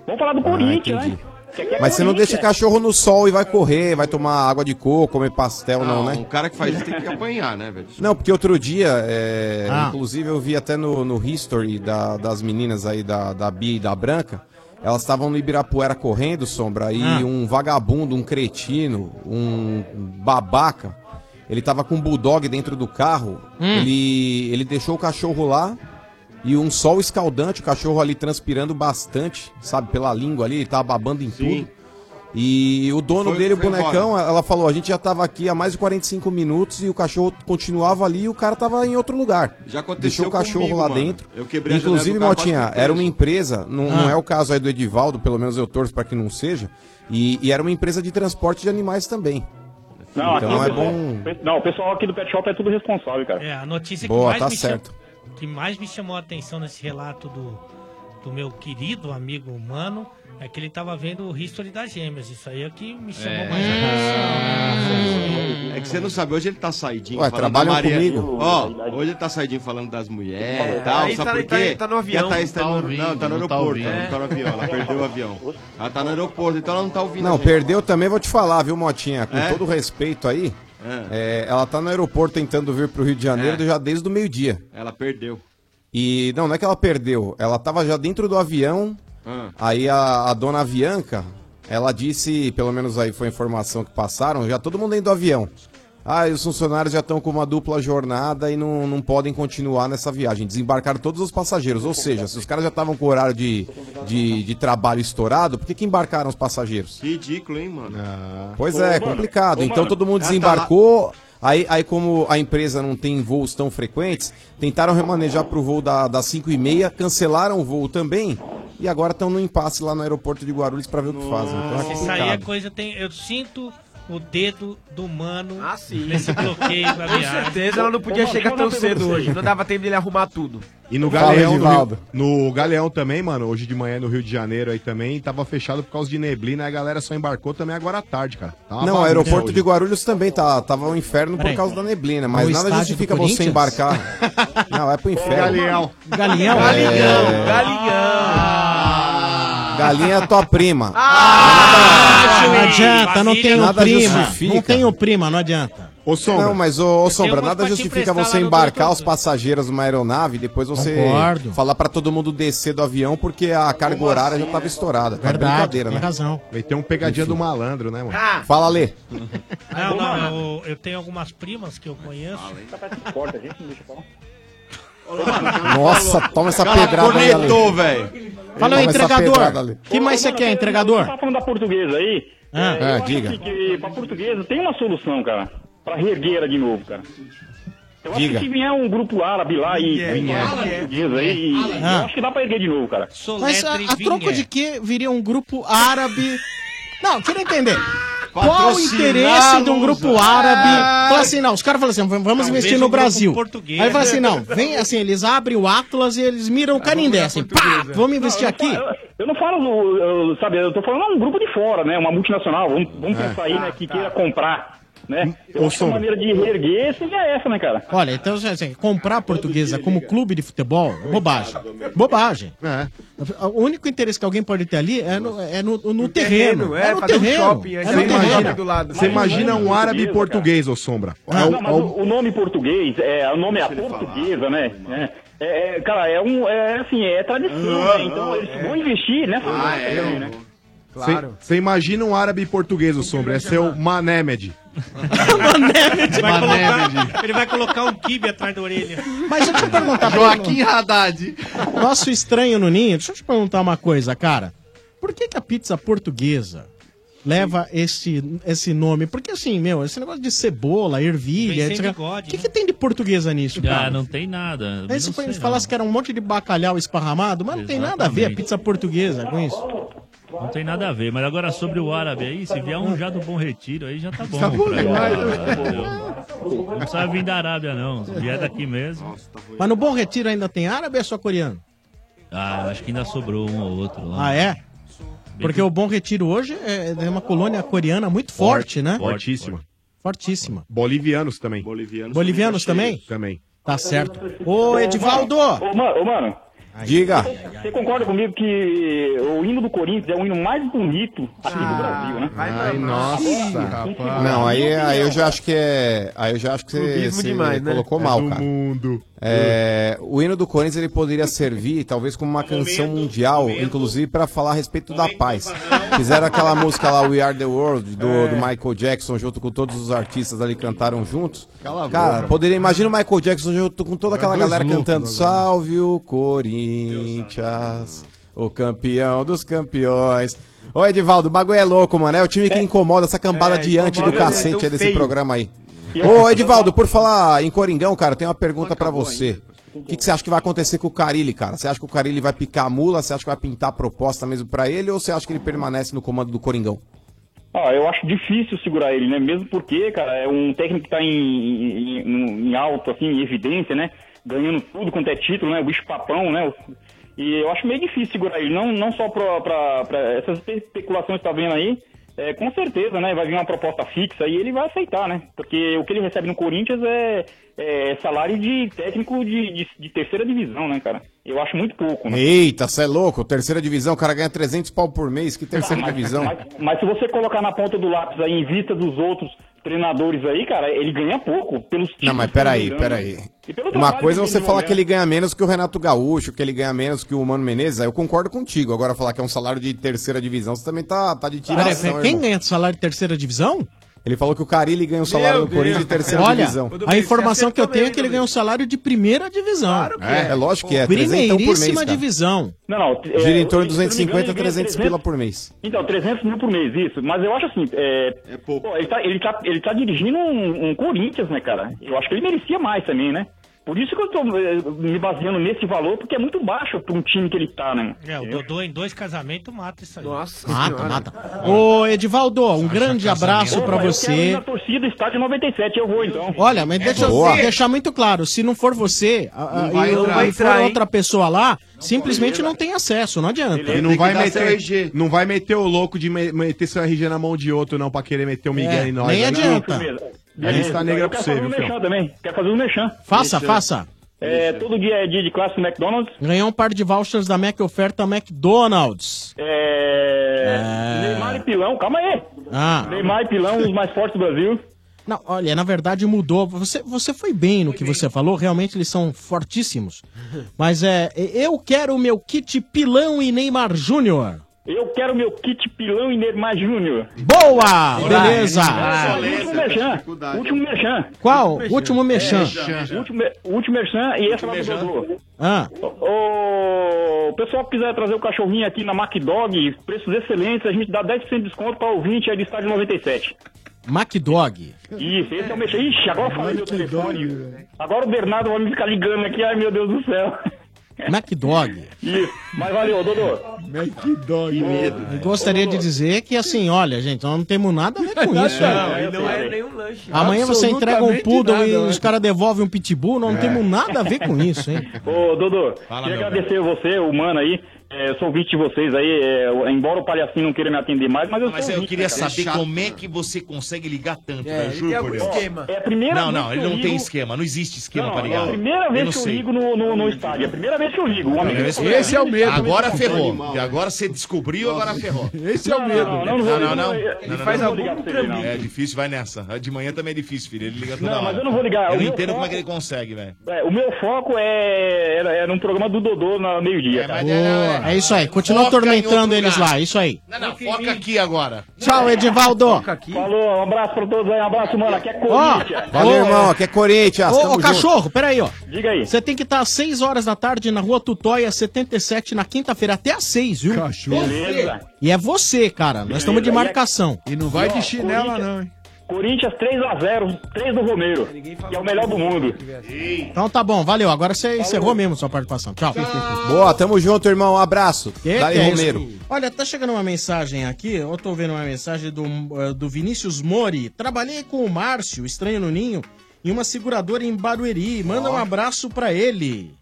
Vamos falar do Corinthians, né? Que aqui é Ah, Mas você não deixa Corinthians. cachorro no sol e vai correr, vai tomar água de coco, comer pastel, não, né? Um cara que faz isso tem que apanhar, né, velho? Não, porque outro dia, é, Ah. inclusive eu vi até no, no history da- das meninas aí, da, da Bia e da Branca, elas estavam no Ibirapuera correndo, Sombra, e um vagabundo, um cretino, um babaca, ele tava com um bulldog dentro do carro, ele, ele deixou o cachorro lá e um sol escaldante, o cachorro ali transpirando bastante, sabe, pela língua ali, ele tava babando em tudo. E o dono Foi- dele, o foi bonecão, ela falou: a gente já tava aqui há mais de 45 minutos e o cachorro continuava ali e o cara tava em outro lugar. Já aconteceu Deixou o cachorro comigo, lá mano. dentro. Eu quebrei a Inclusive, janela do carro, Motinha, quase fui era um- uma empresa, não, Ah. não é o caso aí do Edivaldo, pelo menos eu torço pra que não seja. E, e era uma empresa de transporte de animais também. Não, aqui então o é pessoal, bom. pe- Não, o pessoal aqui do Pet Shop é tudo responsável, cara. É, a notícia que, Boa, mais tá me certo. Chamou, que mais me chamou a atenção nesse relato do, do meu querido amigo humano é que ele tava vendo o History das Gêmeas. Isso aí é que me chamou mais a atenção. É que você não sabe, hoje ele tá saidinho. Ué, falando trabalham da Maria- comigo? Ó, hoje ele tá saidinho falando das mulheres e É, tal, aí tá- sabe por tá- quê? tá no avião. E a Thaís tá Tá no- ouvindo, não, tá no não tá aeroporto, ouvindo. ela não tá no avião, ela perdeu o avião. Ela tá no aeroporto, então ela não tá ouvindo. a Não, gente. perdeu também, vou te falar, viu, Motinha? Com É? todo o respeito aí, é, ela tá no aeroporto tentando vir pro Rio de Janeiro É. já desde o meio-dia. Ela perdeu. E não, não é que ela perdeu, ela tava já dentro do avião. Aí a, a dona Avianca, ela disse, pelo menos aí foi a informação que passaram, já todo mundo dentro do avião. Ah, e os funcionários já estão com uma dupla jornada e não, não podem continuar nessa viagem. Desembarcaram todos os passageiros. Ou seja, se os caras já estavam com o horário de, de, de trabalho estourado, por que, que embarcaram os passageiros? Que ridículo, hein, mano? Ah. Pois é, complicado. então todo mundo Ela tá desembarcou. Aí, aí, como a empresa não tem voos tão frequentes, tentaram remanejar pro voo da, das 5 e meia, cancelaram o voo também, e agora estão no impasse lá no aeroporto de Guarulhos para ver o que fazem. Então é Isso aí é complicado. coisa. Tem, eu sinto o dedo do mano Esse nesse bloqueio pra Ah, Com viagem. certeza ela não podia Ô, mano, chegar qual tão o nome do cedo você? hoje. Não dava tempo dele arrumar tudo. E no Fala, Galeão, no, Edivaldo. Rio, no Galeão também, mano, hoje de manhã no Rio de Janeiro aí também, tava fechado por causa de neblina, a galera só embarcou também agora à tarde, cara. Tá uma Não, o bagunça aeroporto hoje. de Guarulhos também tá, tava um inferno por Peraí. causa da neblina, No mas nada estádio do justifica você Corinthians? embarcar. Não, é pro inferno. É. Galeão. Galinhão? Galinhão, Galinha é a tua prima. Ah, não adianta, não tenho Nada prima. justifica. Não tenho prima, não adianta. Ô, Sombra. Não, mas ô, ô, Sombra, umas nada pra te justifica emprestar lá você no embarcar os passageiros numa aeronave e depois você Concordo. falar pra todo mundo descer do avião porque a carga horária assim? já tava estourada. Tá Verdade, brincadeira, tem né? razão. Meteu um pegadinha do malandro, né, mano? Ah. Fala, Lê. Não, não, eu, eu tenho algumas primas que eu conheço. Tá Corta, a gente não deixa falar. Nossa, toma essa pedrada aí, Ale. cornetou, velho. Fala aí, Toma essa pedrada, entregador. Ale. que mais você quer, entregador? Tá falando da portuguesa aí? Ah, eu é, acho diga. Que, que pra portuguesa tem uma solução, cara. Pra reergueira de novo, cara. Eu acho Diga. que se vier um grupo árabe lá e Vier, vier. falar portuguesa aí, Ah. eu acho que dá pra erguer de novo, cara. Mas a, a troco de que viria um grupo árabe. Não, queria entender. Qual o interesse de um grupo árabe? Fala assim, não, os caras falam assim, vamos investir no Ah. um grupo Brasil. português. né? Aí fala assim, não, vem assim, eles abrem o Atlas e eles miram Ah, o Canindé, assim, pá, vamos investir aqui. Eu né? não falo, no- eu, sabe, eu tô falando um grupo de fora, né? Uma multinacional, vamos, vamos É. pensar aí, né? Que queira comprar, né? Eu Ô, acho que a Sombra. maneira de reerguer seja essa, né, cara? Olha, então, assim, comprar a portuguesa como clube de futebol é bobagem. Bobagem. O único interesse que alguém pode ter ali é no, é no, no terreno. terreno, é, É no fazer um terreno. shopping, aí É você no imagina- terreno. do lado. Você imagina um árabe e português, ô Sombra. É Ah, Não, o- mas é o- o, o nome português, é, o nome é a portuguesa, né? É, é, é, cara, é um, é assim, é tradição, Ah, né? Então ah, eles vão investir nessa marca também, né? Você você imagina um árabe e português, ô Sombra. É seu Manémed. Ele vai Mané, colocar- Ele vai colocar um kibe atrás da orelha. Mas deixa (laughs) eu perguntar pra Joaquim Haddad. Nosso estranho no ninho, deixa eu te perguntar uma coisa, cara. Por que, que a pizza portuguesa leva esse, esse nome? Porque assim, meu, esse negócio de cebola, ervilha, Vem sem etc. O bigode, que, que tem de portuguesa nisso, tá cara? Ah, não tem nada. Aí se eles falassem que era um monte de bacalhau esparramado, mas não tem nada a ver a Exatamente. pizza portuguesa com isso. Não tem nada a ver, mas agora sobre o árabe aí, se vier um já do Bom Retiro aí, já tá bom. Tá bom pra- demais, pra- entendeu? Não precisa vir da Arábia, não. Se vier daqui mesmo. Mas no Bom Retiro ainda tem árabe ou é só coreano? Ah, eu acho que ainda sobrou um ou outro lá. Ah, é? Porque o Bom Retiro hoje é é uma colônia coreana muito forte, né? Fortíssima. Fortíssima. Bolivianos também. Bolivianos, Bolivianos também? Também. Tá certo. Ô, Edivaldo! Ô, mano, ô, mano. Diga. Você concorda comigo que o hino do Corinthians é o hino mais bonito aqui do Brasil, né? Ai, nossa. Ih, rapaz. Não, aí, aí eu já acho que é. Aí eu já acho que você, Clubismo você demais, né? colocou É mal, do cara. mundo. É, o hino do Corinthians ele poderia servir, talvez, como uma canção mundial, inclusive para falar a respeito da paz. Fizeram aquela música lá, We Are the World, do, É. do Michael Jackson, junto com todos os artistas ali cantaram juntos. Cala a cara, boca. É, poderia. Imagina o Michael Jackson junto com toda aquela Dois galera loucos cantando agora. Salve o Corinthians, o campeão dos campeões. Ô Edivaldo, o bagulho é louco, mano. É o time que incomoda essa cambada É, diante do incomoda, cacete é aí tão desse feio. programa aí. E Ô eu- Edivaldo, por falar em Coringão, cara, tem uma pergunta pra você. O que, que você acha que vai acontecer com o Carilli, cara? Você acha que o Carilli vai picar a mula? Você acha que vai pintar a proposta mesmo pra ele? Ou você acha que ele permanece no comando do Coringão? Ah, eu acho difícil segurar ele, né? Mesmo porque, cara, é um técnico que tá em, em, em- em alto, assim, em evidência, né? Ganhando tudo quanto é título, né? O bicho papão, né? E eu acho meio difícil segurar ele, não, não só pra, pra- pra- essas especulações que tá vendo aí, é, com certeza, né? Vai vir uma proposta fixa e ele vai aceitar, né? Porque o que ele recebe no Corinthians é, é salário de técnico de, de- de terceira divisão, né, cara? Eu acho muito pouco, né? Eita, você é louco? Terceira divisão, o cara ganha 300 pau por mês. Que terceira Tá, Mas- divisão? Mas, mas se você colocar na ponta do lápis aí, em vista dos outros treinadores aí, cara, ele ganha pouco. Pelos Não, títulos mas que peraí, ele ganha. peraí. E pelo Uma trabalho né? coisa é que você ele falar desenvolve, que ele ganha menos que o Renato Gaúcho, que ele ganha menos que o Mano Menezes, aí eu concordo contigo. Agora falar que é um salário de terceira divisão, você também tá, tá de Olha, tiração, quem irmão. ganha salário de terceira divisão? Ele falou que o Carilli ganha o salário do Corinthians de terceira Olha, divisão. A informação que eu tenho é que ele ganha um salário de primeira divisão. é. É, é lógico que é, 300 por mês, cara. Primeiríssima divisão. Não, não. é, Gira em torno se de eu não me engano, 250 ele a ganha 300 pila por mês. Então, 300 mil por mês, isso. Mas eu acho assim, é, pô, ele, tá, ele, tá, ele tá dirigindo um, um Corinthians, né, cara? Eu acho que ele merecia mais também, né? Por isso que eu tô é, me baseando nesse valor, porque é muito baixo pra um time que ele tá, né? É, o Dodô em dois casamentos mata isso aí. Nossa, Mata, mata. Ô, Edivaldo, um grande abraço pra Opa, Eu quero ir você. na torcida, estádio 97, eu vou então. Olha, mas deixa eu deixar muito claro, se não for você a- a- Não vai e entrar, não for hein? outra pessoa lá, simplesmente não tem acesso, não adianta. E não vai, meter, não vai meter o louco de me- meter seu RG na mão de outro, não, pra querer meter o Miguel É, em nós. nem né? adianta. Não. Beleza. A lista Beleza. é negra Eu pra quero você, fazer viu, um Fião? merchan também. Quero fazer um merchan. Faça, Merchan. faça. É, todo dia é dia de classe no McDonald's. Ganhou um par de vouchers da Mac Oferta McDonald's. É... Neymar e Pilão, calma aí. Ah. Neymar e Pilão, os mais fortes do Brasil. Não, olha, na verdade mudou. Você, você foi bem no que você falou, realmente eles são fortíssimos. Mas é, eu quero o meu kit Pilão e Neymar Júnior. Eu quero meu kit Pilão e Neymar Júnior. Boa! Beleza! Ah, Último merchan. Último merchan. Qual? Último mexão. Último, último merchan e essa lá do Dodô. Ah, Ô, O pessoal que quiser trazer o cachorrinho aqui na MacDog, preços excelentes, a gente dá 10% de desconto para ouvinte aí do estádio 97. MacDog. Isso, esse é o mexer. Ixi, agora eu falei meu telefone. Agora o Bernardo vai me ficar ligando aqui, ai meu Deus do céu. (laughs) McDog. Isso. Mas valeu, Dodô. McDog. E gostaria de dizer que, assim, olha, gente, nós não temos nada a ver com isso. Não, e né? não é nenhum lanche. Amanhã você entrega um Absolutamente poodle nada, e né? os caras devolvem um pitbull, nós não É. temos nada a ver com isso, hein? Ô, Dodô, Fala, queria meu agradecer você, o mano aí. É, eu sou ouvinte de vocês aí. é, eu- embora o palhacinho não queira me atender mais, mas eu Mas sou eu ouvinte, queria né, cara? saber como é que você consegue ligar tanto, É, velho. ele Juro tem por algum Deus. esquema. É a primeira não, vez não, que ele eu não tem ligo- esquema. Não existe esquema Não, pra é ligar. a primeira vez não que eu sei. ligo no, no, no estádio. É a primeira vez que eu ligo. Um amigo Esse, falou, é o "Ih, medo. Agora cara, ferrou. animal." E agora você descobriu, agora ferrou. Esse é o medo. Não, não, não. não, não. Ele Não, faz não. algum caminho. É difil- difícil, vai nessa. A De manhã também é difícil, filho. Ele liga toda Não, hora. mas eu não vou ligar. O Eu não meu entendo como foco- é que ele consegue, velho. É, o meu foco é, era, era um programa do Dodô na meio-dia. cara. Boa. É isso aí, continua atormentando eles lá, isso aí. Não, não, foca aqui agora. Tchau, Edivaldo. Falou, um abraço pra todos aí, um abraço, mano. Aqui é Corinthians. Valeu, irmão. Aqui é Corinthians. Ô, tamo ô junto. cachorro, peraí, ó. Diga aí. Você tem que estar às 6 horas da tarde na rua Tutóia 77 na quinta-feira, até às 6, viu? Cachorro. Beleza. E é você, cara. Nós estamos de Beleza. marcação. E não Ó, Corinthians- Corinthians 3x0, 3 do Romero, que é o melhor do mundo. Então tá bom, valeu. Agora você encerrou mesmo sua participação. Tchau. Boa, tamo junto, irmão. Um abraço. Dali que é Romero. isso? Olha, tá chegando uma mensagem aqui. Eu tô vendo uma mensagem do, eh, do Vinícius Mori. Trabalhei com o Márcio, estranho no ninho, em uma seguradora em Barueri. Manda um abraço pra ele.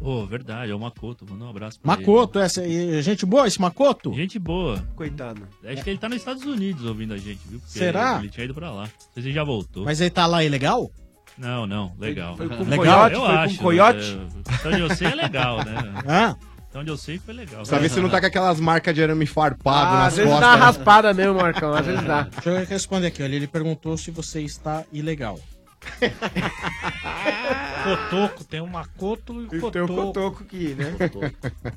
Ô, verdade, é o Makoto. Manda um abraço pra Macoto, essa eh, gente boa esse Macoto? Gente boa. Coitado. ele. Acho que ele tá nos Estados Unidos ouvindo a gente, viu? Porque Será? Ele tinha ido pra lá. Não sei se ele já voltou. Mas ele tá lá e legal? Não, não, legal. Foi- foi com com coiote? Eu Foi com acho, coiote? né? Então onde eu sei é legal, né? Hã? Então onde eu sei foi legal. Sabe se não tá com aquelas marcas de arame farpado Ah, nas às vezes costas. dá uma né? raspada mesmo, Marcão. Às vezes dá. (laughs) Deixa eu responder aqui, olha. Ele perguntou se você está ilegal. Cotoco, tem um macoto e o um cotoco. Tem o cotoco aqui, né?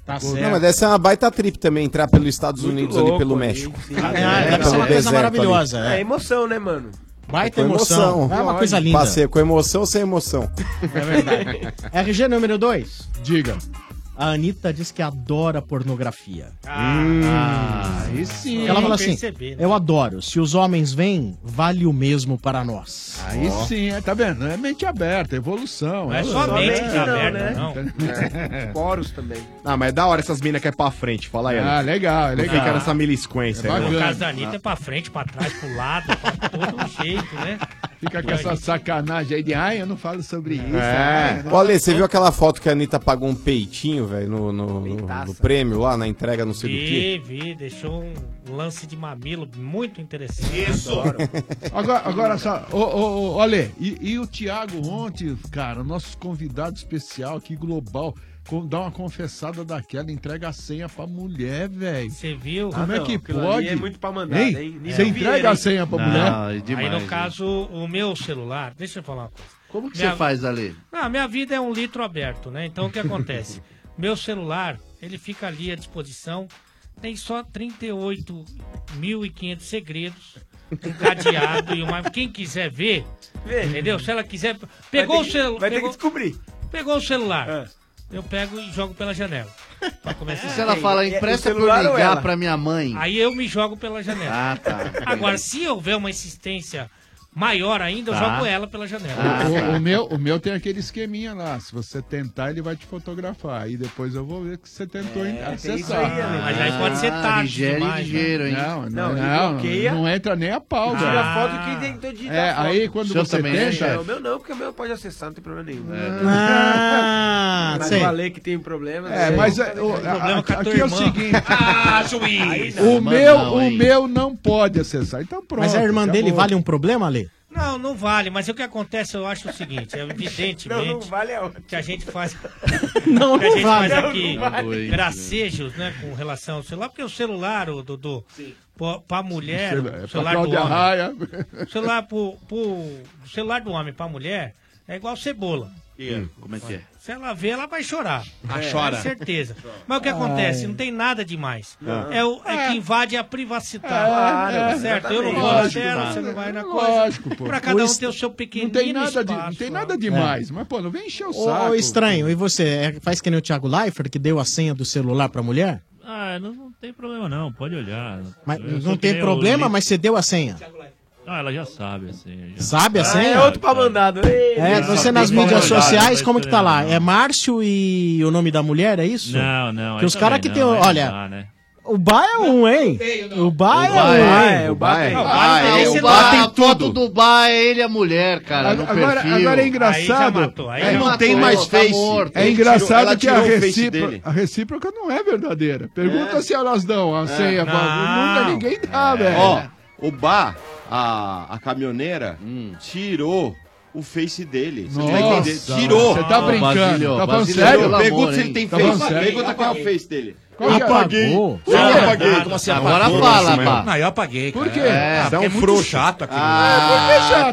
Tá Não, mas deve ser uma baita trip também, entrar pelos Estados Unidos ali, louco pelo ali, México. sim. É, Ah, deve ser uma coisa deserto ali. maravilhosa, É emoção, né, mano? Baita Com emoção. É uma coisa (laughs) linda. Passeio com emoção ou sem emoção? É (laughs) verdade. RG número 2. Diga. A Anitta diz que adora pornografia. Ah, isso. sim. né? Ela fala assim: Perceber, Eu adoro. Se os homens vêm, vale o mesmo para nós. Aí sim, é, tá vendo? É mente aberta, evolução. Não é Ela- só ela- mente é- aberta, não. É. Poros também. Ah, mas é da hora essas minas que é pra frente, fala aí. Ah, Alex. legal, é Não legal. Fica nessa milisquência. É aí, né? bacana. No As da Anitta é pra frente, pra trás, pro lado, pra (laughs) Tá todo jeito, né? Fica com essa sacanagem aí de, ai, eu não falo sobre isso. ai, eu É. não- Ô, Ale, você viu aquela foto que a Anitta pagou um peitinho, velho, no, no- no- no prêmio lá, na entrega, não sei do quê? Vi, vi, deixou um lance de mamilo muito interessante. Isso! Agora, agora só, ô, ô, ô, olha, e, e o Thiago ontem, cara, nosso convidado especial aqui, global, com- dá uma confessada daquela, entrega a senha pra mulher, velho. Você viu? Como é Não, que aquilo pode? ali é muito pra mandar, hein? Você Nível entrega Vieira, a hein? senha pra Não, mulher? é demais, Aí, no né? caso, o meu celular, deixa eu falar uma coisa. Como que você faz, Ale? Ah, minha vida é um litro aberto, né? Então, o (laughs) que acontece? meu celular, ele fica ali à disposição, tem só 38.500 segredos, um cadeado e uma... Quem quiser ver, entendeu? Se ela quiser... Pegou ter o que- celular... vai ter que descobrir. Ah. Pegou o celular. Eu pego e jogo pela janela. Pra começar. E se ela é, fala, empresta pra eu ligar pra minha mãe? Aí eu me jogo pela janela. Ah, tá. Agora, se houver uma insistência maior ainda, eu Tá. jogo ela pela janela. o, o- o meu, o meu tem aquele esqueminha lá. Se você tentar, ele vai te fotografar. Aí depois eu vou ver que você tentou acessar. É, Ah, isso aí, Ale. Mas aí pode ser tarde ligeiro e demais, né? ligeiro, hein? Não, Não, não, ele não, bloqueia. não entra nem a pau, Tira velho. a foto que tentou de É, aí quando você tenta- É, o meu não, porque o meu pode acessar, não tem problema nenhum. Ah, mas sei. falei que tem problema. É, né? mas é, Tem o- problema a- com a tua aqui é o irmã. seguinte. (laughs) Ah, juiz! O Não, meu, não, o hein? meu não pode acessar. Então pronto. Mas a irmã dele acabou. vale um problema, Ale? Não, não vale, mas é o que acontece, eu acho o seguinte, é evidentemente Não, não vale é que a gente faz. Não, que a gente não vale. faz aqui Não, não vale. gracejos, né, com relação ao celular, porque o celular, o Dodô, pô- pra mulher, Sei lá, é pra o celular do Cláudia Raia. homem. O celular pro, pro- o celular do homem pra mulher é igual cebola. Como é que é? Se ela vê, ela vai chorar. Ah, É, chora. Com certeza. Mas o que Ai. acontece? Não tem nada demais. Não. É, o, é que invade a privacidade. Claro, certo? Eu não vou na exatamente. dela, É, Lógico, você não vai na coisa. Lógico, pô. Pra cada um Pois ter o seu pequenino Não tem nada, de, não espaço, tem né? nada demais. Mas, pô, não vem encher o Ô, Um saco. estranho, e você? É, Faz que nem o Thiago Leifert, que deu a senha do celular pra mulher? Ah, não, não tem problema não, pode olhar. Mas Eu sou não que tem nem o problema, Li- mas você deu a senha. Ah, ela já sabe, assim. já- Sabe a senha? é outro pra mandado. É, você nas mídias sociais, como que tá lá? É Márcio e o nome da mulher, é isso? Não, não, Que aí os caras também que não, tem. aí não Olha. dá, né? O Bá é um, hein? O O Bá Bá é um. é, hein? o Bá é. Não, O Bá tem é, esse o Bá nome. tem tudo. do bar é ele e a mulher, cara, no Agora, perfil. agora é engraçado. é, Aí não matou, tem mais tá face. morto. é Ele tirou- engraçado ela que a tirou o face recíproca, dele. a recíproca não é verdadeira. Pergunta se elas dão a É. senha. pra- é Nunca ninguém dá, velho. Ó, o Bá, a, a caminhoneira, tirou o face dele. Você não tá Hum. Nossa, entendendo? Tirou. você tá brincando. Basílio, Tá falando Basílio, sério? tirou. Pelo Pergunta amor, se ele hein? tem Tá face. falando sério? Pergunta qual é o face dele. Qual que é? Apagou. Como eu apaguei? Como assim, Agora apagou? fala, Bá. Não, eu apaguei. Por cara. quê? É, Você é porque um é muito frouxo. chato aqui. Ah,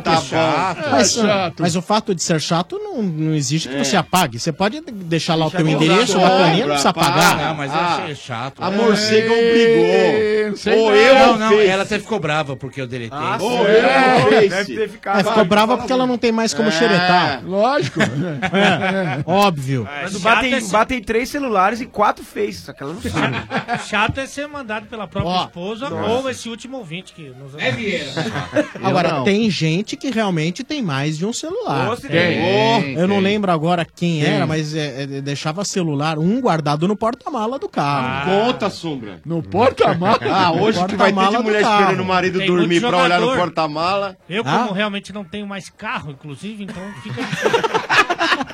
Tá chato. Mas, É chato. mas o fato de ser chato não, não exige que É. você apague. Você pode deixar lá o teu Deixa um endereço, guardado, a caninha, Ah, não precisa para, apagar. Não, mas eu Ah, achei chato. a É, é morcega um obrigou. sei Ou não. eu Não, ou não, fez. ela Ela até ficou brava porque eu deletei. Ah, Ou eu ou fez. É, ficou brava porque ela não tem mais como É. xeretar. Lógico. É, Óbvio. Quando chato batem, é se- batem três celulares e quatro faces, só que ela não sabe. Chato é ser mandado pela própria Ó, esposa nossa. ou esse último ouvinte que nos (laughs) É, Vieira. Agora, tem gente que realmente tem mais de um celular. Ou se tem. Tem, Eu não tem. lembro agora quem Tem. era, mas é, é, deixava celular, um guardado no porta-mala do carro. Ah. Conta, Sombra. No porta-mala? (laughs) (laughs) Ah, hoje que vai ter de Porta-mala do mulher carro. esperando o marido Tem dormir muito pra olhar no jogador. porta-mala. Eu, como realmente não tenho mais carro, inclusive, então fica difícil.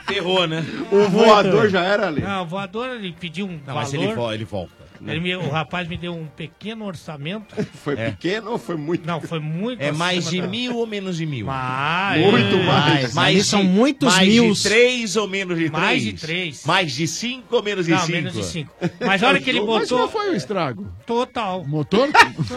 Ferrou, né? O voador já era ali. Não, o voador ele pediu um Não, valor. mas ele vo- ele volta. né? Ele me- o rapaz me deu um pequeno orçamento. Foi pequeno ou foi muito? Não, foi muito. É mais acima de da- mil ou menos de mil? Mais. Mais Ali de- são muitos mais mils. de três ou menos de três? Mais de três. Mais de cinco ou menos de Não, cinco? menos de cinco. Mas olha que ele Mas botou. qual foi o estrago? (laughs) Total. Motor?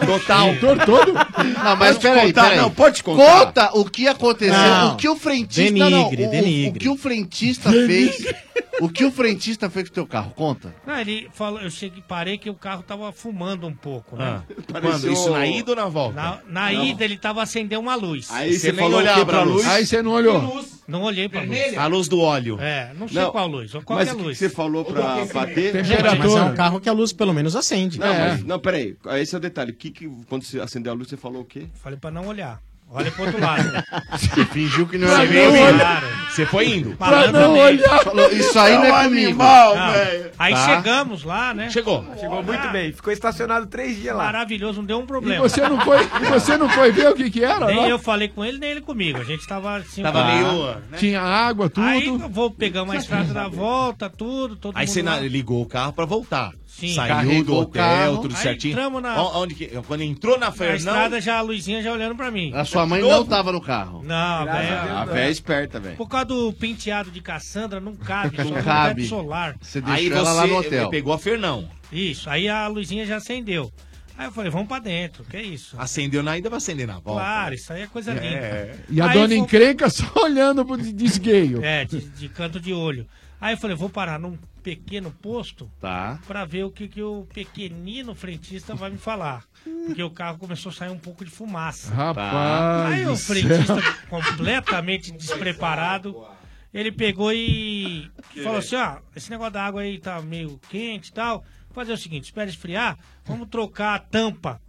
Total. Motor todo? Não, mas peraí, peraí. Conta o que aconteceu, Não. o que o frentista... Denigre, não, o, denigre. o que o frentista fez... O que o frentista fez com o teu carro? Conta. Não, ele falou, eu cheguei, parei que o carro tava fumando um pouco, né? Ah, Quando? Isso na ida ou na volta? Na, na Não. ida ele tava acendendo uma luz. Aí você falou o quê pra luz? Aí você não olhou. Não olhei pra luz. A luz do óleo. É, não sei qual luz, qual mas que é a o luz? você falou pra é bater? Mas é um carro que a luz pelo menos acende. Não, mas, não, peraí. Esse é o detalhe. Que, que, quando você acendeu a luz, você falou o quê? Falei pra não olhar. Olha pro outro lado. (laughs) Você fingiu que não era Pra não mesmo. olhar. Você foi indo? Malandro mesmo. Falou, isso aí não é comigo. Não. Ah, Aí Tá. chegamos lá, né? Chegou. Chegou muito bem. Ficou estacionado três dias lá. Maravilhoso, não deu um E problema. você não foi, e você não foi ver o que que era? Nem né? lá? eu falei com ele, nem ele comigo. A gente tava assim... Tava lá. meio, né? Tinha água, tudo. Aí eu vou pegar uma estrada da volta, tudo, todo Aí mundo você na- lá. ligou o carro pra voltar. Sim. Saiu do Carregou o hotel, carro. tudo Aí certinho. entramos na- Ó, Onde que... Quando entrou na Na Fernão... estrada já, a luzinha já olhando pra mim. A sua mãe não tava no carro. Não, Graças velho. a Deus, A né? não. véia é esperta, velho. Por causa do penteado de Cassandra, não cabe. Não só no cabe. teto solar. Você deixou Aí ela lá você no hotel. pegou a Fernão. Isso, aí a luzinha já acendeu. Aí eu falei, vamos pra dentro, que é isso. Acendeu na ida, vai acender na volta. Claro, isso aí é coisa linda. E a Aí dona fomos- encrenca só (laughs) olhando pro desgueio. É, de, de canto de olho. Aí eu falei, vou parar num pequeno posto Tá. pra ver o que, que o pequenino frentista vai me falar. Porque o carro começou a sair um pouco de fumaça. Tá. Rapaz Aí do o frentista céu. (laughs) completamente despreparado, ele pegou e falou assim, ó, esse negócio da água aí tá meio quente e tal. Vou Fazer o seguinte, espera esfriar, vamos trocar a tampa.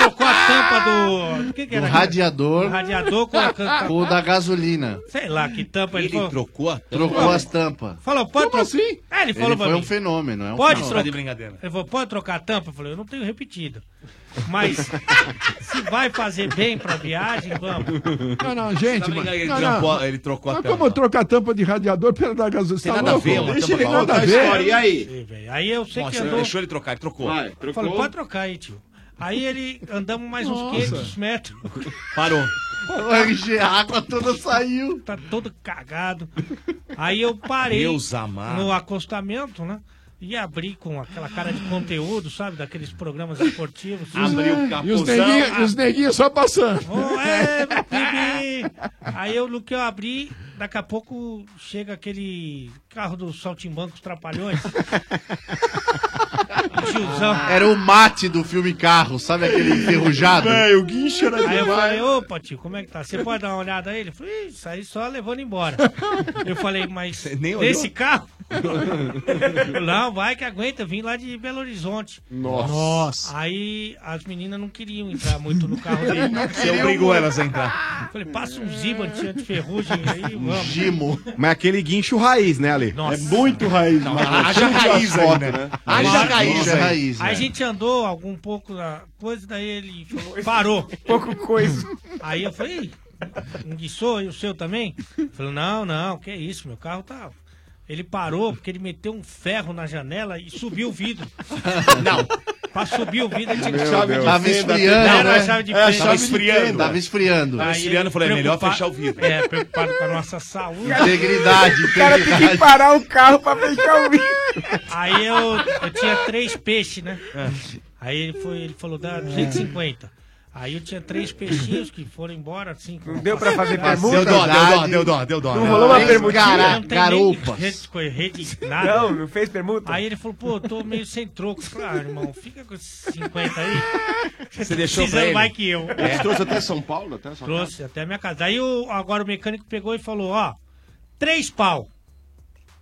Trocou a tampa do. O que que Do era? radiador. Do radiador com a tampa. O da gasolina. Sei lá que tampa ele, Ele falou. trocou a Trocou as tampas. Falou, pode trocar. assim? É, ele Ele falou pra foi mim. um fenômeno, é um pode fenômeno. trocar. Tá de brincadeira. Ele falou, pode trocar a tampa? Eu falei, eu não tenho repetido. Mas (laughs) se vai fazer bem pra viagem, vamos. Não, não, gente. Não, mano. ele Não, trampou- não. Tá ele trocou a Mas tampa. como trocar a tampa de radiador pela da gasolina? Tem Tá nada a louco? ver, uma Deixa tampa ele pra nada a outra. ver. História, e aí? Sim, velho. Aí eu sei Nossa, que andou... deixou ele trocar, ele trocou. Vai, trocou. Falei, pode trocar aí, tio. Aí ele, andamos mais uns Nossa. 500 metros. Parou. O RG, a água toda saiu. Tá todo cagado. Aí eu parei Deus amado. no acostamento, né? E abri com aquela cara de conteúdo, sabe? Daqueles programas esportivos. Abri o capuzão. E os neguinhos- e os neguinhos só passando. Oh, é, meu pibi. Aí eu, no que eu abri, daqui a pouco chega aquele carro dos saltimbancos trapalhões. Ah. Era o mate do filme Carro, sabe aquele enferrujado? Véi, o guincho Aí eu falei, opa, tio, como é que tá? Você pode dar uma olhada aí? Ele falou, "Ih, isso aí só levando embora. Eu falei, mas nem olhou? (laughs) nesse carro? Não, vai que aguenta. Vim lá de Belo Horizonte. Nossa. Nossa. Aí as meninas não queriam entrar muito no carro dele. Não queriam obrigou muito. elas a entrar. Falei, passa um Ziba anti ferrugem aí, Um vamos. Gimo. Mas aquele guincho raiz, né, Ale? né? Nossa. É muito raiz. é Não, Marcão. haja Cheio de raiz asfalto, aí, né? Haja Nossa, raiz né? nossa. aí. Aí a gente andou algum pouco na coisa, daí ele falou, parou. (laughs) Pouco coisa. Aí eu falei, "Ih, enguiçou e o seu também? Ele Falou, não, não, que isso, meu carro tá... Ele parou porque ele meteu um ferro na janela e subiu (laughs) o vidro. Não. Pra subir o vidro, ele tinha que Meu chave Deus. de Tava fenda. esfriando, Não, era né? a chave de É, a fenda. chave Tava de esfriando. fenda. Tava esfriando. Tava Aí esfriando, ele eu falei, é melhor preocupado- fechar o vidro. É, preocupado com a nossa saúde. Integridade, O cara tem que parar o carro pra fechar o vídeo. Aí eu, eu tinha três peixes, né? Aí ele, foi, ele falou, dá 250. Aí eu tinha três peixinhos que foram embora, assim. Não deu pra fazer permuta? Não Não, rolou uma tem- permuta. não tem nem rede- co- rede, nada. Não, não fez permuta? Aí ele falou, pô, eu tô meio sem troco. Eu falei, ah, irmão, fica com esses 50 aí. Você tá deixou pra precisando ele? mais que eu. Você trouxe até São Paulo, até São Paulo? Trouxe até a minha casa. Aí o, agora o mecânico pegou e falou, ó, três pau.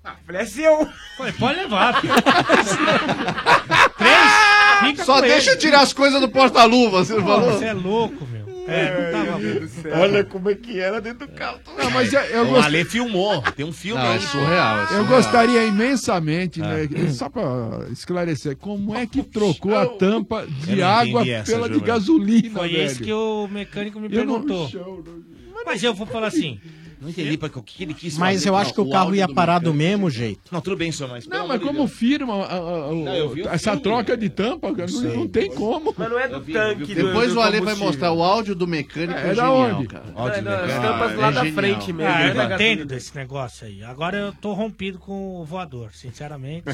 Ah, falei, é seu. Falei, (laughs) pode levar, filho. três? Fica Só com deixa ele. eu tirar as coisas do porta-luva, você não Pô, falou? Você é louco, meu. É, não tava bom. Olha como é que era dentro do carro. Não, mas eu, é, eu o gost- Ale filmou, tem um filme Não, aí. é pô. surreal, Eu Eu gostaria imensamente, É. né, só para esclarecer, como é que trocou a tampa Eu de não água entendi essa, pela de Gilberto. gasolina, Foi velho? isso que o mecânico me Eu não perguntou. Mas eu vou falar assim. Não entendi pra que- o que ele quis Mas fazer eu com acho que o carro áudio ia do parar mecânico. do mesmo jeito. Não, tudo bem, senhor, mas... Não, mas como firma a- a- a- o- eu vi o essa filme, troca de tampa, cara, não, não tem como. Mas não é do tanque, Depois o Ale vai mostrar o áudio do mecânico. É, É, da genial, onde? cara. Áudio Não, mecânico. não, Tampas é lá da genial. frente mesmo. né, Ah, eu Ele não vai- entendo desse negócio aí. Agora eu tô rompido com o voador, (laughs) sinceramente.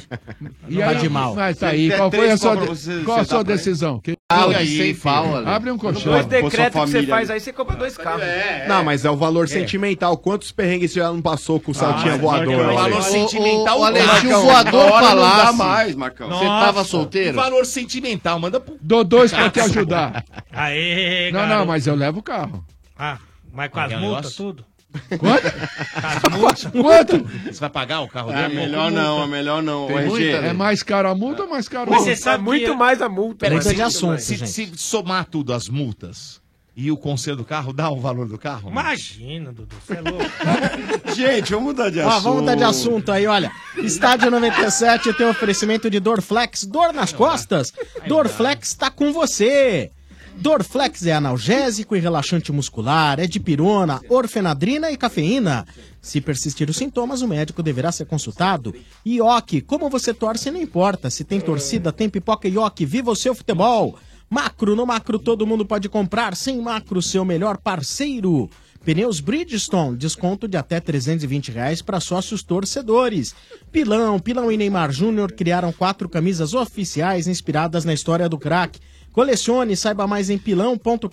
E aí, Mas tá aí, qual foi a sua, de- qual a sua decisão? Que- Fala aí, Sem fala, né? Ale. Abre um colchão. Dois decretos sua que você família, faz né? aí, você compra dois carros. É, Não, mas é o valor sentimental. Quantos perrengues você já não passou com o Saltinha voador? O Ale? valor sentimental. ô, um O Ale, se um o Marcão, voador agora não dá falasse. mais, Marcão. Você Nossa. tava solteiro? Valor sentimental, manda pro... Dou dois pra (laughs) te ajudar. Aê, Não, não, mas eu levo o carro. Ah, mas com as Quer um multas, negócio? tudo? Quanto? Você vai pagar o carro Ah, É, dele? melhor não, é melhor não. Tem O RG. muita, É mais caro a multa ou mais caro Mas a você multa? sabe que- É mais a multa. Peraí, Muda se- de assunto, se, gente. se somar tudo, as multas e o conselho do carro, dá o valor do carro? Né? Imagina, Dudu, você é louco. Gente, vamos mudar Ó, vamos mudar de assunto aí, olha. Estádio 97 tem oferecimento de Dorflex, dor nas costas. Dorflex tá com você. Dorflex é analgésico e relaxante muscular, é de pirona, orfenadrina e cafeína. Se persistir os sintomas, o médico deverá ser consultado. Ioki, como você torce, não importa. Se tem torcida, tem pipoca Ioki, viva o seu futebol. Macro, no macro todo mundo pode comprar. Sem macro, seu melhor parceiro. Pneus Bridgestone, desconto de até 320 reais para sócios torcedores. Pilão, Pilão e Neymar Júnior criaram quatro camisas oficiais inspiradas na história do craque. Colecione, saiba mais em pilão.com.br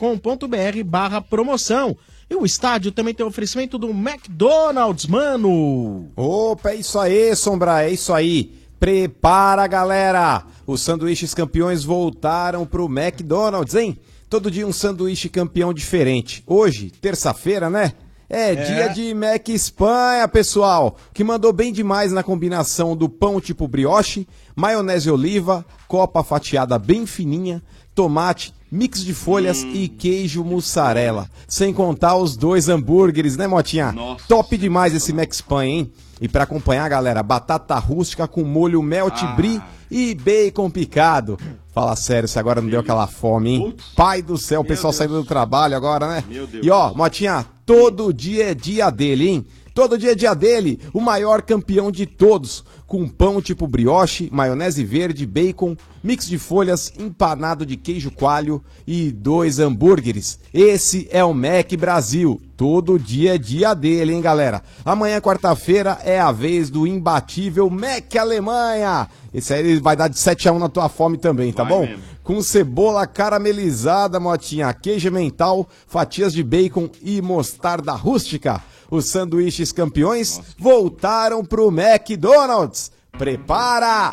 barra promoção. E o estádio também tem oferecimento do McDonald's, mano! Opa, é isso aí, Sombra, é isso aí. Prepara, galera! Os sanduíches campeões voltaram pro McDonald's, hein? Todo dia um sanduíche campeão diferente. Hoje, terça-feira, né? É, dia de Mac Espanha, pessoal, que mandou bem demais na combinação do pão tipo brioche, maionese oliva, copa fatiada bem fininha, tomate, mix de folhas e queijo mussarela. Sem contar os dois hambúrgueres, né, Motinha? Top demais esse Mac Espanha, hein? E pra acompanhar, galera, batata rústica com molho melt Ah. brie e bacon picado. Fala sério, se agora não deu aquela fome, hein? Pai do céu, o pessoal saindo do trabalho agora, né? Meu Deus. E ó, Motinha, todo dia é dia dele, hein? Todo dia é dia dele, o maior campeão de todos, com pão tipo brioche, maionese verde, bacon, mix de folhas, empanado de queijo coalho e dois hambúrgueres. Esse é o Mac Brasil. Todo dia é dia dele, hein, galera? Amanhã, quarta-feira, é a vez do imbatível Mac Alemanha. Esse aí ele vai dar de 7 a 1 na tua fome também, tá bom? com cebola caramelizada, motinha, queijo mental, fatias de bacon e mostarda rústica. Os sanduíches campeões voltaram pro McDonald's. Prepara!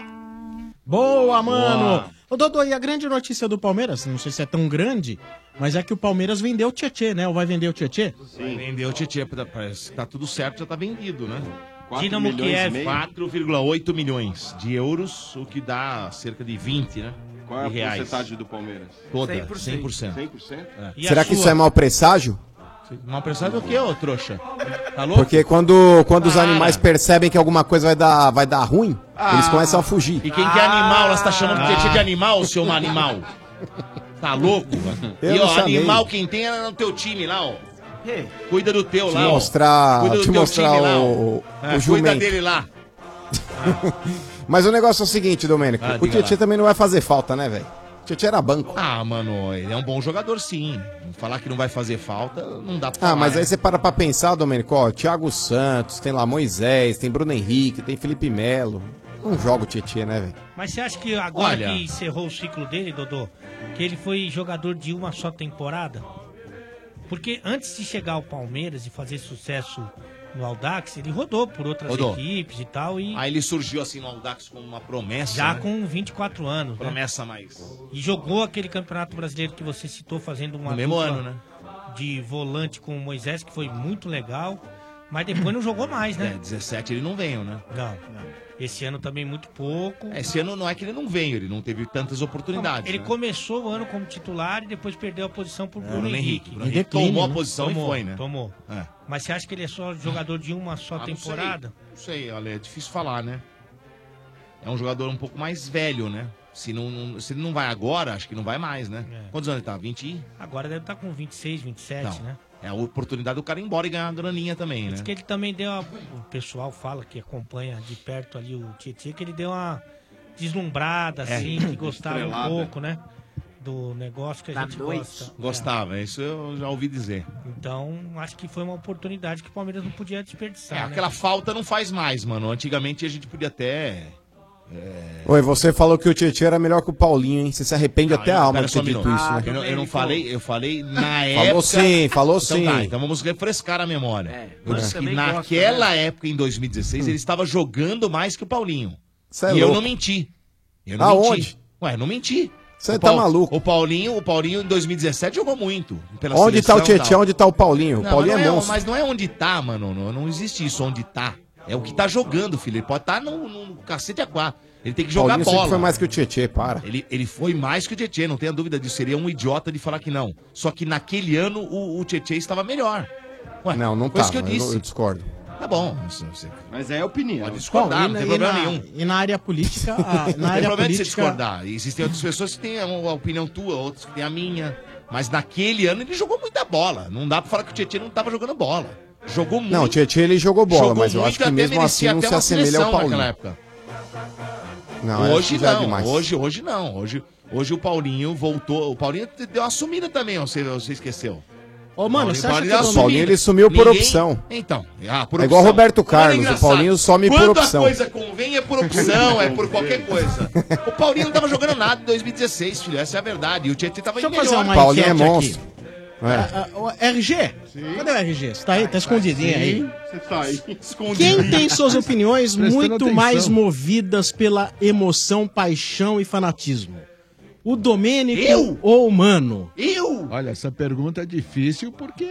Boa, mano! Ô, Dodô, e a grande notícia do Palmeiras, não sei se é tão grande, mas é que o Palmeiras vendeu o Tietê, né? Ou vai vender o Tietê? Vendeu o Tietê, pra- parece que tá tudo certo, já tá vendido, né? 4 Dinamo milhões e Kiev. meio? 4,8 milhões de euros, o que dá cerca de 20, né? Qual é a de reais. porcentagem do Palmeiras? Toda, 100%. 100%. 100%? Será que isso é mau presságio? Mal prestado é o quê, ô trouxa? Tá louco? Porque quando, quando os Para. animais percebem que alguma coisa vai dar, vai dar ruim, eles começam a fugir. Ah. E quem que é animal, elas tá chamando Ah. de Tietchan de animal, seu animal. Tá louco? Eu e não ó, sabia. animal quem tem é no teu time lá, ó. Cuida do teu Te lá, ó. mostrar, Cuida do te teu mostrar time lá, ó. o- o É, Cuida jumento. dele lá. Mas o negócio é o seguinte, Domênico. Ah, o diga Tietchan lá. também não vai fazer falta, né, velho? Tietchan era banco. Ah, mano, ele é um bom jogador sim. Falar que não vai fazer falta, não dá pra Ah, falar, mas né? aí você para pra pensar, Domênico, ó, Thiago Santos, tem lá Moisés, tem Bruno Henrique, tem Felipe Melo. Não joga o Tietchan, né, velho? Mas você acha que agora Olha. que encerrou o ciclo dele, Dodô, que ele foi jogador de uma só temporada? Porque antes de chegar ao Palmeiras e fazer sucesso no Aldax, ele rodou por outras Rodou. equipes e tal. E Aí ele surgiu assim no Audax com uma promessa. já né? com 24 anos. né? Promessa mais. E jogou aquele campeonato brasileiro que você citou fazendo uma No mesmo dupla ano, né? de volante com o Moisés, que foi muito legal. Mas depois não jogou mais, né? É, 17 ele não veio, né? Não. Esse ano também muito um pouco. Esse ano não é que ele não veio, ele não teve tantas oportunidades. Ele né? É, começou o ano como titular e depois perdeu a posição por Bruno Bruno Henrique. Henrique. Bruno Henrique Em declínio, tomou a né? posição e tomou, foi, né? Tomou. É. Mas você acha que ele é só jogador de uma só Ah, não temporada? sei. Não sei, olha, é difícil falar, né? É um jogador um pouco mais velho, né? Se, não, não- se ele não vai agora, acho que não vai mais, né? Quantos anos ele tá? 20? e- É. Agora deve estar com 26, 27, Não. né? É a oportunidade do cara ir embora e ganhar uma graninha também, né? Diz que ele também deu. a- O pessoal fala que acompanha de perto ali o Tietchan, que ele deu uma deslumbrada, É. assim, que gostava Estrelada. um pouco, né? Do negócio que a gente gosta. Gostava, isso eu já ouvi dizer. Então, acho que foi uma oportunidade que o Palmeiras não podia desperdiçar. É, né? aquela falta não faz mais, mano. Antigamente a gente podia até. é, Oi, você falou que o Tietchan era melhor que o Paulinho, hein? Você se arrepende até a alma Pera de ter só um dito minuto. isso, né? Eu, não- eu não falei, eu falei na época. Falou sim, falou Então sim. tá, então vamos refrescar a memória. eu É, mas disse que também gosta, naquela né? época, em 2016, ele estava jogando mais que o Paulinho. Cê é e eu louco. não menti. Eu não Aonde? menti. Ué, eu não menti. Cê O tá maluco. O Paulinho, o Paulinho em 2017 jogou muito. Ah, pela Onde tá seleção o e Tietchan? tal. Onde tá o Paulinho? O Não, Paulinho mas é não monstro. Mas não é onde tá, mano. Não, não existe isso, onde tá. É o que tá jogando, filho. Ele pode estar no, no cacete a quatro. Ele tem que jogar Paulinho sempre bola. foi mais que o Tietchan, para. Ele, ele foi mais que o Tietchan, não tenha dúvida disso. Seria um idiota de falar que não. Só que naquele ano o, o Tietchan estava melhor. Ué, não, não foi tá. isso que eu mas disse. eu discordo. Tá bom. Você, você Mas é opinião. pode Bom, discordar, não e tem na- problema e na- nenhum. E na (laughs) área política, a- não Ah, na tem área problema de você política, discordar. Existem outras pessoas que têm a, a opinião tua, outras que têm a minha. Mas naquele ano ele jogou muita bola. Não dá pra falar que o Tietchan não tava jogando bola. Jogou muito. Não, o Tietchan ele jogou bola, Jogou mas eu muito acho e que até mesmo assim merecia não até se uma assemelha ao seleção Paulinho. naquela época. Não, eu acho hoje que já é não, demais. hoje, hoje não. Hoje, hoje o Paulinho voltou. O Paulinho te- deu uma sumida também, ó, você, você esqueceu. Ô, mano, você acha que o Paulinho, ele sumiu por opção. Então, ah, por É igual opção. Roberto Olha, Carlos, o engraçado. Paulinho some por Quando opção. a coisa convém é por opção, é por qualquer coisa. O Paulinho não tava jogando nada em 2016, filho, essa é a verdade. E o Tietchan tava Deixa eu melhor. fazer uma Paulinho é enquete aqui. monstro. É. Ah, ah, o RG? Cadê o RG? Você tá aí? Tá escondidinho aí? Você tá aí escondido. Quem tem suas opiniões Prestando muito atenção. mais movidas pela emoção, paixão e fanatismo? O Domênico ou o Mano? Eu? Olha, essa pergunta é difícil porque.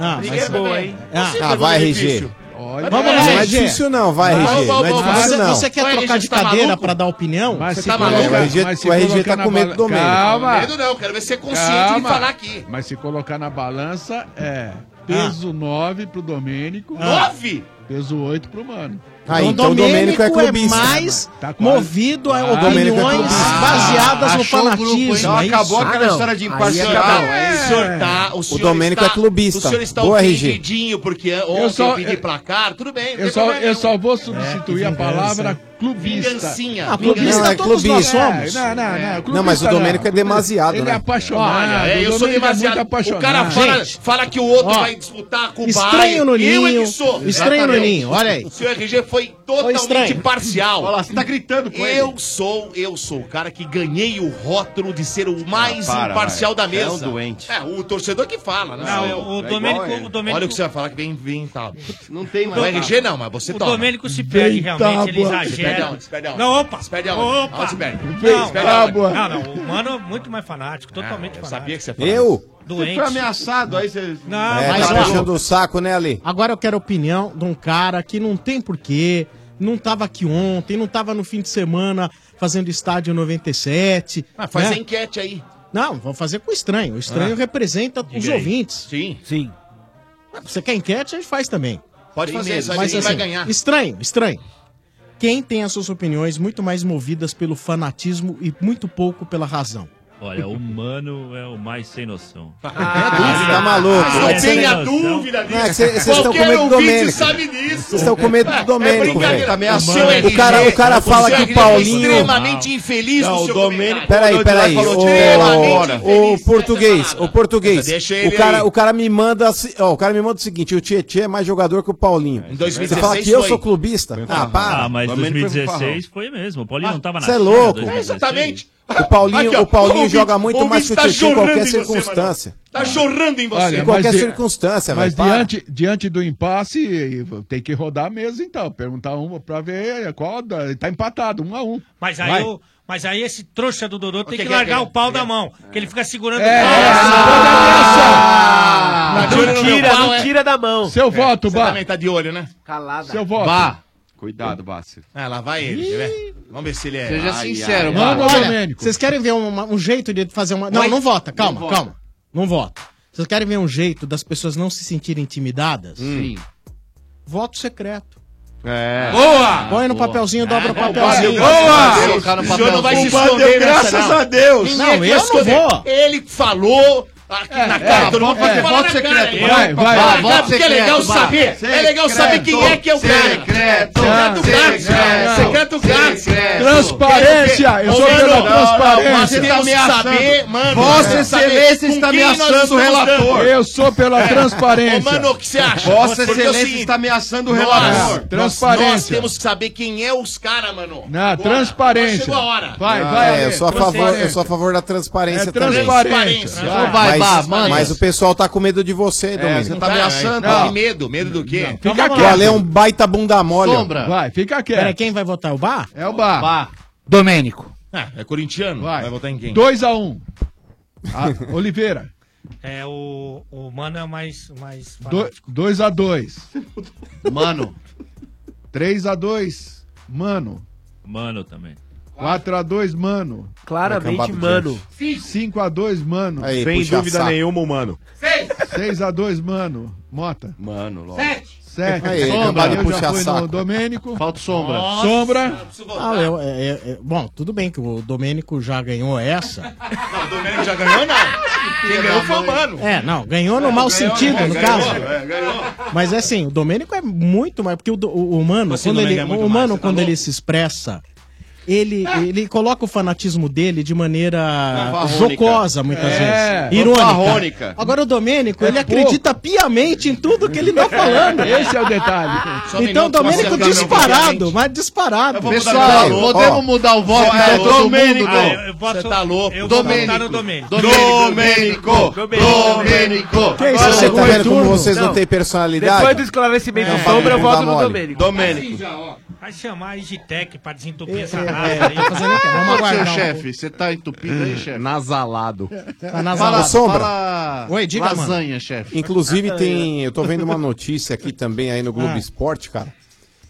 Ah, Ninguém mas- é boa, hein? Ah, Você ah, pergunta vai, difícil. RG. Olha, Vamos lá, Não é RG. difícil não, vai, RG. Não é difícil você, não. Você quer Vai, trocar RG, de você tá cadeira maluco? pra dar opinião? Mas Você se tá maluco? coloca- O RG mas se o RG tá colocar com na medo do balança- Domênico. Calma. Medo não, quero ver você é consciente de Calma. falar aqui. Mas se colocar na balança, é peso 9 pro Domênico. Ah. Nove? Peso 8 pro Mano. Ah, Então então o Domênico é clubista. mais movido a Tá Ah, Domênico é opiniões clubista. baseadas Ah, no achou o grupo, hein? fanatismo. Então é isso? Ah, acabou aquela história de imparcial. O senhor tá- o, senhor É. Domênico está- é clubista. O senhor está Boa, RG. ofendidinho porque ontem eu, só- pedi eu- placar, tudo bem. não Eu tem só, problema eu nenhum. só vou substituir a vingança. palavra clubista. Vingancinha. É, Ah, clubista Não, é todos nós clubista. somos. Não, não, não. É. clubista Não, mas o Domênico é demasiado, Ele né? é apaixonado. Olha, é, eu o sou Domênico é muito demasiado. apaixonado. O cara fala, Gente, fala que o outro ó, vai disputar com o estranho Bayern. no Eu é ninho, que sou. estranho no Exatamente. ninho, olha aí. O senhor RG foi totalmente estranho. parcial. Olha lá, você tá gritando com eu sou, eu sou o cara que ganhei o rótulo de ser o mais Ah, para, imparcial da vai. É mesa. um doente. É, o torcedor que fala, né? Não, Sou eu. o É Domênico- igual ele. o Domênico- Olha o que você vai falar que vem, vem, tá. Não tem O mais. é RG não, mas você o toma. Domênico se perde Bem realmente, ele tábua. exagera Perde aonde? Se perde aonde? Não, opa. Se perde aonde? Opa. Aonde se perde? Não, Se perde não, aonde? não, não, o Mano é muito mais fanático, totalmente fanático. sabia que você falar Eu? isso. Doente. Você foi ameaçado, aí você... Não, É, mas tá ó, puxando o saco, né, Ale? Agora eu quero a opinião de um cara que não tem porquê, não tava aqui ontem, não tava no fim de semana fazendo estádio 97. Ah, faz né? a enquete aí. Não, vamos fazer com o estranho. O estranho Ah. representa os aí. ouvintes. Sim. Sim. Você quer enquete, a gente faz também. Pode fazer, só a mas gente vai assim, ganhar. Estranho, estranho. Quem tem as suas opiniões muito mais movidas pelo fanatismo e muito pouco pela razão? Olha, o mano é o mais sem noção. você tá maluco. Ah, Não sem tenha noção. dúvida disso. Não, é que cê- tá cês tão com Qualquer medo do ouvinte Domênico. sabe disso. Vocês estão tá com medo É do Domênico, velho. brincadeira. Tá O ameaçando o cara, o cara RG. fala que Você o é Paulinho... extremamente infeliz Não, no o seu Domênico... comentário. Peraí, Olhou de lá peraí. e falou, extremamente O, o português, o português. Deixa ele O cara, aí. o cara me manda... assim- Ó, o cara me manda o seguinte, o Tietchan é mais jogador que o Paulinho. Em Você 2016 fala que eu foi. sou clubista? Ah, para. Ah, mas Pelo menos foi pro 2016 foi mesmo. O Paulinho não tava na Você é China, louco. 2016. O Paulinho, Aqui, ó, o Paulinho ouvinte- joga muito ouvinte mais que o tá Tietchan em qualquer jorrando em você, circunstância. Tá chorando em você. Olha, Em qualquer é- di- circunstância, Mas velho, para. diante, diante do impasse, tem que rodar a mesa então. Perguntar uma pra ver qual. da- Tá empatado, um a um. Mas aí, Vai. o- mas aí esse trouxa do Dodô tem que que, que é, largar que é? o pau da mão, que ele fica segurando É, o pau. Não tira, não tira da mão. É. Seu voto, Bá. também tá de olho, né? Calada. Seu voto. Bah. Cuidado, Bárcio. Ah, lá vai ele, quer ver? Vamos ver se ele é... Seja sincero, Olha, Vocês querem ver uma- um jeito de fazer uma. Não, Mas- não vota, não calma, vota. calma. Não vota. Vocês querem ver um jeito das pessoas não se sentirem intimidadas? Sim. Voto secreto. É. Põe no papelzinho, dobra o Ah, não, papelzinho. valeu, Boa! colocar no O senhor não vai se O Bandeu, esconder nessa, graças não. é a Deus. Ninguém Não, quer eu não esconder. vou. Ele falou aqui na cara, todo mundo é, vai falar voto na secreto, cara. hein? vai, vai. Ah, Vai, voto porque é secreto, legal vai. saber. É legal saber quem é que é o cara. Secreto. É, Secreto gato. Secreto gato. Transparência, eu sou Ô, pela mano, Você transparência. tá ameaçando. Vossa é. Excelência saber está com quem nós ameaçando o estamos relator. dando. Eu sou pela É. transparência. Ô, mano, o que você acha? Vossa Porque é o Excelência seguinte, está ameaçando o nós- relator. nós- Transparência. Nós temos que saber quem é os caras, mano. Na transparência. Chegou a hora. Ah, é, eu sou a favor, eu sou a favor da transparência É também. transparência. Vai, vai, Vai, mas, vai, vai, mas manda. É, o pessoal tá com medo de você, Domênico. Você tá ameaçando. Não. Que medo? Medo do quê? Fica quieto. O Ale é um baita bunda mole. ó. Vai, fica quieto. Peraí, quem vai votar? O Bar? É o Bar. Domênico. Ah, é corintiano? Vai. votar em quem? 2 a 1 um. Ah, Oliveira, É, o, o Mano é o mais, o mais fanático. 2 a 2 Mano. 3 a 2 Mano. Mano também. 4 a 2 Mano. Claramente, Acampado mano. 5 a 2 Mano. Sem dúvida nenhuma, humano. 6 a 2 Mano. Mota. Mano, logo. 7. Aí, acabaram de Eu já puxar fui saco. no Domênico. Falta Sombra. Sombra. Ah, eu- é- é- é- bom, tudo bem que o Domênico já ganhou essa. Não, o Domênico já ganhou, não. Quem ganhou foi o Mano. É, não, ganhou no mau sentido, é, no ganhou, caso. é, ganhou. Mas é assim, o Domênico é muito mais. Porque o, do- o humano, Você, quando, Domênico, ele, é muito mais, o humano, você tá quando louco? ele se expressa, ele, ele coloca o fanatismo dele de maneira Fanfarrônica. jocosa, muitas É, vezes. Irônica. fanfarrônica. Agora o Domênico, ele pouco. acredita piamente em tudo que ele tá falando. Esse é o detalhe. Só um Então, minuto, Domênico Marcelo, disparado, mas disparado. Pessoal, podemos mudar o voto Ó, pra é todo Domênico. mundo? Ah, eu- não? eu Você tá louco. eu vou votar Domênico. no Domênico. Domênico. Domênico. Que isso, Agora você o tá vendo turno. como vocês não, Não. têm personalidade? Depois do esclarecimento É, do Sombra, eu bunda voto no mole. Domênico. Domênico. Vai chamar a Igitec pra desentupir É, essa é, casa é, aí. tá fazendo o quê? Vamos aguardar um pouco. Você tá entupido aí, chefe? Nasalado. Tá nasalado. Fala, Sombra. Fala lasanha, chefe. (laughs) Inclusive tem, eu tô vendo uma notícia aqui também aí no Globo Ah. Esporte, cara.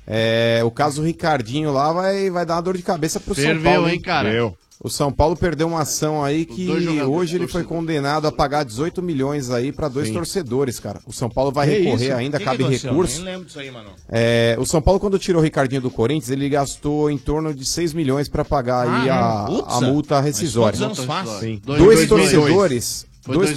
É, o caso Ricardinho lá vai, vai dar uma dor de cabeça pro São Ferveu, Paulo, hein, cara? Ferveu. O São Paulo perdeu uma ação aí que dois jogadores, hoje ele foi condenado a pagar 18 milhões aí pra dois Sim. torcedores, cara. O São Paulo vai Que recorrer isso? ainda, Que que cabe aconteceu? recurso. Nem lembro disso aí, mano. É, o São Paulo quando tirou o Ricardinho do Corinthians, ele gastou em torno de 6 milhões pra pagar aí Ah, a, putz, a multa mas rescisória. quantos anos faz? Sim. Dois- dois mil e dois. Dois, torcedores, Foi dois dois mil e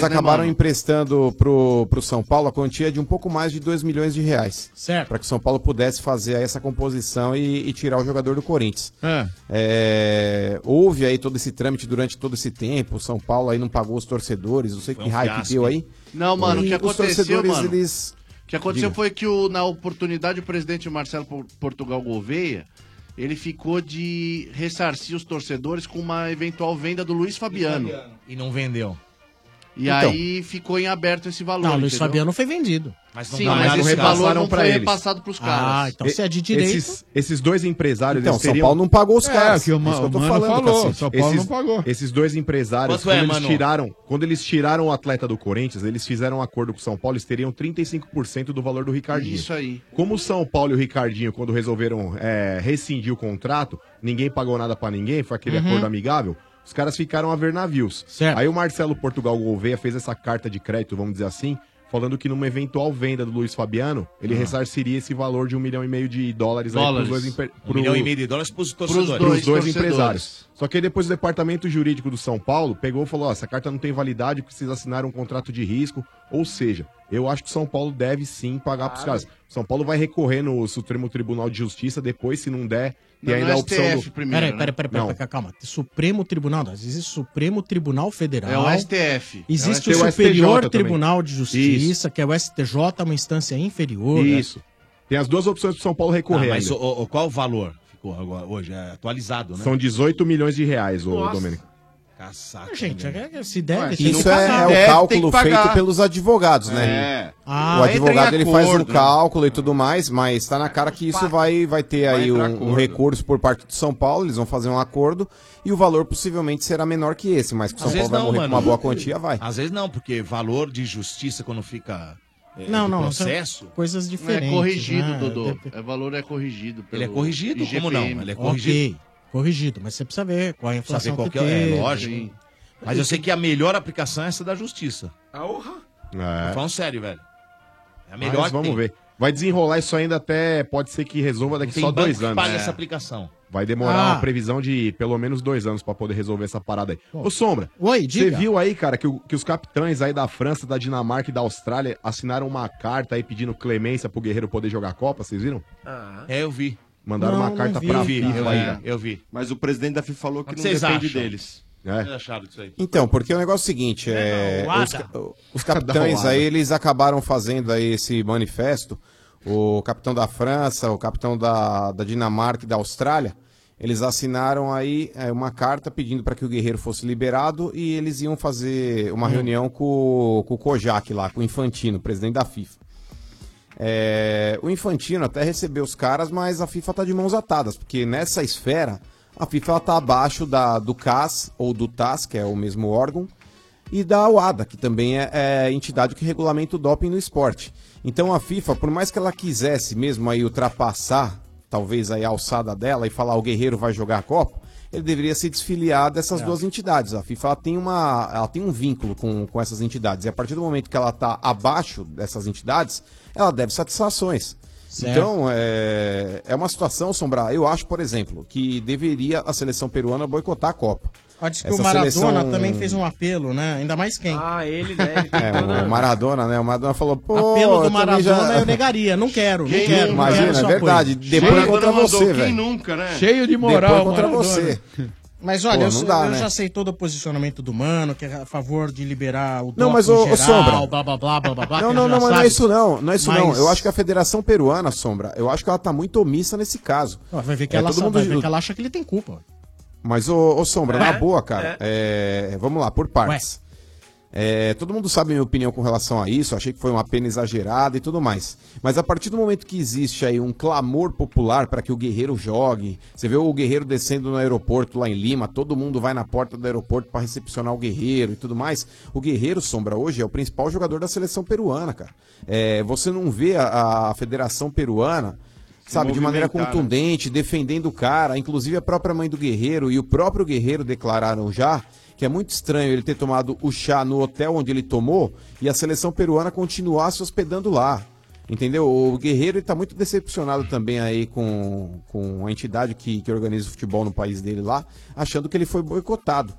dois, né, acabaram mano? emprestando pro, pro São Paulo a quantia de um pouco mais de 2 milhões de reais. Certo. Para que o São Paulo pudesse fazer aí essa composição e, e tirar o jogador do Corinthians. É. É, houve aí todo esse trâmite durante todo esse tempo. O São Paulo aí não pagou os torcedores, não sei Foi que um raio que fiasco. deu aí. Não, mano, o E que os aconteceu, torcedores, mano? eles. O que aconteceu Diga. foi que, o- na oportunidade, o presidente Marcelo Por- Portugal Gouveia, ele ficou de ressarcir os torcedores com uma eventual venda do Luiz Fabiano. E não vendeu. E Então. aí ficou em aberto esse valor. Não, o Luiz entendeu? Fabiano foi vendido. Mas não Sim, tá mas mais esse no caso. valor Passaram não pra foi eles. repassado pros caras. Ah, então se é de direito- Esses, esses dois empresários. Então, eles São teriam- Paulo não pagou os É, caras. que o Ma- Isso que eu tô o Mano falando, falou, cacete. São Paulo Esses- não pagou. Esses dois empresários, Quanto quando é, eles Mano? tiraram, Então, quando eles tiraram o atleta do Corinthians, eles fizeram um acordo com o São Paulo, eles teriam 35% do valor do Ricardinho. Isso aí. Como o São Paulo e o Ricardinho, quando resolveram é, rescindir o contrato, ninguém pagou nada pra ninguém, foi aquele Uhum. acordo amigável. Os caras ficaram a ver navios. Aí o Marcelo Portugal Gouveia fez essa carta de crédito, vamos dizer assim, falando que numa eventual venda do Luiz Fabiano, ele Ah. ressarciria esse valor de um milhão e meio de dólares, aí Dólares. pros dois imper- Um milhão e meio de dólares pros torcedores. pros Pros dois, dois torcedores. empresários. Só que aí depois o departamento jurídico do São Paulo pegou e falou: ó, essa carta não tem validade porque vocês assinaram um contrato de risco. Ou seja, eu acho que o São Paulo deve sim pagar pros caras. O São Paulo vai recorrer no Supremo Tribunal de Justiça depois, se não der, tem Não, ainda não é a opção STF do. primeiro, né? Peraí, peraí, peraí, peraí, Não. peraí, calma. Supremo Tribunal, não, existe Supremo Tribunal Federal. É o STF. Existe É o o, STJ Superior também. Tribunal de Justiça, que é o STJ, uma instância inferior. né? Isso. Tem as duas opções pro São Paulo recorrer. Ah, mas ainda. o- o- qual o valor? Ficou agora, hoje, é atualizado, né? São 18 milhões de reais, ô Nossa. Domênico. Caçaca. Gente, é- se deve, Ué, tem que Isso é, pagar. é o Deve, tem cálculo que pagar. feito pelos advogados, É. né? Ah, o entra em advogado ele faz um acordo, né? cálculo e tudo mais, mas tá na cara que isso vai, vai ter aí um- um, recurso por parte do São Paulo, eles vão fazer um acordo e o valor possivelmente será menor que esse, mas que o São Às Paulo vezes vai não, morrer mano. com uma boa quantia, vai. Às vezes não, porque valor de justiça quando fica é, Não, de não, são processo... coisas diferentes. é corrigido, né? Dodô. Dep- É valor é corrigido. Ele é corrigido? Como não? Ele é Ok, corrigido, mas você precisa ver qual é a Saber inflação qual que que é, teve. é, lógico. Mas eu sei que a melhor aplicação é essa da justiça. Tô falando sério, velho. É a melhor Mas vamos ver. Vai desenrolar isso ainda até. Pode ser que resolva daqui Tem só banco dois que anos. É. paga essa aplicação. Vai demorar um Ah. uma previsão de pelo menos dois anos pra poder resolver essa parada aí. Ô, Sombra, Oi, você diga. viu aí, cara, que, o- que os capitães aí da França, da Dinamarca e da Austrália assinaram uma carta aí pedindo clemência pro Guerreiro poder jogar a Copa, vocês viram? É, eu vi. Mandaram uma carta pra Eu vi, FIFA eu aí. né? vi, eu vi. Mas o presidente da FIFA falou que Mas não vocês depende acham? deles. É. Vocês acharam disso aí? Né? Então, porque o negócio é o seguinte, é, Não, o um os, Ada. ca- os Não, capitães o Ada. aí, eles acabaram fazendo aí esse manifesto, o capitão da França, o capitão da, da Dinamarca e da Austrália, eles assinaram aí é, uma carta pedindo para que o Guerreiro fosse liberado e eles iam fazer Hum. uma reunião com, o- com o Kojak lá, com o Infantino, presidente da FIFA. É, o Infantino até recebeu os caras, mas a FIFA tá de mãos atadas, porque nessa esfera a FIFA ela tá abaixo da, do CAS ou do TAS, que é o mesmo órgão, e da UADA, que também é, é a entidade que regulamenta o doping no esporte. Então a FIFA, por mais que ela quisesse mesmo aí ultrapassar, talvez aí a alçada dela e falar o guerreiro vai jogar a Copa, ele deveria se desfiliar dessas É. duas entidades. A FIFA ela tem, uma, ela tem um vínculo com, com essas entidades. E a partir do momento que ela está abaixo dessas entidades, ela deve satisfações. Certo. Então, é, é uma situação, Sombra. Eu acho, por exemplo, que deveria a seleção peruana boicotar a Copa. Acho que Essa o Maradona seleção- também fez um apelo, né? Ainda mais quem? Ah, ele, né? É, o Maradona, né? O Maradona falou, pô, apelo do eu também Maradona já- eu negaria, não quero, não Quem quero. nunca? Imagina, não quero é sua verdade. coisa. Depois Cheio- contra Maradona mandou, você, quem velho. nunca, né? Cheio de moral, Depois contra Maradona. você. Mas olha, Pô, eu, não eu dá, né? já sei todo o posicionamento do Mano, que é a favor de liberar o Não, doping mas, ô- ô, geral, Sombra. blá blá blá blá blá blá. Não, não, não, mas não é isso não, não é isso não. Eu acho que a Federação Peruana, Sombra, eu acho que ela tá muito omissa nesse caso. Vai ver que, É, ela, todo só- mundo vai ju- ver que ela acha que ele tem culpa. Mas, ô, ô, Sombra, na boa, cara, é, vamos lá, por partes. É, todo mundo sabe a minha opinião com relação a isso, achei que foi uma pena exagerada e tudo mais. Mas a partir do momento que existe aí um clamor popular para que o guerreiro jogue, você vê o guerreiro descendo no aeroporto lá em Lima, todo mundo vai na porta do aeroporto para recepcionar o guerreiro e tudo mais. O guerreiro, Sombra, hoje é o principal jogador da seleção peruana, cara. É, você não vê a- a Federação Peruana sabe, de maneira movimentar, né? contundente, defendendo o cara. Inclusive a própria mãe do Guerreiro e o próprio Guerreiro declararam já que é muito estranho ele ter tomado o chá no hotel onde ele tomou e a seleção peruana continuar se hospedando lá. Entendeu? O Guerreiro está muito decepcionado também aí com, com a entidade que, que organiza o futebol no país dele lá, achando que ele foi boicotado.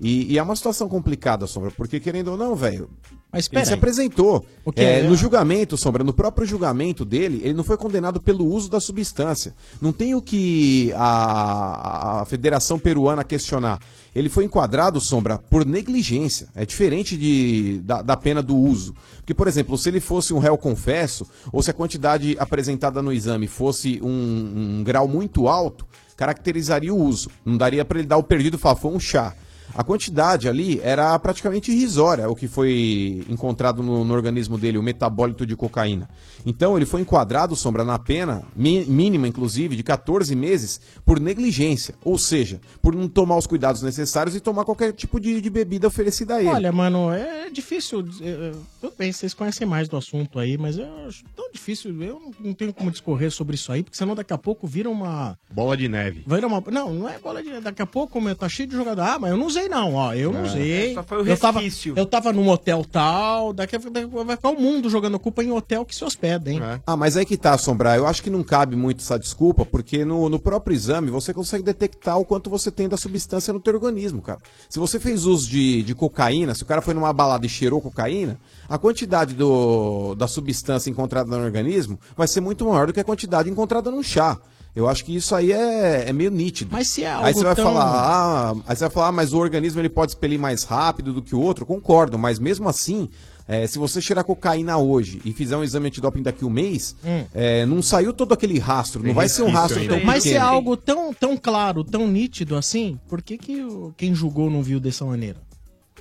E, e é uma situação complicada, Sombra, porque querendo ou não, velho, Mas ele peraí. se apresentou. O que É, é- no julgamento, Sombra, no próprio julgamento dele, ele não foi condenado pelo uso da substância. Não tem o que a, a Federação Peruana questionar. Ele foi enquadrado, Sombra, por negligência. É diferente de, da, da pena do uso. Porque, por exemplo, se ele fosse um réu confesso, ou se a quantidade apresentada no exame fosse um, um grau muito alto, caracterizaria o uso. Não daria para ele dar o perdido e falar, foi um chá. A quantidade ali era praticamente irrisória o que foi encontrado no, no organismo dele, o metabólito de cocaína. Então ele foi enquadrado, sombra, na pena mi- mínima, inclusive, de 14 meses por negligência, ou seja, por não tomar os cuidados necessários e tomar qualquer tipo de, de bebida oferecida a ele. Olha, mano, é difícil. eh, eh, Tudo bem, vocês conhecem mais do assunto aí, mas eu acho tão difícil. Eu não- não tenho como discorrer sobre isso aí, porque senão daqui a pouco vira uma. Bola de neve. Vira uma não, não é bola de. Daqui a pouco, meu, tá cheio de jogador. Ah, mas eu não usei, não, ó. Eu Ah. não É. usei. Só foi o eu tava, resquício. eu tava num hotel tal, daqui a pouco daqui a pouco vai ficar o mundo jogando culpa em hotel que se hospeda, hein? Ah, mas aí que tá, Sombra. Eu acho que não cabe muito essa desculpa, porque no, no próprio exame você consegue detectar o quanto você tem da substância no teu organismo, cara. Se você fez uso de, de cocaína, se o cara foi numa balada e cheirou cocaína, a quantidade do, da substância encontrada no organismo vai ser muito maior do que a quantidade encontrada num chá. Eu acho que isso aí é, é meio nítido. Mas se é aí algo você vai tão- falar, ah, aí você vai falar, ah, mas o organismo ele pode expelir mais rápido do que o outro. Concordo, mas mesmo assim, é, se você cheirar cocaína hoje e fizer um exame antidoping daqui um mês, Hum. é, não saiu todo aquele rastro. não vai ser um rastro tão Mas se é pequeno. algo tão, tão claro, tão nítido assim, por que, que o- quem julgou não viu dessa maneira?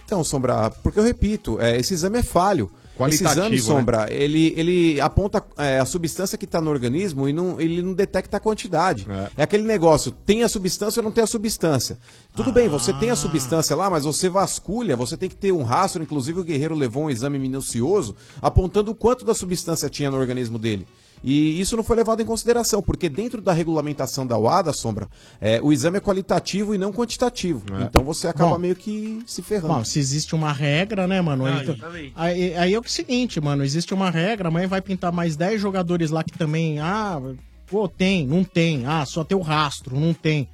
Então, Sombra, porque eu repito, é, esse exame é falho. Esse Qualitativo, exame, né? Sombra, ele, ele aponta é, a substância que está no organismo e não, ele não detecta a quantidade. É. aquele negócio, tem a substância ou não tem a substância. Tudo bem, você tem a substância lá, mas você vasculha, você tem que ter um rastro. Inclusive, o Guerreiro levou um exame minucioso apontando o quanto da substância tinha no organismo dele. E isso não foi levado em consideração, porque dentro da regulamentação da UADA, Sombra, é, o exame é qualitativo e não quantitativo. Então você acaba Bom. meio que se ferrando. Bom, se existe uma regra, né, mano? Não, então, exatamente. aí, aí é o seguinte, mano, existe uma regra, amanhã vai pintar mais 10 jogadores lá que também, ah, pô, tem, não tem, ah, só tem o rastro, não tem.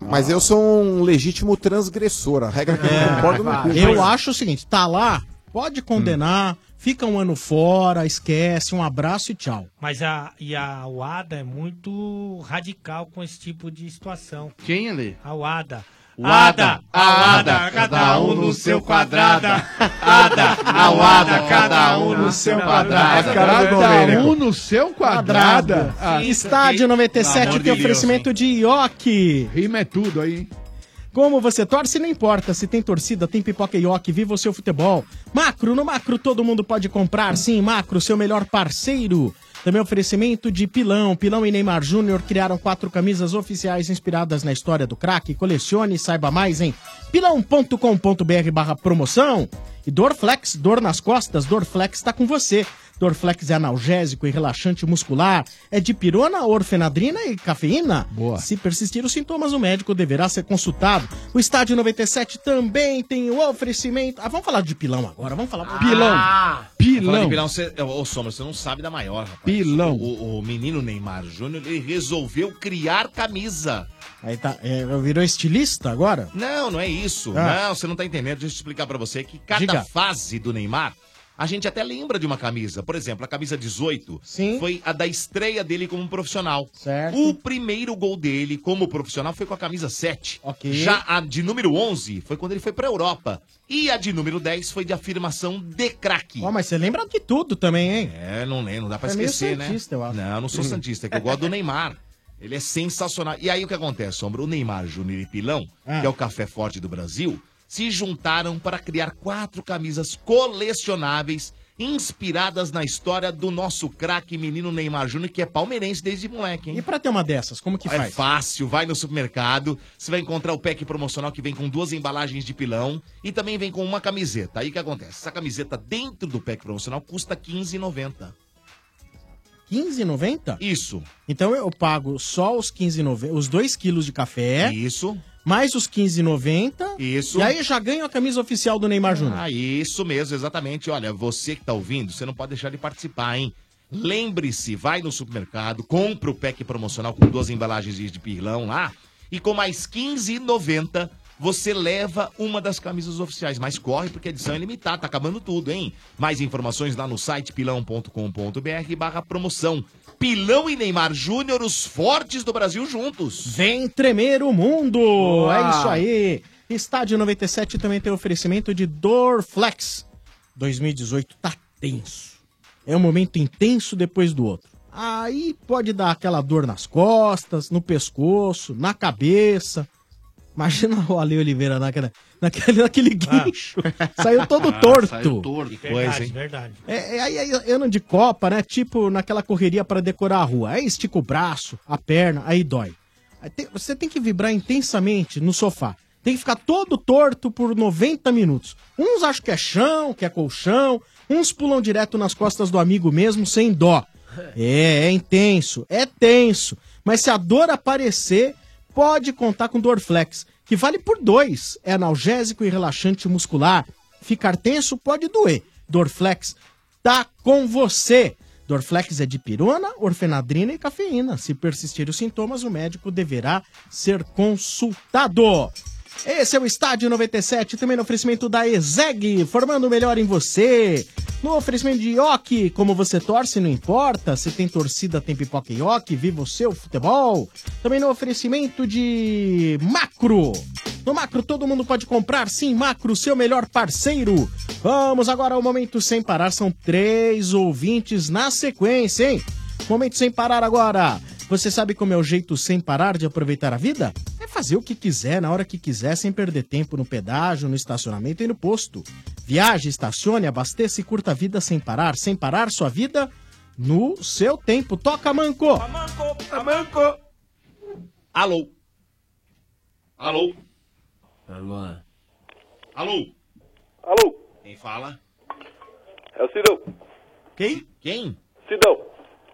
Mas eu sou um legítimo transgressor. A regra que eu não concordo não cumpro. Ah. É, Eu acho o seguinte, tá lá, pode Hum. condenar, fica um ano fora, esquece, um abraço e tchau. Mas a, e a UADA é muito radical com esse tipo de situação. Quem é ali? A UADA. Uada, Ada, aada, cada um no seu quadrado. (laughs) Ada, auada, cada um no seu quadrado. Cada um no seu quadrado. Ah, Estádio Pelo 97 amor tem de Deus, oferecimento de Ioki. Rima é tudo aí, hein? Como você torce, não importa. Se tem torcida, tem pipoca e Ioki. Viva o seu futebol. Macro, no Macro todo mundo pode comprar. Sim, Macro, seu melhor parceiro. Também oferecimento de Pilão. Pilão e Neymar Júnior criaram quatro camisas oficiais inspiradas na história do craque. Colecione e saiba mais em pilão.com.br barra promoção. E Dorflex, dor nas costas, Dorflex está com você. Dorflex é analgésico e relaxante muscular. É de pirona, orfenadrina e cafeína. Boa. Se persistir os sintomas, o médico deverá ser consultado. O Estádio 97 também tem o oferecimento. Ah, vamos falar de pilão agora. Vamos falar Ah! de Falar Ah, de Pilão. Pilão, você, é, ô, ô, Sombra, você não sabe da maior, rapaz. Pilão. O, o menino Neymar Júnior, ele resolveu criar camisa. Aí tá, é, virou estilista agora? Não, não é isso. Ah. Não, você não tá entendendo. Deixa eu explicar pra você que cada Diga. fase do Neymar, a gente até lembra de uma camisa. Por exemplo, a camisa 18 foi a da estreia dele como um profissional. O primeiro gol dele como profissional foi com a camisa 7. Já a de número 11 foi quando ele foi pra Europa. E a de número 10 foi de afirmação de craque. Ó, mas você lembra de tudo também, hein? É, não lembro, não dá pra É meio esquecer, né? santista, eu acho. Não, eu não sou Hum. Santista, é que eu gosto (laughs) do Neymar. Ele é sensacional. E aí o que acontece, Sombra? O Neymar, Júnior e Pilão, Ah. que é o café forte do Brasil, se juntaram para criar quatro camisas colecionáveis inspiradas na história do nosso craque menino Neymar Júnior, que é palmeirense desde moleque, hein? E pra ter uma dessas, como que é faz? fácil, vai no supermercado, você vai encontrar o pack promocional que vem com duas embalagens de pilão e também vem com uma camiseta. Aí o que acontece? Essa camiseta dentro do pack promocional custa R$15,90. 15,90? Isso. Então eu pago só os 15,90, os 2 quilos de café. Isso. Mais os 15,90. Isso. E aí eu já ganho a camisa oficial do Neymar Júnior. Ah, isso mesmo, exatamente. Olha, você que tá ouvindo, você não pode deixar de participar, hein? Lembre-se, vai no supermercado, compra o pack promocional com duas embalagens de de pirlão lá e com mais R$15,90 você leva uma das camisas oficiais. Mas corre, porque a edição é limitada, tá acabando tudo, hein? Mais informações lá no site pilão.com.br barra promoção. Pilão e Neymar Júnior, os fortes do Brasil juntos. Vem tremer o mundo! Boa! É isso aí! Estádio 97 também tem oferecimento de Dorflex. 2018 tá tenso. É um momento intenso depois do outro. Aí pode dar aquela dor nas costas, no pescoço, na cabeça. Imagina o Ale Oliveira naquela. naquele, naquele guincho. Saiu todo (laughs) Ah, torto. saiu torto. Que coisa, Verdade, hein? verdade. É, é, aí é ano de Copa, né? Tipo naquela correria pra decorar a rua. Aí estica o braço, a perna, aí dói. Aí tem- você tem que vibrar intensamente no sofá. Tem que ficar todo torto por 90 minutos. Uns acham que é chão, que é colchão. Uns pulam direto nas costas do amigo mesmo, sem dó. É, é intenso, é tenso. Mas se a dor aparecer, pode contar com Dorflex, que vale por dois. É analgésico e relaxante muscular. Ficar tenso pode doer. Dorflex tá com você. Dorflex é de pirona, orfenadrina e cafeína. Se persistirem os sintomas, o médico deverá ser consultado. Esse é o Estádio 97, também no oferecimento da Ezeg, formando o melhor em você. No oferecimento de Ioki, como você torce, não importa. Se tem torcida, tem pipoca e Ioki, viva o seu futebol. Também no oferecimento de Macro. No Macro todo mundo pode comprar, sim, Macro, seu melhor parceiro. Vamos agora ao Momento Sem Parar, são três ouvintes na sequência, hein? Momento Sem Parar agora. Você sabe como é o jeito sem parar de aproveitar a vida? É fazer o que quiser, na hora que quiser, sem perder tempo no pedágio, no estacionamento e no posto. Viaje, estacione, abasteça e curta a vida sem parar, sem parar sua vida no seu tempo. Toca, Manco! Manco! Alô? Alô? Alô? Alô? Alô? Quem fala? É o Cidão. Quem? Quem? Cidão.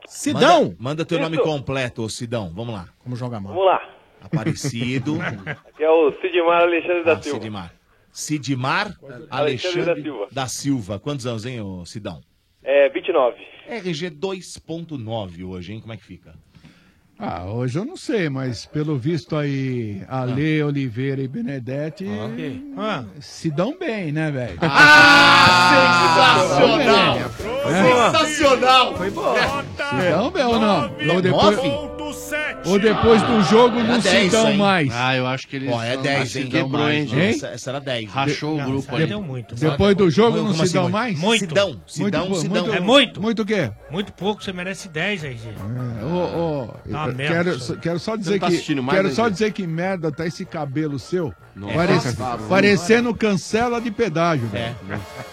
Sidão! Manda, manda teu Isso. nome um. completo, ô Sidão. Vamos lá. Como joga mal. Vamos lá. (laughs) Aparecido. Aqui é o Sidmar Alexandre da Silva. Sidmar. Sidmar Alexandre Alexandre da Silva. da Silva. Quantos anos, hein, ô Sidão? É, 29. RG 2.9 hoje, hein? Como é que fica? Ah, hoje eu não sei, mas pelo visto aí, Ale, Oliveira e Benedetti se dão bem, né, velho? Ah, sensacional! É. Sensacional! Foi bom. se dão bem ou não? Ou depois, ou depois do jogo não se dão mais. Ah, eu acho que eles. Ó, é não- 10, se hein? dão Quebrou, mais, hein, não. gente? Essa- Essa era 10. Rachou o grupo ali. deu muito. Depois do jogo Como não se assim, dão muito? mais? Muito. Muito, muito, É muito. Muito o quê? Muito pouco, você merece 10, aí, gente. É, ô, ô, Tá eu merda, quero, senhor. quero só Você dizer não tá que assistindo mais, quero né, só gente? dizer que merda tá esse cabelo seu. Nossa. tá Parece- Nossa, parecendo cancela de pedágio, velho.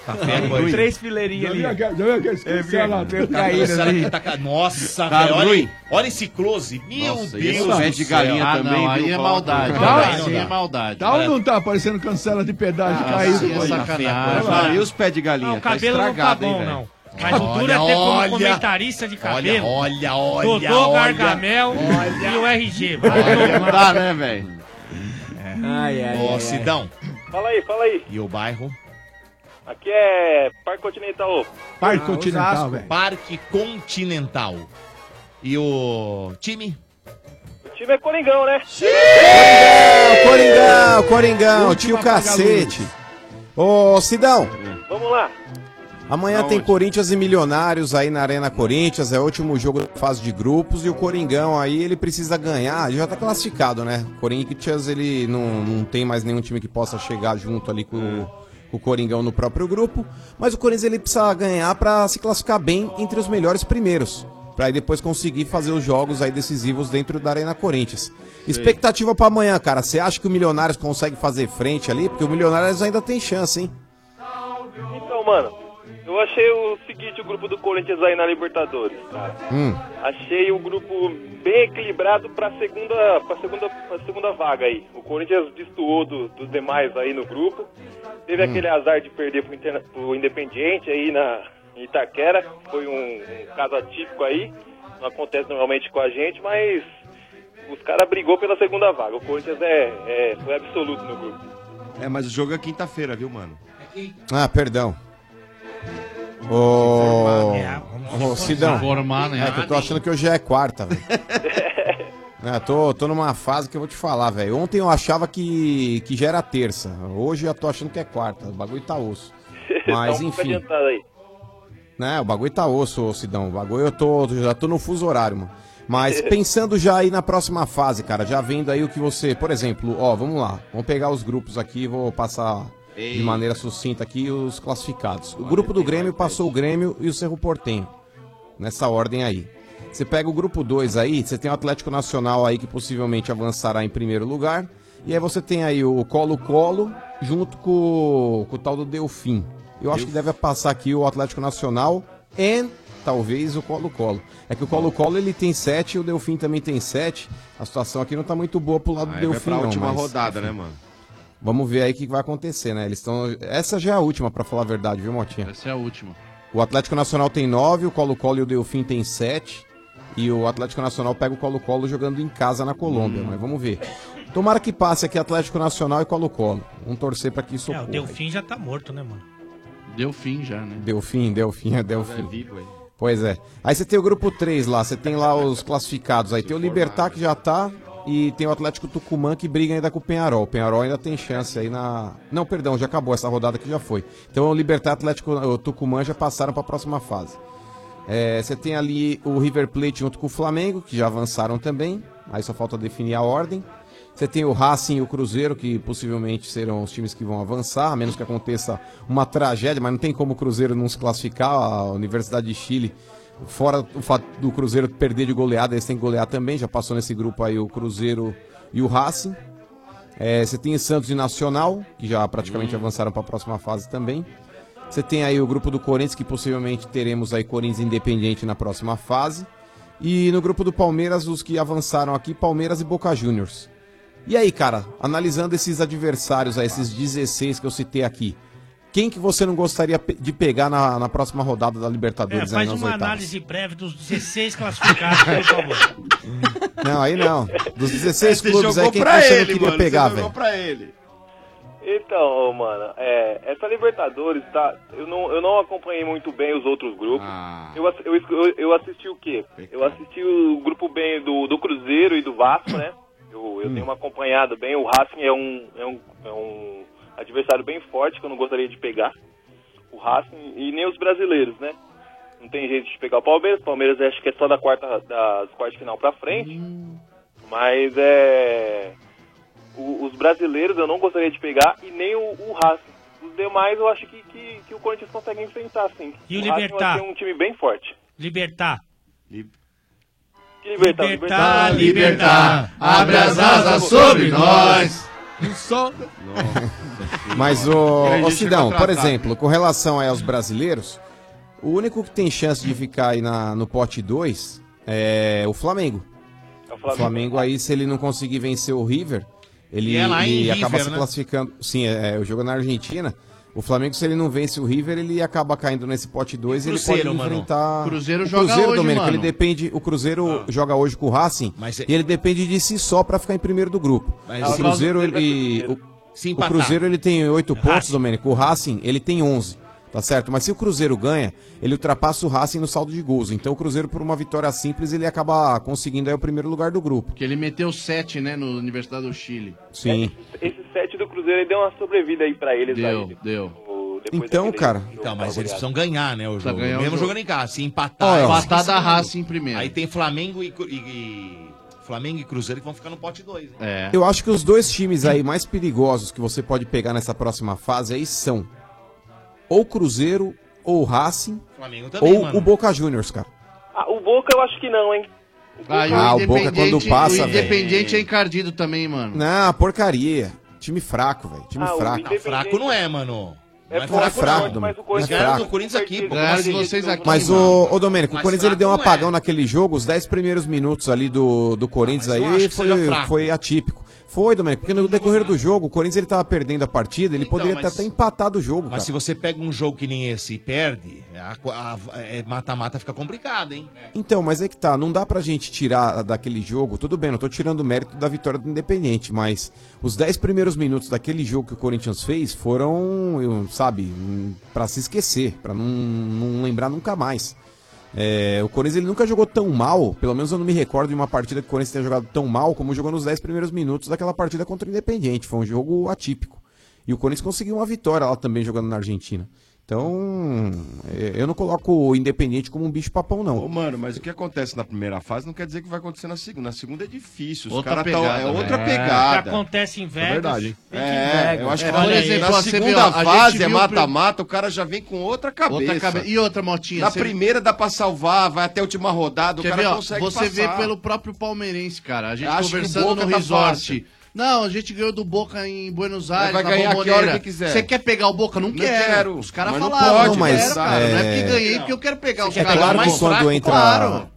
Tá feio, Tem ruim. três fileirinhas ali. Já vi aquela- já vi aquelas É, cancelas viu? dentro. Caíram Cancela ali. que Tá ca- Nossa, Tá velho, ruim. olha, olha esse close. Meu Nossa, e um Deus. esse pé de galinha Ah, também, não, viu, aí é Paulo? maldade. Tá, Aí não sim, dá. é maldade. Tá ou não tá parecendo cancela de pedágio né? Ah, caído? sim, é pô? sacanagem. Olha lá. Ah, e os pés de galinha? Não, o cabelo não tá bom, velho? não. Mas o duro é ter como comentarista de cabelo. Olha, olha, olha. Dodô, olha. Gargamel e o RG. Olha, Vai, não dá, né, velho? Ai, ai, Ô, ai, Sidão. Fala aí, fala aí. E o bairro? Aqui é Parque Continental. Ah, Parque Continental, velho. Parque Continental. E o time? O time é Coringão, né? Coringão, Coringão, tio Última cacete. Ô, Sidão, Vamos lá. amanhã tem Corinthians e Milionários aí na Arena Corinthians, é o último jogo da fase de grupos e o Coringão aí ele precisa ganhar, ele já tá classificado, né? O Corinthians ele não, não tem mais nenhum time que possa chegar junto ali com, o- com o Coringão no próprio grupo, mas o Corinthians ele precisa ganhar pra se classificar bem entre os melhores primeiros. Pra aí depois conseguir fazer os jogos aí decisivos dentro da Arena Corinthians. Expectativa pra amanhã, cara. Você acha que o Milionários consegue fazer frente ali? Porque o Milionários ainda tem chance, hein? Então, mano, eu achei o seguinte o grupo do Corinthians aí na Libertadores, cara. Hum. Achei o grupo bem equilibrado pra segunda, pra segunda, pra segunda vaga aí. O Corinthians destoou do- dos demais aí no grupo. Teve Hum. aquele azar de perder pro, Interna- pro Independiente aí na em Itaquera. Foi um, um caso atípico aí. Não acontece normalmente com a gente, mas os caras brigou pela segunda vaga. O Corinthians é, é, foi absoluto no grupo. É, mas o jogo é quinta-feira, viu, mano? É Ah, perdão. Ô. Ô, Sidão. Informar, né? É que eu tô achando que hoje é (laughs) quarta, velho. É, tô, tô numa fase que eu vou te falar, velho. Ontem eu achava que, que já era terça. Hoje eu tô achando que é quarta. O bagulho (laughs) tá osso. Mas Tá um pouco enfim. adiantado aí. Né, o bagulho tá osso, ô Sidão. O bagulho eu tô, eu já tô no fuso horário, mano. Mas pensando já aí na próxima fase, cara, já vendo aí o que você, por exemplo, ó, vamos lá. Vamos pegar os grupos aqui, vou passar de maneira sucinta aqui os classificados. O grupo do Grêmio passou o Grêmio e o Cerro Portenho. Nessa ordem aí. Você pega o grupo 2 aí, você tem o Atlético Nacional aí que possivelmente avançará em primeiro lugar. E aí você tem aí o Colo-Colo junto com, com o tal do Delfim. Eu acho que deve passar aqui o Atlético Nacional e talvez o Colo-Colo. É que o Colo-Colo ele tem sete, o Delfim também tem sete. A situação aqui não tá muito boa pro lado do Aí vai Delfim, Ah, é pra não, última mas, rodada, enfim. né, mano? Vamos ver aí o que vai acontecer, né? Eles estão. Essa já é a última, pra falar a verdade, viu, Motinha? Essa é a última. O Atlético Nacional tem 9, o Colo-Colo e o Delfim tem 7. E o Atlético Nacional pega o Colo-Colo jogando em casa na Hum. Colômbia, mas vamos ver. Tomara que passe aqui Atlético Nacional e Colo-Colo. Vamos torcer pra que isso É, o ocorra. Delfim já tá morto, né, mano? Deu fim já, né? Delfim, Delfim, é É Delfim. vivo, hein? Pois é. Aí você tem o grupo 3 lá, você tem lá os classificados. Aí tem o né? Libertar que já tá e tem o Atlético Tucumã que briga ainda com o Penharol. O Penharol ainda tem chance aí na. Não, perdão, já acabou essa rodada que já foi. Então o Libertar e o Atlético o Tucumã já passaram pra próxima fase. É, você tem ali o River Plate junto com o Flamengo, que já avançaram também. Aí só falta definir a ordem. Você tem o Racing e o Cruzeiro, que possivelmente serão os times que vão avançar, a menos que aconteça uma tragédia, mas não tem como o Cruzeiro não se classificar. A Universidade de Chile, fora o fato do Cruzeiro perder de goleada, eles têm que golear também. Já passou nesse grupo aí o Cruzeiro e o Racing. É, você tem Santos e Nacional, que já praticamente Uhum. avançaram para a próxima fase também. Você tem aí o grupo do Corinthians, que possivelmente teremos aí Corinthians e Independente na próxima fase. E no grupo do Palmeiras, os que avançaram aqui, Palmeiras e Boca Juniors. E aí, cara, analisando esses adversários, aí, esses 16 que eu citei aqui, quem que você não gostaria pe- de pegar na, na próxima rodada da Tá É, Libertadores aí faz nas uma oitavas? análise breve dos 16 classificados, por favor. Não, aí (laughs) não. Dos 16 Você clubes aí, jogou quem tá que pra você ele, não queria mano, você pegar, jogou velho? pra ele. Então, ô, mano, é, essa Libertadores, tá? Eu não, eu não acompanhei muito bem os outros grupos. Ah. Eu, ass- eu, eu, eu assisti o quê? Eu assisti o grupo bem do, do Cruzeiro e do Vasco, né? Eu, eu Hum. tenho uma acompanhada bem. O Racing é um, é, um, é um adversário bem forte que eu não gostaria de pegar. O Racing e nem os brasileiros, né? Não tem jeito de pegar o Palmeiras. O Palmeiras acho que é só da quarta, das quartas de final pra frente. Mas é. o- os brasileiros eu não gostaria de pegar e nem o, o Racing. Os demais eu acho que, que, que o Corinthians consegue enfrentar, sim. E o Racing vai Libertar? ser um time bem forte. Libertar. Que Libertar, Libertar, Libertar, abre as asas sobre nós. O sol. Mas o, Tem gente o Sidão, por contratada. exemplo, com relação aí aos brasileiros, o único que tem chance de ficar aí na, no pote 2 é o Flamengo. O Flamengo. aí, se ele não conseguir vencer o River, ele, E é lá em ele acaba River, se né? classificando. Sim, é, é, o jogo é na Argentina. O Flamengo, se ele não vence o River, ele acaba caindo nesse pote 2 e ele pode Cruzeiro, mano? enfrentar. Cruzeiro o joga Cruzeiro, hoje, Domênico, mano. Ah. ele depende. O Cruzeiro joga hoje com o Racing e ele depende de si só pra ficar em primeiro do grupo. Mas- o Cruzeiro, ele. o- Se o empatar. Cruzeiro ele tem 8 pontos, Domênico. O Racing ele tem 11. Tá certo? Mas se o Cruzeiro ganha, ele ultrapassa o Racing no saldo de gols. Então o Cruzeiro, por uma vitória simples, ele acaba conseguindo aí o primeiro lugar do grupo. Porque ele meteu 7, né, no Universidade do Chile. Sim. Esse set do Cruzeiro aí deu uma sobrevida aí pra eles. Deu, aí. deu. Então, cara. Então, mas eles precisam ganhar, né, o Precisa jogo. ganhar o Mesmo jogo. jogando em casa, se Ó, empatar. ó. eles Empatar esquecem da tudo. Racing primeiro. Aí tem Flamengo e, Cru- e- e- Flamengo e Cruzeiro que vão ficar no pote 2. É. Eu acho que os dois times aí mais perigosos que você pode pegar nessa próxima fase aí são ou Cruzeiro, ou Racing, Flamengo também, ou mano. o Boca Juniors, cara. Ah, o Boca eu acho que não, hein? Aí Ah, o Boca Independente- quando passa, O velho. Independente é encardido também, Hum. mano. Não, porcaria. Time fraco, velho. Time Ah, o fraco. Independente- Fraco não é, mano. É fraco, fraco, mas Domênico. o É Corinthians ganharam do fraco. Corinthians aqui, pô. Ganharam de Como assim? vocês aqui, Mas mano. o, ô Domênico, o Mas Corinthians ele fraco deu um não é. Ah, apagão naquele jogo, os 10 primeiros minutos ali do, do Corinthians aí acho que seja foi, fraco. foi atípico. Foi, Domênico, porque no decorrer do jogo, o Corinthians ele tava perdendo a partida, Então, ele poderia ter mas- até empatado o jogo, Mas se cara. você pega um jogo que nem esse e perde, a co- a- é, mata-mata fica complicado, hein? Então, mas é que tá, não dá pra gente tirar daquele jogo, tudo bem, não tô tirando o mérito da vitória do Independente, mas os 10 primeiros minutos daquele jogo que o Corinthians fez foram, eu- sabe, hum, pra se esquecer, pra não, não lembrar nunca mais. É, o Corinthians ele nunca jogou tão mal, pelo menos eu não me recordo de uma partida que o Corinthians tenha jogado tão mal como jogou nos 10 primeiros minutos daquela partida contra o Independente, foi um jogo atípico. E o Corinthians conseguiu uma vitória lá também jogando na Argentina. Então, é, eu não coloco o Independente como um bicho papão, não. Ô, mano, mas o que acontece na primeira fase não quer dizer que vai acontecer na segunda. Na segunda é difícil. Os Outra caras tão. pegada, É outra né? pegada. Acontece em Vegas. verdade, hein? fica em É, Vegas. eu acho que É, na- por exemplo, na você segunda viu, a gente fase é viu o prim- mata-mata, o cara já vem com outra cabeça. Outra cabe- E outra, Motinha? Na você- primeira dá pra salvar, vai até a última rodada, o Quer cara ver, ó, consegue você vê passar. pelo próprio palmeirense, cara. A gente Acho que o conversando Boca no tá resort. fácil. Não, a gente ganhou do Boca em Buenos Aires, vai na ganhar que Bombonera. hora que quiser. Você quer pegar o Boca? Não, quero. quero. Os caras Mas não falaram, pode, não, mas, quero, cara. Não é é, porque ganhei, porque eu quero pegar os É caras claro mais que quando fracos, entra. claro.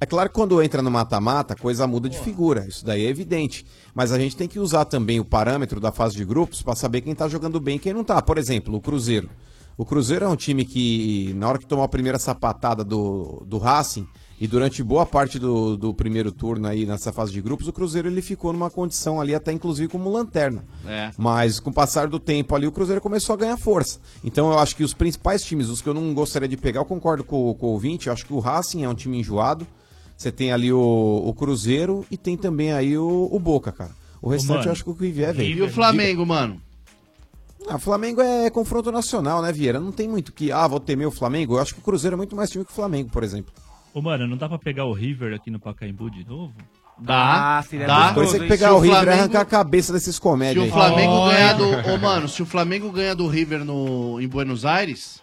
É claro que quando entra no mata-mata, a coisa muda de figura. Isso daí é evidente. Mas a gente tem que usar também o parâmetro da fase de grupos para saber quem tá jogando bem e quem não tá. Por exemplo, o Cruzeiro. O Cruzeiro é um time que, na hora que tomou a primeira sapatada do, do Racing, e durante boa parte do, do primeiro turno aí nessa fase de grupos, o Cruzeiro ele ficou numa condição ali, até inclusive como lanterna. É. Mas com o passar do tempo ali, o Cruzeiro começou a ganhar força. Então eu acho que os principais times, os que eu não gostaria de pegar, eu concordo com, o- com o ouvinte, eu acho que o Racing é um time enjoado. Você tem ali o, o Cruzeiro e tem também aí o, o Boca, cara. O restante mano, eu acho que o que vier vem. E o Flamengo, mano? Ah, Flamengo é confronto nacional, né, Vieira? Não tem muito que. Ah, vou temer o Flamengo. Eu acho que o Cruzeiro é muito mais time que o Flamengo, por exemplo. Ô, mano, não dá pra pegar o River aqui no Pacaembu de novo? Ah, Dá, Tá. Depois tem que pegar Se o o River e Flamengo- arrancar a cabeça desses Se comédias o aí. Flamengo ganhar do. Ô, mano, se o Flamengo ganhar do River no, em Buenos Aires,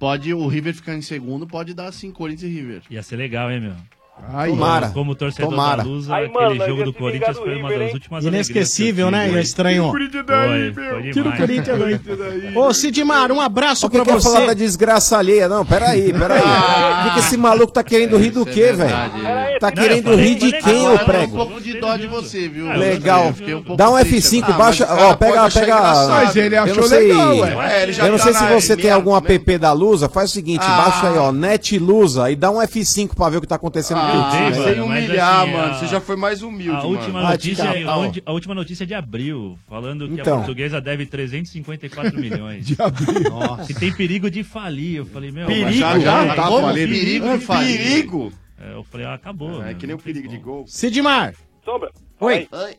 pode o River ficar em segundo, pode dar assim Corinthians e River. Ia ser legal, hein, meu? Ai, Tomara. Tomara. Como torcedor Tomara. da Lusa, Ai, aquele mano, nós jogo ia do se Corinthians vingar do foi uma River, das hein? últimas Inesquecível, né? Ele Estranho. Foi, foi demais. Tira o Corinthians (laughs) daí. Ô, Sidmar, um abraço Por que pra quer você. falar da desgraça alheia? Não, (laughs) peraí, peraí. Ah. O que, que esse maluco tá querendo rir é do quê, velho? Tá querendo rir de quem, ô Um prego? pouco de dó de você, viu? Legal. Eu fiquei um pouco Dá um triste F5, agora. baixa. Ah, mas o cara Ó, pega, pode achar pega. engraçado. Mas eu não sei, ué. É, ele já eu não tá sei se na- Ah. você tem algum app da Lusa. Faz o seguinte, baixa aí, ó, Net Lusa e dá um F5 pra ver o que tá acontecendo no Ah, teu time. sem é né? humilhar, Mas, assim, mano, a- Você já foi mais humilde, A última, mano. notícia, Vai te a, catar, ó. onde- a última notícia é de abril, falando que Então. a portuguesa deve 354 (laughs) milhões. de abril. Nossa. E tem perigo de falir. Eu falei, meu. Perigo? mas Já tá Como? falido. Perigo É, de falir. perigo? É, eu falei, ah, acabou. É meu, que nem não o perigo de gol. Sidmar. Sombra. Oi. Oi.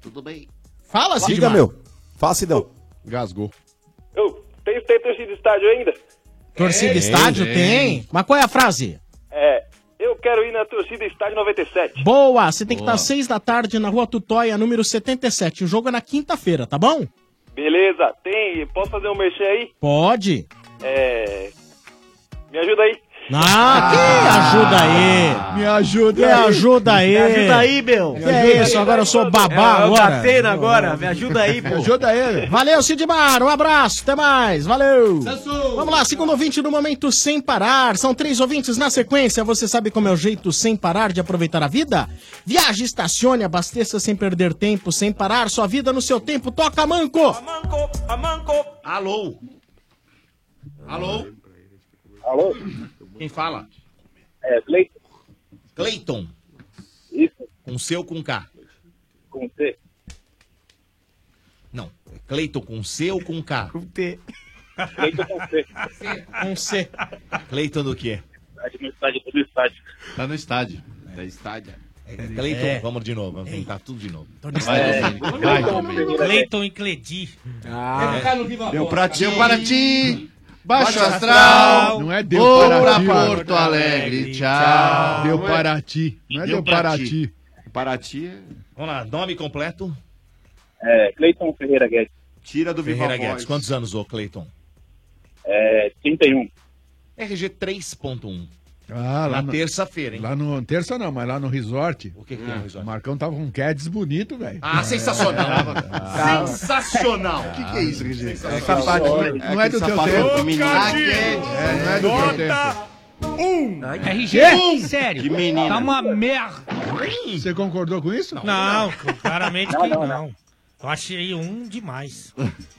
Tudo bem? Fala, Sidmar. Diga, meu. Fala, Sidão. Gasgou. Eu, tem, tem torcida de estádio ainda? Torcida Tem, estádio tem. tem. Mas qual é a frase? É. Eu quero ir na torcida estádio 97. Boa, você tem que estar Boa. às seis da tarde na Rua Tutóia, número 77. O jogo é na quinta-feira, tá bom? Beleza, tem. Posso fazer um mexer aí? Pode. É. Me ajuda aí. Ah, que ajuda aí. Me ajuda me aí. Ajuda aí. Me ajuda aí, meu. Que Me é ajuda isso, aí, agora eu sou babá É, é o agora. Datena agora, me ajuda aí, pô. Me ajuda aí, meu. Valeu, Sidmar, um abraço, até mais, valeu. Vamos lá, segundo ouvinte do Momento Sem Parar. São três ouvintes na sequência. Você sabe como é o jeito sem parar de aproveitar a vida? Viaje, estacione, abasteça sem perder tempo, sem parar. Sua vida no seu tempo. Toca, Manco. Alô? Alô? Alô? Quem fala? É, Cleiton. Cleiton. Isso. Com C ou com K? Com C. Não. É Cleiton com C ou com K? Com T. Cleiton com C. Um Com C. Cleiton do quê? No estádio, todo estádio. Tá no estádio. Da estádio. Cleiton, É. É. vamos de novo. Vamos tentar tudo de novo. no estádio. Vai, Vai, Então, Domênico. Cleiton né? e Cledi. Ah. Deu pra ti, para ti. Baixo Baixo astral. astral. Não é deu Vou para pra ti, mano. Porto Alegre. Tchau. Deu Paraty. Não é Deu deu Paraty. Paraty é... Vamos lá, nome completo? É, Cleiton Ferreira Guedes. Tira do Viva Ferreira Voz. Guedes. Quantos anos, ô Cleiton? É, 31. RG 3.1. Ah, Na no- terça-feira, hein? Lá no. Terça não, mas lá no resort. O que, que é o resort? O Marcão tava com um Cats bonito, velho. É. Ah, sensacional. Ah. Sensacional. O que, que é isso, Regina? É sapatinho. Não é do teu tempo. Ah, É, não é do teu tempo. Um. RG, Que? sério. Que menina. Tá uma merda. Você concordou com isso? Não, claramente que não. Eu achei um demais.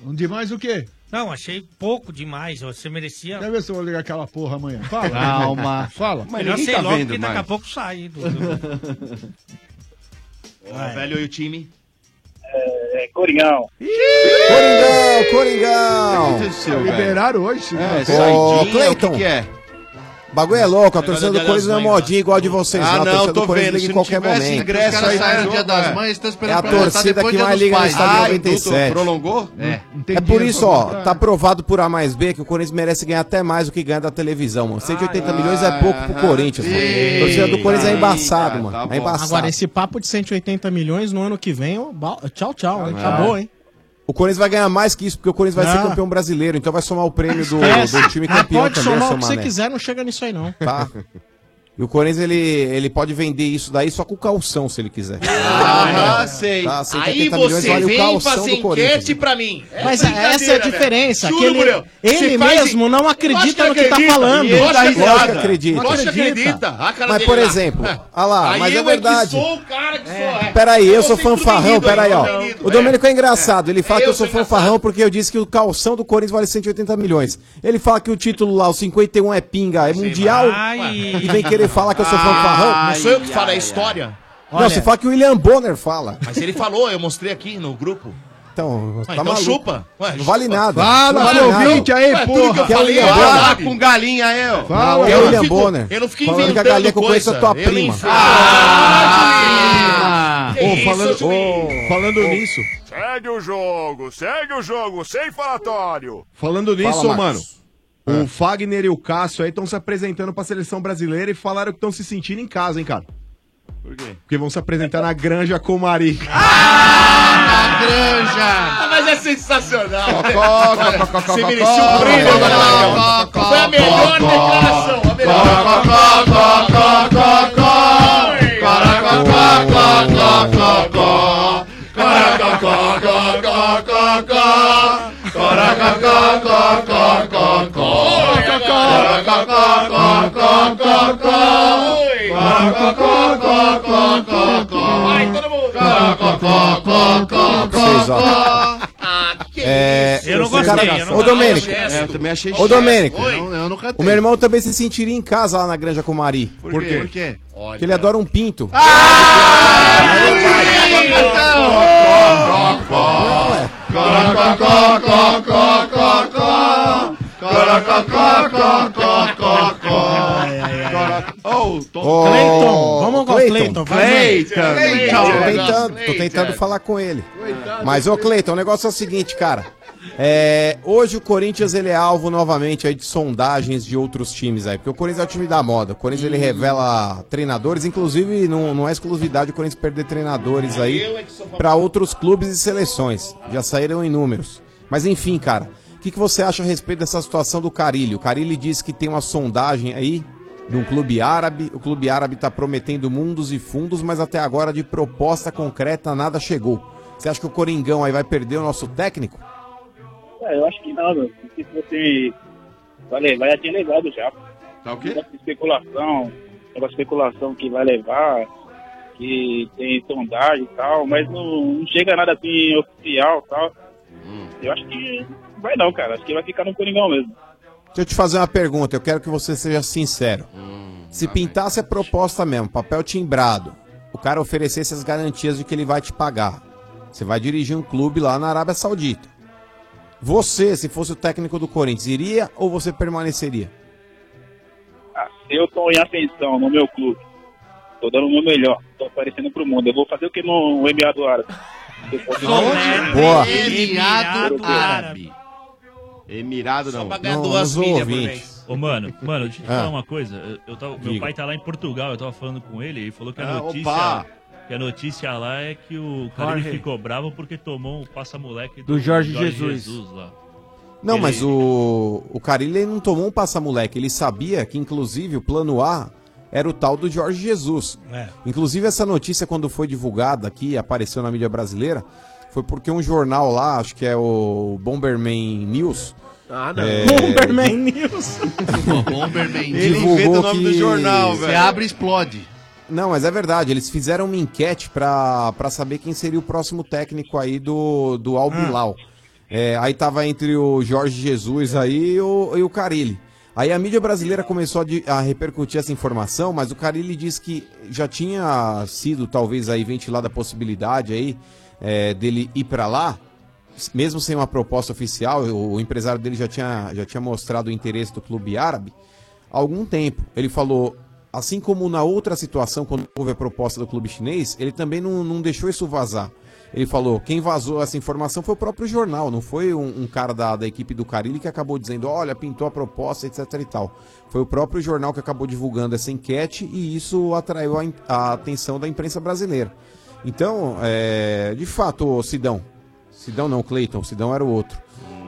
Um demais o quê? Não, achei pouco demais. Você merecia. Quer ver se eu vou ligar aquela porra amanhã? Fala. Calma. Fala. Mas Melhor ninguém sei tá logo, vendo porque daqui mais. a pouco sai do- do- Ô, velho, e o time? É, Coringão. Coringão, Coringão. Liberaram hoje? É, Ô, Cleiton. Bagulho é louco, a torcida do Dia das Corinthians não é Mães, modinha igual a de vocês, Ah, A não, torcida tô do Corinthians vendo, se liga em não qualquer tivesse momento. ingresso, Os caras aí, saíram no Dia das Mães, estão tá É esperando a pra voltar torcida depois que Dia mais dos liga no Pais. estádio Ah, 97. Prolongou? É. É por isso, ó, tá provado por A mais B que o Corinthians merece ganhar até mais do que ganha da televisão, mano. 180 milhões é pouco pro Corinthians, mano. A torcida do Corinthians é embaçado, mano. É embaçado. Agora, esse papo de 180 milhões no ano que vem, ó, ba- tchau, tchau. hein? Ah. Acabou, hein? O Corinthians vai ganhar mais que isso, porque o Corinthians vai Ah. ser campeão brasileiro, então vai somar o prêmio do, Esquece. do time Ah, campeão pode também, somar a o que você somar, né? quiser, não chega nisso aí, não. Tá. E o Corinthians, ele, ele pode vender isso daí só com calção, se ele quiser. Ah, sei. Tá, Aí 70 milhões, você olha o vem e calção fazer do Corinthians. enquete pra mim. Mas essa é a brincadeira, diferença. velho. que ele Murilo, ele você faz- mesmo não acredita Lógico no que tá acredita, falando. e ele dá risada. Lógico que acredita. Lógico que acredita. A cara Mas, dele por lá. exemplo, olha lá, Aí mas é eu que verdade. sou o cara que sou, é. Peraí, eu sou tenho tudo fanfarrão, vendido aí, peraí, ó. tudo vendido, O é. Domênico é engraçado, ele fala que eu sou fanfarrão porque eu disse que o calção do Corinthians vale 180 milhões. Ele fala que o título lá, o 51 é pinga, é mundial, e vem querer falar que eu sou fanfarrão. Não sou eu que falo a história. Não, você fala que o William Bonner fala. Mas ele falou, eu mostrei aqui no grupo. Então, Ué, tá então maluco. chupa. Ué, não vale chupa. nada. Fala, Não vale seu nada. ouvinte aí, Ué, tudo porra. que eu é o falei, William ó, Bonner. lá com Um galinha, é, eu. Fala, Eu não William fico- Bonner. eu não fico Falando que a inventando galinha que eu conheço é coisa, tua eu não prima. invento. Ah! Ah. Ah, Ô, que falando, isso, juiz? ô, falando nisso, Segue o jogo, segue o jogo, sem falatório. falando nisso, Fala, ô, mano. Marcos. Ah. O Fagner e o Cássio aí estão se apresentando pra seleção brasileira e falaram que estão se sentindo em casa, hein, cara? Por quê? Porque vão se apresentar na Granja Comari. Ah, mas é sensacional. Cocó, Olha, cocó, cocó, Você um me cocó, surpreendeu, cocó, Guanabara. Foi a melhor declaração. A Vocês, ó. É, Eu não o gostei, cara- eu não Ô, gostei. Domênico. É, eu também achei Ô, chato. Domênico. Oi. Não, eu nunca O tenho. meu irmão também se sentiria em casa lá na Granja Comari. Por quê? Por quê? Ah, Porque ele adora um pinto. Cleiton, vamos com o Cleiton. vai, mano. Tô tentando, tô tentando falar com ele. Mas, ô Cleiton, o negócio é o seguinte, cara. É, hoje o Corinthians ele é alvo novamente aí de sondagens de outros times aí, porque o Corinthians é o time da moda. O Corinthians ele revela treinadores, inclusive não, não é exclusividade o Corinthians perder treinadores aí pra outros clubes e seleções. Já saíram inúmeros. Mas enfim, cara, o que, que você acha a respeito dessa situação do Carilli? O Carilli diz que tem uma sondagem aí de um clube árabe. O clube árabe está prometendo mundos e fundos, mas até agora de proposta concreta nada chegou. Você acha que o Coringão aí vai perder o nosso técnico? É, eu acho que não, meu. Porque se você vai levar, já tinha levado já. Tá o quê? Negócio de especulação, negócio de especulação que vai levar, que tem sondagem e tal, mas não, não chega nada assim oficial e tal. Hum. Eu acho que vai não, cara. Acho que vai ficar no Coringão mesmo. Deixa eu te fazer uma pergunta, eu quero que você seja sincero. Se pintasse a proposta mesmo, papel timbrado, o cara oferecesse as garantias de que ele vai te pagar. Você vai dirigir um clube lá na Arábia Saudita. Você, se fosse o técnico do Corinthians, iria ou você permaneceria? Ah, Se eu tô em ascensão no meu clube, tô dando o meu melhor, tô aparecendo pro mundo. Eu vou fazer o que no MA do Árabe. Se eu for- Boa. Emirado Árabe. Emirado não. Ô, mano, mano, deixa eu te Ah. falar uma coisa. Eu, eu tava- meu Diga. pai tá lá em Portugal, eu tava falando com ele e falou que a Ah, notícia. opa. Que a notícia lá é que o Carille Jorge. ficou bravo porque tomou o passa-moleque Do Jorge Jesus. lá. Não, Ele- mas o, o Carilli ele não tomou um passa-moleque. Ele sabia que, inclusive, o plano A era o tal do Jorge Jesus. É. Inclusive, essa notícia, quando foi divulgada aqui, apareceu na mídia brasileira, foi porque um jornal lá, acho que é o Bomberman News. é, Ah, não. (laughs) Bomberman News. Bomberman Você abre e explode. Não, mas é verdade. Eles fizeram uma enquete pra pra saber quem seria o próximo técnico aí do, do Al Bilal. É, aí tava entre o Jorge Jesus aí e o, e o Carilli. Aí a mídia brasileira começou a, di- a repercutir essa informação, mas o Carilli disse que já tinha sido talvez aí ventilada a possibilidade aí é, dele ir pra lá mesmo sem uma proposta oficial, o, o empresário dele já tinha, já tinha mostrado o interesse do clube árabe há algum tempo. Ele falou, assim como na outra situação, quando houve a proposta do clube chinês, ele também não, não deixou isso vazar. Ele falou, quem vazou essa informação foi o próprio jornal, não foi um, um cara da, da equipe do Carilli que acabou dizendo, olha, pintou a proposta, etc e tal. Foi o próprio jornal que acabou divulgando essa enquete e isso atraiu a, im- a atenção da imprensa brasileira. Então, é, de fato, ô Sidão, Sidão não, Cleiton, Sidão era o outro.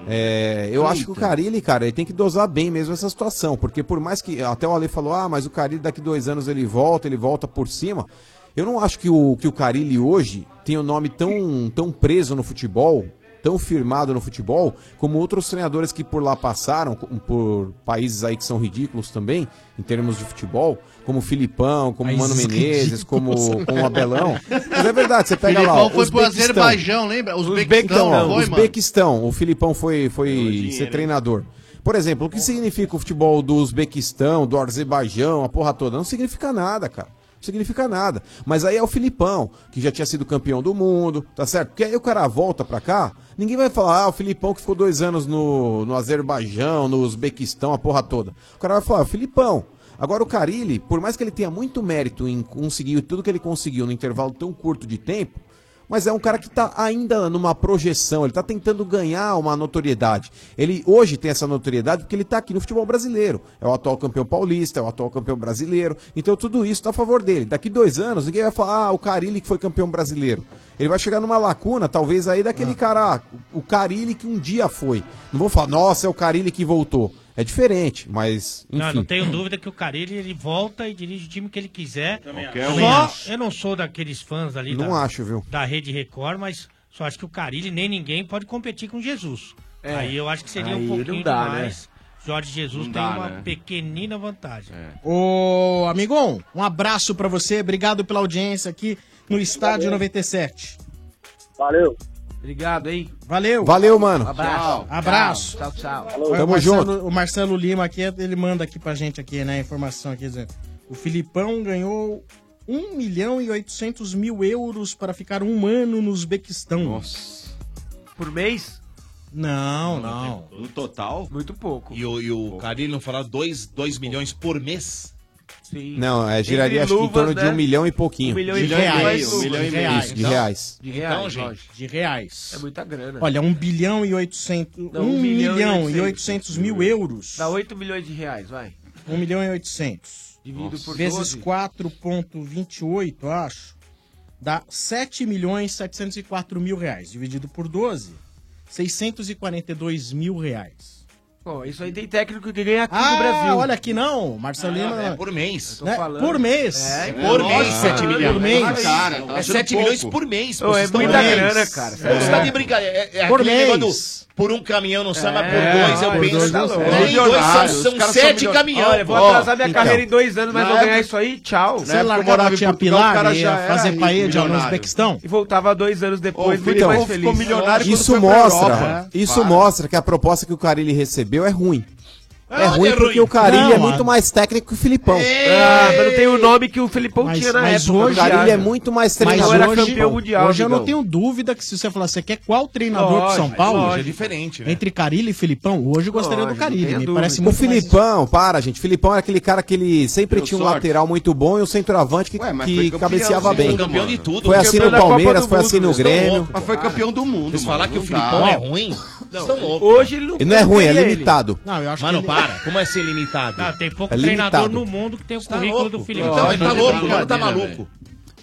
É, eu acho que o Carilli, cara, ele tem que dosar bem mesmo essa situação, porque por mais que até o Ale falou, ah, mas o Carilli daqui dois anos ele volta, ele volta por cima. Eu não acho que o que o Carilli hoje tem o nome tão tão preso no futebol, tão firmado no futebol, como outros treinadores que por lá passaram, com- por países aí que são ridículos também em termos de futebol, como o Filipão, como o Mano Países Menezes, ridículos, como né? como o (laughs) Um Abelão. (laughs) Mas é verdade, você pega lá, Filipão ó, foi pro Uzbequistão. Azerbaijão, lembra? Uzbequistão, Uzbequistão, não, não foi, mano? Uzbequistão. O Filipão foi, foi ser treinador. Por exemplo, o que significa o futebol do Uzbequistão, do Azerbaijão, a porra toda? Não significa nada, cara. Não significa nada. Mas aí é o Filipão, que já tinha sido campeão do mundo, tá certo? Porque aí o cara volta pra cá, ninguém vai falar, ah, o Filipão que ficou dois anos no, no Azerbaijão, no Uzbequistão, a porra toda. O cara vai falar, "Ah, Filipão, Agora, o Carilli, por mais que ele tenha muito mérito em conseguir tudo que ele conseguiu num intervalo tão curto de tempo, mas é um cara que tá ainda numa projeção, ele tá tentando ganhar uma notoriedade. Ele hoje tem essa notoriedade porque ele tá aqui no futebol brasileiro. É o atual campeão paulista, é o atual campeão brasileiro. Então tudo isso tá a favor dele. Daqui dois anos, ninguém vai falar, ah, o Carilli que foi campeão brasileiro. Ele vai chegar numa lacuna, talvez aí daquele cara, ah, o Carilli que um dia foi. Não vou falar, nossa, é o Carilli que voltou. É diferente, mas. Enfim. Não, não tenho dúvida que o Carilli ele volta e dirige o time que ele quiser. acho. um. Só, eu não sou daqueles fãs ali Não da, acho, viu? da Rede Record, mas só acho que o Carilli nem ninguém pode competir com Jesus. É. Aí eu acho que seria Aí um não pouquinho dá, né? demais. Jorge Jesus Não tem dá, uma né? É. pequenina vantagem. Ô, amigão, um abraço pra você, obrigado pela audiência aqui no Estádio 97. Valeu. Obrigado, hein? Valeu. Valeu, mano. Um Abraço. Abraço. Tchau, tchau. Foi o Marcelo, O Marcelo Lima aqui, ele manda aqui pra gente aqui, né, a informação aqui dizendo. O Filipão ganhou 1 milhão e 800 mil euros para ficar um ano no Uzbequistão. Nossa. Por mês? Não, não. No total? Muito pouco. E o, e o Carilli não falar 2 milhões por mês? Sim. né? Não, é, giraria acho que em torno de um milhão e pouquinho. De reais. Isso, de reais. De reais, Então, lógico. De reais. É muita grana. Olha, 1 bilhão e 800... Não, 1 um milhão milhão, e 800 e 800 mil euros. Dá 8 milhões de reais, vai. 1 milhão e 800. Dividido por Vezes 12. 4,28, acho. Dá 7 milhões e 704 mil reais. Dividido por 12, 642 mil reais. Pô, isso aí tem técnico que ganha tudo Ah, no Brasil. olha aqui não, Marcelo Ah, Lima. é por mês. Eu tô falando. Por mês. É, por mês, 7 milhões. Por mês. Cara, tá É achando 7 pouco. milhões por mês. Ô, pô, é vocês tão muita doidos. grana, cara. É. Você tá de brincadeira. É, é Por aquele mês. negócio do por um caminhão não samba, por É, dois eu por penso. dois Tá não louco. samba. Nem dois são, Milionários, os são caras são sete milionários. caminhão. Olha, vou pô. atrasar minha carreira em dois anos, mas Na vou ganhar época- isso aí, tchau. Então. Na época eu morava em Portugal, o cara já era rico, milionário. E voltava dois anos depois, muito Então, mais feliz. isso mostra, né? isso mostra que a proposta que o Carilli recebeu é ruim. É ruim porque o Carilli Não, é muito ah. mais técnico que o Filipão. É. Ah, mas não tem o nome que o Felipão tinha na época. o Carilli é muito mais treinador. Mas que o hoje, Filipão. hoje eu não tenho dúvida que se você falar, você quer qual treinador Lógico, de São mas Paulo? hoje é diferente, né? Entre Carilli e Filipão, hoje eu gostaria do Carilli. Me parece o muito mais- Filipão, para, gente. O Filipão era aquele cara que ele sempre tinha um lateral muito bom e um centroavante que, mas que foi campeão, cabeceava sim, bem. foi campeão de tudo. Foi assim no Campeão da Copa Palmeiras, do foi Mundo, né? Então, assim no vocês tão Grêmio. loucos. Mas foi campeão do mundo. Vocês falar que o Filipão Filipão é ruim? Estão loucos. Hoje ele não Ele não é ruim, é limitado. Não, eu acho Mano, que ele- para. Como é ser limitado? Ah, tem pouco É limitado. treinador no mundo que tem o currículo do Filipão. Então, ele tá louco, o cara tá Brincadeira, maluco.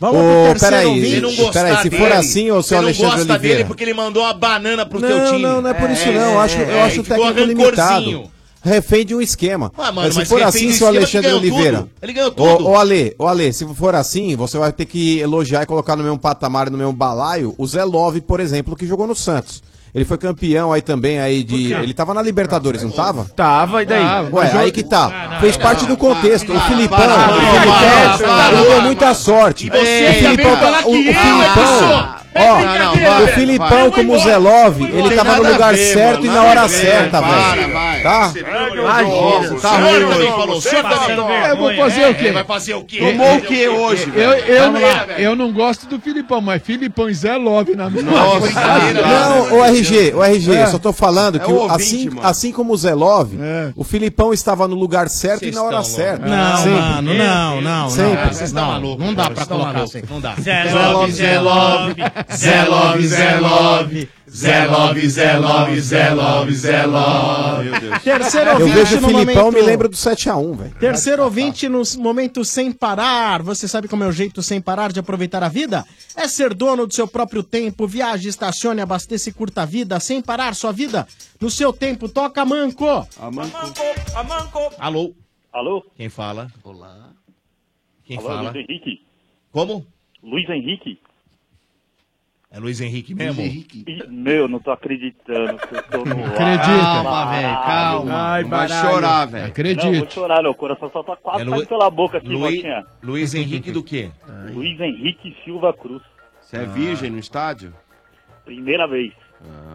Vamos pro Ô, terceiro ouvinte. Se não gostar Peraí, se for dele, assim, ô, seu você não Alexandre gosta Oliveira. dele porque ele mandou uma banana pro teu não, time. Não, não é por isso não. Eu acho, eu acho o ficou técnico rancorzinho. limitado. Refém de um esquema. Ah, mano, mas se mas for refém assim, seu do esquema, ele Alexandre ganhou tudo. Oliveira. Ele ganhou tudo. Ô, ô, Ale, ô, Ale, se for assim, você vai ter que elogiar e colocar no mesmo patamar, no mesmo balaio, o Zé Love, por exemplo, que jogou no Santos. Ele foi campeão aí também aí de. quê? Ele tava na Libertadores, não tava? Tava, e daí? Ué, aí que tá. Fez parte do contexto. O Filipão, para, para, o para, para, Filipão deu muita sorte. você O também Filipão fala tá- o- que o eu é Filipão. isso? Ó, É brincadeira, o velho. Filipão, como o Zé Love, ele tava no lugar certo e na hora certa, velho. Tá? Imagina, tá sério ruim. que ele falou, Você "Você tá tá passando dando vergonha." Eu vou fazer É, o quê? Vai fazer o quê? Tomou o é Fazer um quê hoje? velho? Eu, eu, Vamos lá, não, eu não gosto do Filipão, mas Filipão e Zé Love na mesma frase. Não, o RG, o RG, É. eu só tô falando É que o o- ouvinte, assim, mano. assim como o Zé Love, o Filipão estava no lugar certo e tá na hora certa. Não, Sempre. mano, não, não, não. Sempre. não, não dá pra colocar assim. Não dá. tá Zé Love, Zé Love. Zé Love, Zé Love, Zé Love, Zé Love, Zé Love, Zé Love. Terceiro Eu ouvinte vejo o no Filipão, momento- me lembro do 7x1, velho. Terceiro ouvinte no momento sem parar. Você sabe como é o jeito sem parar de aproveitar a vida? É ser dono do seu próprio tempo. Viaje, estacione, abasteça e curta a vida sem parar sua vida. No seu tempo, toca manco. Alô? Alô? Quem fala? Olá. Quem Alô, fala? É Luiz Henrique? Como? Luiz Henrique? É Luiz Henrique mesmo? Ih, Meu, não tô acreditando que eu tô no ar. Acredita. Calma, velho, calma. Ai, Não baralho. Acredita. Não, vou chorar, meu coração só tá quase É Lu- saindo pela boca aqui, Luiz- Botinha. Luiz Henrique do quê? Luiz Henrique Silva Cruz. Você é virgem no estádio? Ah, Primeira vez.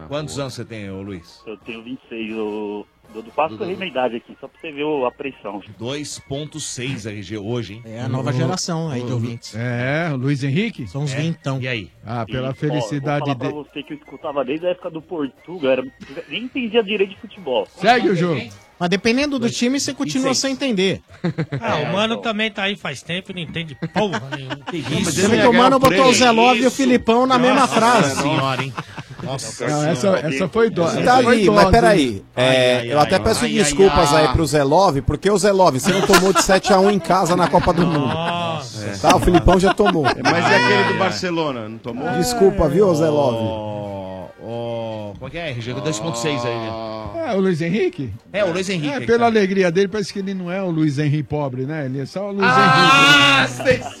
Quantos anos você tem, ô Luiz? Eu tenho 26. Eu, eu passo eu errei minha idade aqui, só pra você ver o- a pressão. 2.6 RG hoje, hein? É a nova geração aí de ouvintes. É, o Luiz Henrique? São uns vintão. E aí? Ah, pela E, ó, felicidade vou falar dele. pra você que eu escutava desde a época do Portugal, era... nem entendia direito de futebol. Mas dependendo do time, você continua sem entender. Ah, É, o Mano também tá aí faz tempo e não entende porra nenhuma. (laughs) Que isso? Você vê que o um Mano botou o Zé Love e o Filipão na mesma frase. senhora, hein? Nossa Não, essa, essa foi dó. Tá essa foi ali, dose, mas hein? peraí. É, eu até peço desculpas aí pro Zé Love, porque o Zé Love, você não tomou de 7x1 em casa na Copa do Mundo. É. Tá, o Filipão já tomou. Mas é aquele do Barcelona, não tomou? Desculpa, viu, Zé Love? Ó, Como é que é, RG? 2.6 aí, né? É o Luiz Henrique? É, o Luiz Henrique. É, aí, pela cara. alegria dele, parece que ele não é o Luiz Henrique pobre, né? Ele é só o Luiz Ah, Henrique. sensacional!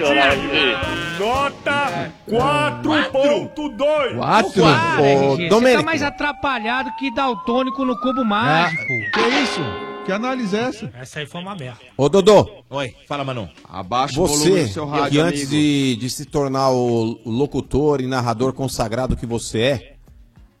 Sensacional, Nota 4.2. Quatro? Ô, Você tá Domênico. mais atrapalhado que daltônico no Ah, cubo mágico. É. Que isso? Que análise é essa? Essa aí foi uma merda. Ô, Dodô. Oi, fala, Manu. Abaixa Você, que antes de, de se tornar o o locutor e narrador consagrado que você é,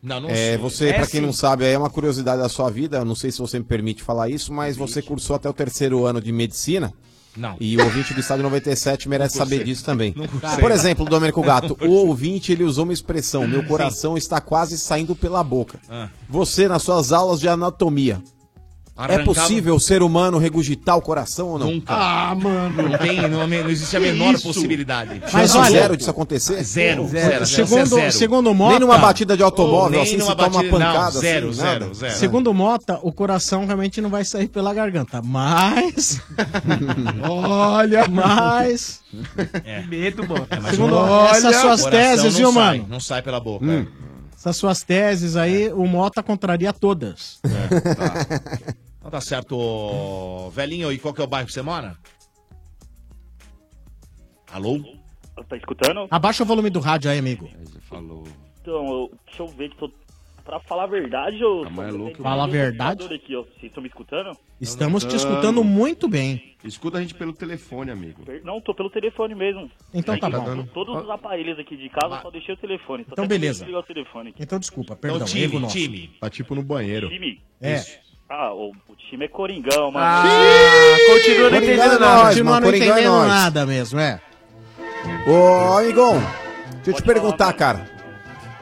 Não, não é sei. você, pra quem sim. não sabe, é uma curiosidade da sua vida, eu não sei se você me permite falar isso, mas você cursou até o terceiro ano de medicina. Não. E o ouvinte do Estádio 97 merece Não cursei. saber disso também. Não cursei. Por exemplo, Domênico Gato, o ouvinte ele usou uma expressão, meu coração está quase saindo pela boca. Ah. Você, nas suas aulas de anatomia, é Arrancava- possível o ser humano regurgitar o coração ou não? Nunca. Ah, mano. Não, tem, não, não existe a Que menor isso? possibilidade. Mas Chance olha, zero zero de- disso acontecer? Zero, zero, zero, Segundo, zero. segundo Nem Mota. numa batida de automóvel, Ou assim, nem se numa toma uma batida- não, pancada. zero, assim, zero, nada. zero. né? Segundo Mota, o coração realmente não vai sair pela garganta, (laughs) mas. Olha! Mas. É. Medo, mano. É, mas Segundo o- essas Olha, suas o coração teses, não viu, sai, mano? Hum. Não sai pela boca. Essas suas teses aí, o Mota contraria todas. É, tá. Então tá certo, ô, velhinho. E qual que é o bairro que você mora? Alô? Tá escutando? Abaixa o volume do rádio aí, amigo. Falou. Então, eu, deixa eu ver que tô. Pra falar a verdade, eu. Tá mais louco. Fala a verdade. um Aqui, ó. Vocês estão me escutando? Estamos te escutando muito bem. Escuta a gente pelo telefone, amigo. Per- Não, tô pelo telefone mesmo. Então É tá que bom. to- Todos os aparelhos aqui de casa, eu só deixei o telefone. Tô Então até com medo de beleza. desligar o telefone aqui. (laughs) Então desculpa, perdão. time, erro nosso. time. Tá tipo no banheiro. Time? É. Ah, o, o time é Coringão, mano. continua não entendendo Coringão é nada. nós, Continua mano, não Coringão é entendendo nós. nada mesmo, é. Ô, amigão, deixa eu te perguntar, cara.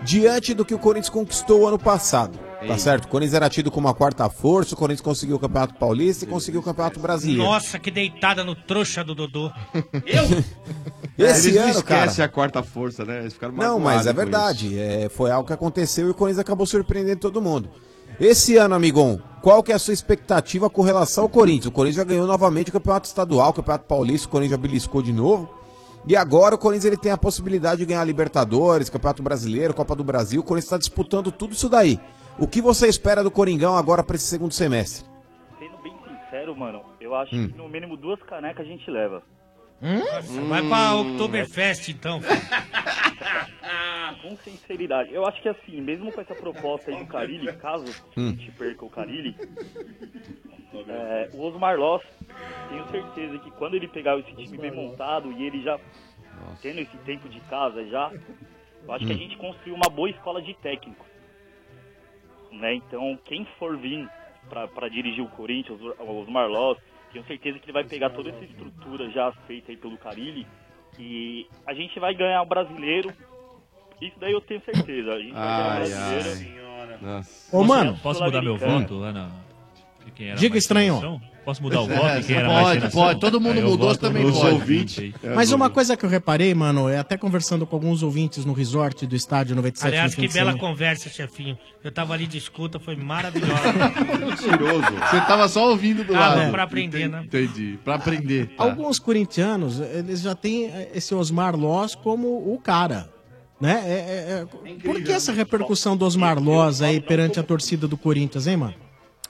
Diante do que o Corinthians conquistou ano passado, tá certo? O Corinthians era tido como a quarta força, o Corinthians conseguiu o Campeonato Paulista e conseguiu o Campeonato Brasileiro. Nossa, que deitada no trouxa (laughs) do Dodô. Esse Eles não ano, cara. esquecem a quarta força, né? Eles ficaram Não, mas é magoados com verdade. é, foi algo que aconteceu e o Corinthians acabou surpreendendo todo mundo. Esse ano, amigão, qual que é a sua expectativa com relação ao Corinthians? O Corinthians já ganhou novamente o Campeonato Estadual, o Campeonato Paulista, o Corinthians já beliscou de novo. E agora o Corinthians ele tem a possibilidade de ganhar Libertadores, Campeonato Brasileiro, Copa do Brasil. O Corinthians está disputando tudo isso daí. O que você espera do Coringão agora para esse segundo semestre? Sendo bem sincero, mano, eu acho Hum. que no mínimo duas canecas a gente leva. Hum? Hum? Nossa, Vai pra Hum. Oktoberfest, então. filho. Ah, Com sinceridade. Eu acho que assim, mesmo com essa proposta aí do Carilli, caso a Hum. gente perca o Carilli, é, o Osmar Loss, tenho certeza que quando ele pegar esse time bem montado e ele já tendo esse tempo de casa já, eu acho que a Hum. gente construiu uma boa escola de técnico. Né? Então, quem for vir pra, pra dirigir o Corinthians, o Osmar Loss, tenho certeza que ele vai pegar toda essa estrutura já feita aí pelo Carilli e a gente vai ganhar o brasileiro. Isso daí eu tenho certeza. A gente vai ganhar o Ai, brasileiro. ai. Nossa. Ô, mano. Posso mudar meu Sul-Americana. voto lá na. de quem era Diga, mais estranho. seleção? Posso mudar o É, voto? quem era pode, mais sem noção? pode. Todo mundo Aí eu mudou, voto também no- pode. Não sei. É Mas uma coisa que eu reparei, mano, é até conversando com alguns ouvintes no resort do estádio 97. Aliás, no fim que de bela semana. conversa, chefinho. Eu tava ali de escuta, foi maravilhosa. (laughs) Mentiroso. Você tava só ouvindo do Ah, lado. não, pra aprender, né? Entendi. Pra aprender. Tá. Alguns corintianos, eles já têm eh, esse Osmar Loz como o cara. Né? É- é- é- Por que essa repercussão do Osmar Loz aí perante a torcida do Corinthians, hein, mano?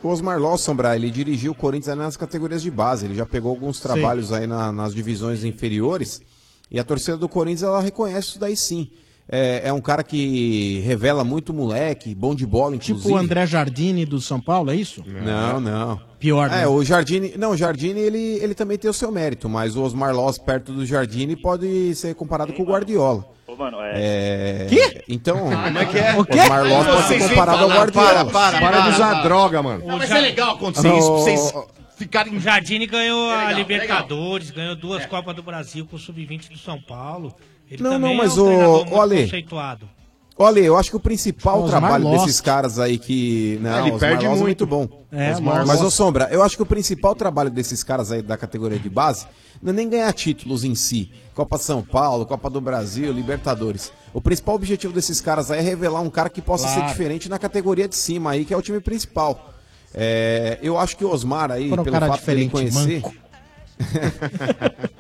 O Osmar Ló Sombra, ele dirigiu o Corinthians nas categorias de base, ele já pegou alguns trabalhos aí na- nas divisões inferiores e a torcida do Corinthians ela reconhece isso daí sim. É, é um cara que revela muito moleque, bom de bola, inclusive. Tipo o André Jardine do São Paulo, é isso? Não, não. Pior, É, né? o Jardine. Não, o Jardine ele, ele também tem o seu mérito, mas o Osmar Loss perto do Jardine pode ser comparado com o Guardiola. Ô, mano, é. Que? Então. (laughs) Como é que é? O Osmar Loss pode ser Vocês vêm comparado ao falar, Guardiola. para, para, para, para. O Não, mas Ja- é legal Ah, acontecer isso pra vocês ficarem. O Jardine ganhou É a legal, É. Libertadores, ganhou duas Copas do Brasil com o Sub-20 do São Paulo. Ele Não, também não, mas é um o- treinador o muito Ale. conceituado. Olha, eu acho que o principal Osmar trabalho Loss. desses caras aí que. Não, Ele Osmar perde Loss é muito. muito bom. É, Osmar Loss. Mas, ô Sombra, eu acho que o principal trabalho desses caras aí da categoria de base não é nem ganhar títulos em si. Copa São Paulo, Copa do Brasil, Libertadores. O principal objetivo desses caras aí é revelar um cara que possa Claro. ser diferente na categoria de cima aí, que é o time principal. É, eu acho que o Osmar aí, Fora um pelo cara fato dele diferente, conhecer. manco.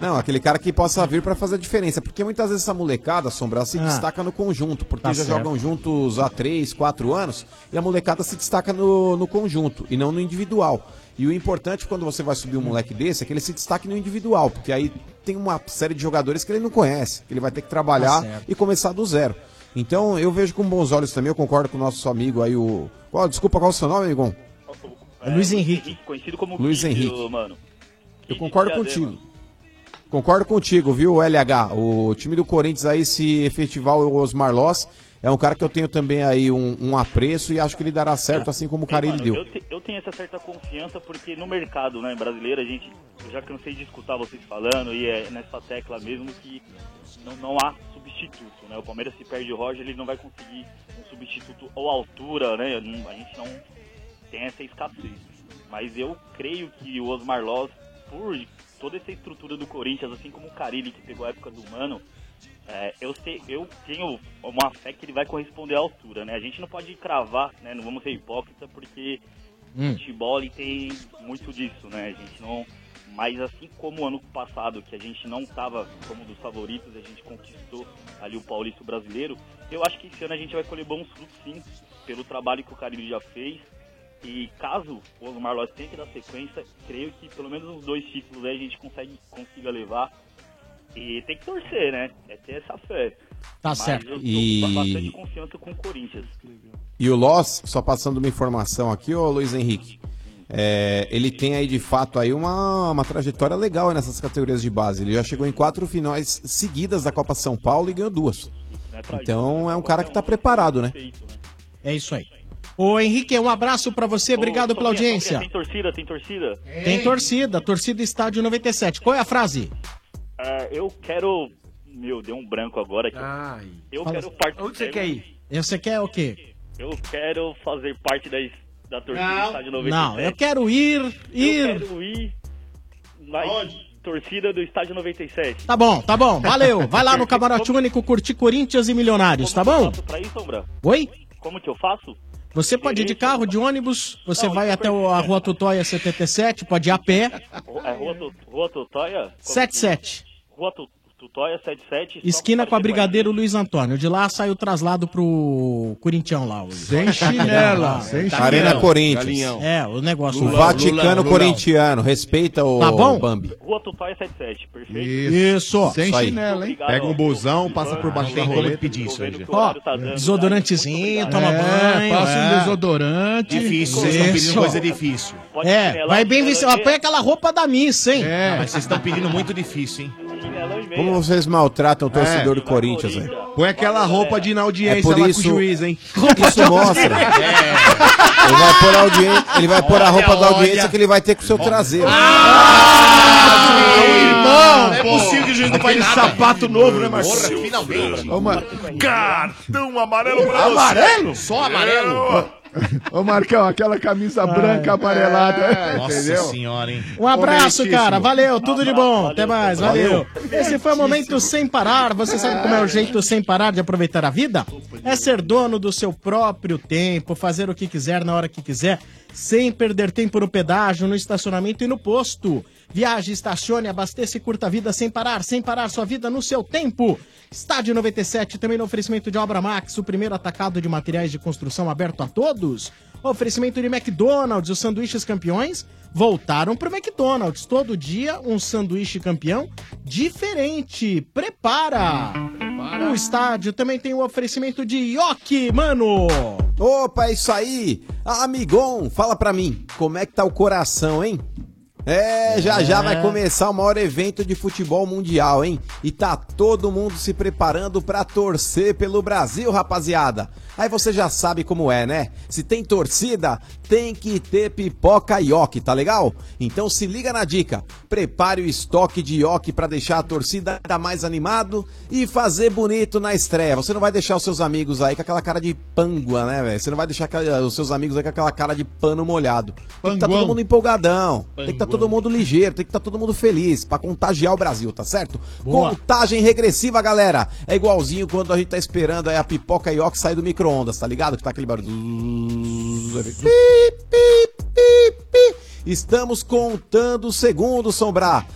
Não, aquele cara que possa vir pra fazer a diferença. Porque muitas vezes essa molecada, Sombra, se Ah. destaca no conjunto, porque Tá já certo. jogam juntos há 3, 4 anos, e a molecada se destaca no, no conjunto e não no individual. E o importante quando você vai subir um moleque desse é que ele se destaque no individual, porque aí tem uma série de jogadores que ele não conhece, que ele vai ter que trabalhar Tá certo. e começar do zero. Então eu vejo com bons olhos também, eu concordo com o nosso amigo aí, o. Qual- desculpa, qual é o seu nome, amigão? É Luiz Henrique. Conhecido como Luiz Bicho, Henrique. mano. Eu concordo Piazema. contigo. Concordo contigo, viu, LH? O time do Corinthians aí, se efetivar o Osmar Loss, é um cara que eu tenho também aí um, um apreço e acho que ele dará certo, assim como o cara ele Mano, deu. Eu, te- eu tenho essa certa confiança porque no mercado né, brasileiro, a gente, eu já cansei de escutar vocês falando e é nessa tecla mesmo que não, não há substituto. Né? O Palmeiras se perde o Roger, ele não vai conseguir um substituto ou altura, né? Não- A gente não tem essa escassez. Mas eu creio que o Osmar Loz, por toda essa estrutura do Corinthians, assim como o Carilli, que pegou a época do Mano, é, eu, sei, eu tenho uma fé que ele vai corresponder à altura, né? A gente não pode cravar, né? Não vamos ser hipócrita, porque Hum. futebol ele tem muito disso, né? A gente não. Mas assim como o ano passado, que a gente não estava como um dos favoritos, a gente conquistou ali o Paulista Brasileiro, eu acho que esse ano a gente vai colher bons frutos sim, pelo trabalho que o Carilho já fez. E caso o Osmar Loz tenha que dar sequência, creio que pelo menos uns dois títulos aí a gente consegue, consiga levar. E tem que torcer, né? É ter essa fé. Tá Mas certo. Eu tô E- com bastante confiança com o Corinthians. E o Loss, só passando uma informação aqui, ô Luiz Henrique, é, ele tem aí de fato aí uma, uma trajetória legal aí nessas categorias de base. Ele já chegou em quatro finais seguidas da Copa São Paulo e ganhou duas. Então né? é um cara que tá preparado, né? É isso aí. Ô Henrique, um abraço pra você, obrigado Ô, pela Sombrinha, Sombrinha, audiência. Então, É Tem torcida, tem torcida? Tem torcida, torcida Estádio 97. Qual é a frase? Ah, eu quero. Meu, deu um branco agora aqui. eu Fala. assim, quero participar. Onde você quer ir? Você quer o quê? Eu quero fazer parte da, da torcida do Estádio 97. Não, eu quero ir, Eu ir. quero ir na torcida do Estádio 97. Tá bom, tá bom, valeu. Vai lá no Camarote Único curtir Corinthians e Milionários, tá bom? Pra ir, Sombra? Oi? Como que eu faço? Você pode ir de carro, de ônibus, você vai até o- a Rua Tutóia 77, pode ir a pé. É Rua, Tu- Rua Tutóia? Como- 77, Rua Tu- Tutóia 77. só esquina com aparecer a aí. Brigadeiro Luiz Antônio. De lá sai o traslado pro Corintião lá. Sem chinela, sem chinela. Arena Corinthians. Galinhão. É, o negócio. o Vaticano corintiano, respeita o Tá bom? Bambi. Rua Tutóia 77, perfeito? Isso. Sem Isso aí. chinela, hein? Pega um busão, passa por baixo da roleta. pedir isso aí, Ó, desodorantezinho, toma banho. passa um é. desodorante. Difícil, vocês estão pedindo Isso. coisa difícil. É, vai bem vestido. Ó, Põe aquela roupa da missa, hein? Ah, mas vocês estão pedindo muito difícil, hein? Como vocês maltratam o torcedor É. do Corinthians, velho? Põe aquela roupa de ir na audiência É por lá isso- com o juiz, hein? Isso mostra. Ele vai pôr a, audien- ele vai pôr a roupa da audiência que ele vai ter com o seu traseiro. Ah! Irmão, não é possível que o juiz não faz nada. sapato novo, né, Marcelo? Finalmente. Cartão amarelo pra você. Amarelo? Só amarelo? Eu- Ô, Marcão, aquela camisa branca amarelada. Nossa entendeu? senhora, hein? Um abraço, Corretíssimo. cara. Valeu, tudo de bom. Até mais, valeu. Valeu. Esse foi o Momento Sem Parar. Você sabe como é o jeito sem parar de aproveitar a vida? É ser dono do seu próprio tempo, fazer o que quiser na hora que quiser, sem perder tempo no pedágio, no estacionamento e no posto. Viaje, estacione, abasteça e curta a vida sem parar, sem parar sua vida no seu tempo. Estádio 97, também no oferecimento de Obra Max, o primeiro atacado de materiais de construção aberto a todos. Oferecimento de McDonald's, os sanduíches campeões voltaram pro McDonald's. Todo dia um sanduíche campeão diferente. Prepara! O estádio também tem o oferecimento de Yoki, mano! Opa, é isso aí! Amigon, fala pra mim, como é que tá o coração, hein? É, já já vai começar o maior evento de futebol mundial, hein? E tá todo mundo se preparando pra torcer pelo Brasil, rapaziada. Aí você já sabe como é, né? Se tem torcida, tem que ter pipoca e ioki, tá legal? Então se liga na dica. Prepare o estoque de ioki pra deixar a torcida ainda mais animado e fazer bonito na estreia. Você não vai deixar os seus amigos aí com aquela cara de pangua, né, velho? Você não vai deixar aquela- os seus amigos aí com aquela cara de pano molhado. Tem que tá Panguão. todo mundo empolgadão. Tem que estar todo mundo ligeiro, tem que estar todo mundo feliz pra contagiar o Brasil, tá certo? Boa. Contagem regressiva, galera. É igualzinho quando a gente tá esperando aí a pipoca e que sair do micro-ondas, tá ligado? Que tá aquele barulho. Pi, pi, pi, pi. Estamos contando os segundos, Sombrar.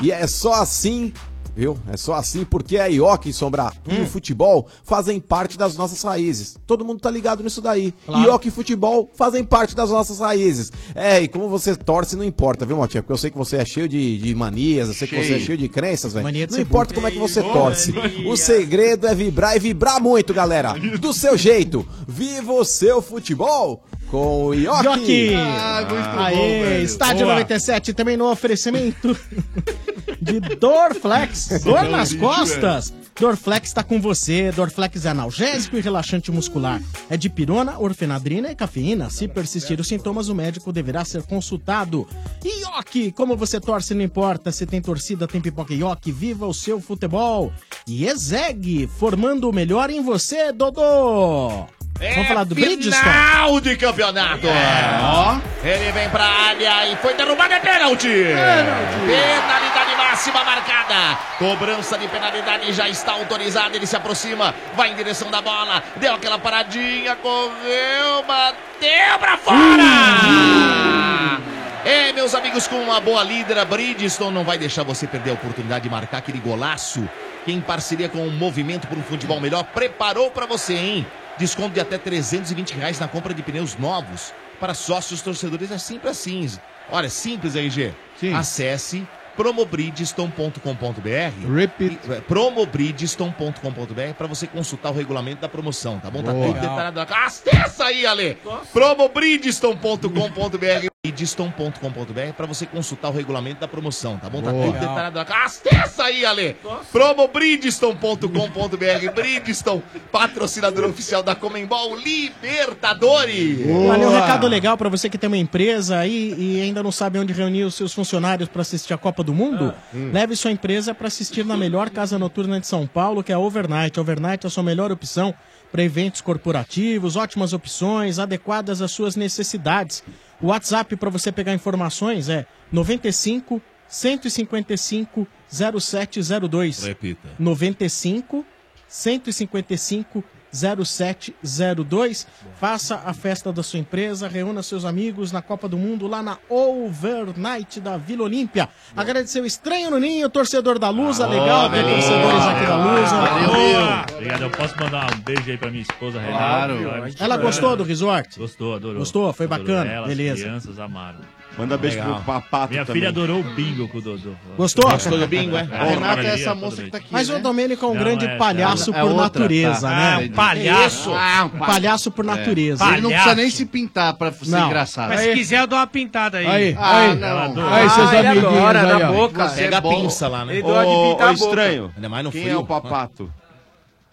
É, e é só assim. Viu? É só assim porque a Ioki, Sombrar, Hum. e o futebol fazem parte das nossas raízes. Todo mundo tá ligado nisso daí. Claro. Ioki e futebol fazem parte das nossas raízes. É, e como você torce, não importa, viu, Motinha? Porque eu sei que você é cheio de, de manias, eu sei que você é Cheio. cheio de crenças, velho. Mania de Não ser importa como é que você torce. O segredo é vibrar e vibrar muito, galera. Do seu jeito. Viva o seu futebol com o Ioki. Ioki! Ah, Aê, estádio 97 também no oferecimento de Dorflex. Dor Não, nas bicho, costas. Dorflex tá com você. Dorflex é analgésico e relaxante muscular. É de pirona, orfenadrina e cafeína. Se persistir os sintomas, o médico deverá ser consultado. Ioki, como você torce, não importa. Se tem torcida, tem pipoca Ioki. Viva o seu futebol. E Ezeg, formando o melhor em você, Dodô. Vamos falar do Bridgestone? É Final de campeonato. É. ó. Ele vem pra área e foi derrubado. É pênalti. Penalidade máxima marcada. Cobrança de penalidade já está autorizada. Ele se aproxima, vai em direção da bola. Deu aquela paradinha, correu, bateu pra fora. É, meus amigos, com uma boa líder, a Bridgestone não vai deixar você perder a oportunidade de marcar aquele golaço que, em parceria com o Movimento por um Futebol Melhor, preparou para você, hein? Desconto de até 320 reais na compra de pneus novos para sócios torcedores. É simples assim. Olha, simples, RG. Acesse promobridgestone.com.br Repeat. promobridgestone.com.br para você consultar o regulamento da promoção, tá bom? Tá Boa. tudo detalhado. Acessa aí, Ale! promobridgestone.com.br bridgestone.com.br para você consultar o regulamento da promoção, tá bom? Tá Boa. tudo detalhado. Acessa é aí, Ale! promobridgestone.com.br Bridgestone, patrocinador oficial da Comembol Libertadores! Valeu, um recado legal pra você que tem uma empresa aí e ainda não sabe onde reunir os seus funcionários pra assistir a Copa do Mundo. Leve sua empresa pra assistir na melhor casa noturna de São Paulo, que é a Overnight. A Overnight é a sua melhor opção para eventos corporativos, ótimas opções, adequadas às suas necessidades. O WhatsApp pra você pegar informações é 95 155 0702. Repita. 95 155 0702. Faça a festa da sua empresa, reúna seus amigos na Copa do Mundo lá na Overnight da Vila Olímpia. Agradecer o Estranho Nuninho, torcedor da Lusa. Ah, legal ter torcedores aqui da Lusa. Boa. Obrigado, eu posso mandar um beijo aí pra minha esposa, Renata. Claro. Ela gostou do resort? Gostou, adorou. Gostou? Foi Adorou. bacana? Ela, Beleza. As crianças amaram. Manda beijo pro papato Minha também. filha adorou o bingo com o Dodô. Gostou? é Porra, maravilha, totalmente. Mas o Domênico é um Não, grande é- palhaço é por outra, natureza, tá. né? Ah, um palhaço. É isso. Ah, um um palhaço É. por natureza. Ele não precisa nem se pintar pra ser é Não. engraçado. Mas se quiser, eu dou uma pintada aí. Aí, Ah, aí. não. Aí, seus ele amiguinhos adora, aí, na ó. boca. Você é bom. lá, né? Ele gosta de pintar a boca. é estranho. é Ainda mais no Quem frio. é o papato?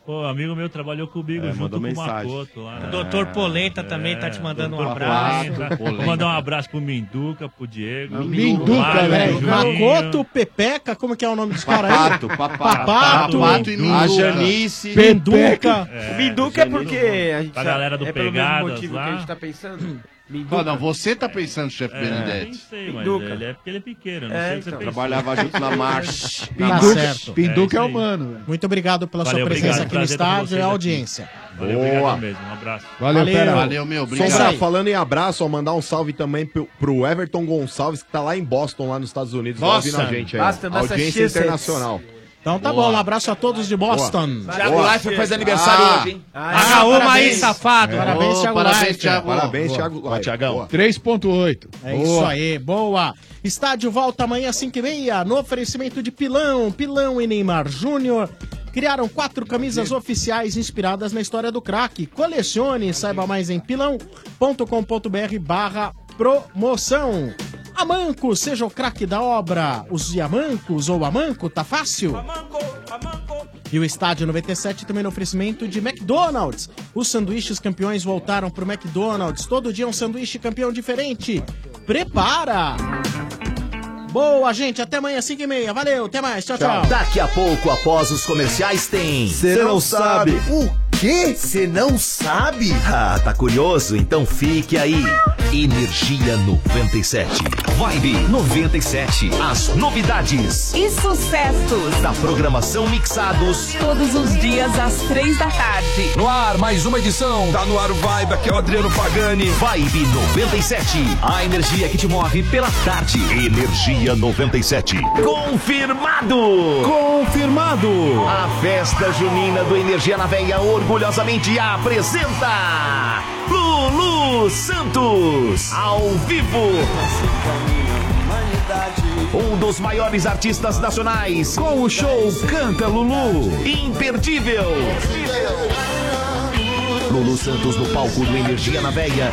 Pô, amigo meu trabalhou comigo É, junto mandou com o mensagem. Macoto lá. né? O Dr. Polenta também tá te mandando É. um É, Dr. abraço. Polenta. Vou Polenta. mandar um abraço pro Minduca, pro Diego. Minduca, Mário, velho. Juninho. Macoto, Pepeca, como que é o nome dos caras aí? Papato, papato. Papato e Minduca. A Janice. Pepeca. É, Minduca é porque a gente Pra sabe- galera do é pelo mesmo Pegadas motivo lá. que a gente tá pensando. Minduca. Não, não, você tá pensando, chefe É, Benedetti. nem sei, Pinduca. mas ele é porque ele é pequeno, não É, sei o que você então. pensou. Trabalhava junto na (laughs) marcha. Tá Pinduca- certo. Pinduca é isso aí. humano, velho. Muito obrigado pela Valeu, sua presença obrigado. aqui no Prazer ter estádio e vocês aqui. audiência. Valeu, obrigado mesmo. Um abraço. Valeu, Valeu. Pera. Valeu, meu, obrigado. Sombra, Aí. falando em abraço, ó, mandar um salve também pro, pro Everton Gonçalves, que tá lá em Boston, lá nos Estados Unidos, tá Nossa. ouvindo a gente aí. ó. Boston, Audiência Massachusetts. internacional. Então tá bom, um abraço a todos de Boston. Boa. Thiago Boa. Leifert faz aniversário hoje, hein? Agarrou uma aí, Ah, é. safado. É. Parabéns, Thiago Leifert. Parabéns, Boa. Thiago. Boa, Leifert. Boa. 3.8. É Boa. isso aí, boa. Estádio volta amanhã assim às 5h30, no oferecimento de Pilão, Pilão e Neymar Júnior. Criaram quatro camisas oficiais inspiradas na história do craque. Colecione, saiba mais em pilão.com.br barra promoção. Amanco, seja o craque da obra. Os diamancos ou amanco, tá fácil? E o Estádio 97 também no oferecimento de McDonald's. Os sanduíches campeões voltaram pro McDonald's. Todo dia um sanduíche campeão diferente. Prepara! Boa, gente. Até amanhã, 5 e meia. Valeu, até mais. Tchau, tchau. Daqui a pouco, após os comerciais, tem. Cê não sabe. O quê? Você não sabe? Ah, tá curioso? Então fique aí. Energia 97. Vibe 97. As novidades E sucessos. da programação mixados. Todos os dias às três da tarde. No ar, mais uma edição. Tá no ar o Vibe, aqui é o Adriano Pagani. Vibe 97. A energia que te move pela tarde. Energia 97. Confirmado! Confirmado! A festa junina do Energia na Veia orgulhosamente apresenta Lulu Santos ao vivo. Um dos maiores artistas nacionais com o show Canta Lulu. Imperdível. Lulu Santos no palco do Energia na Veia.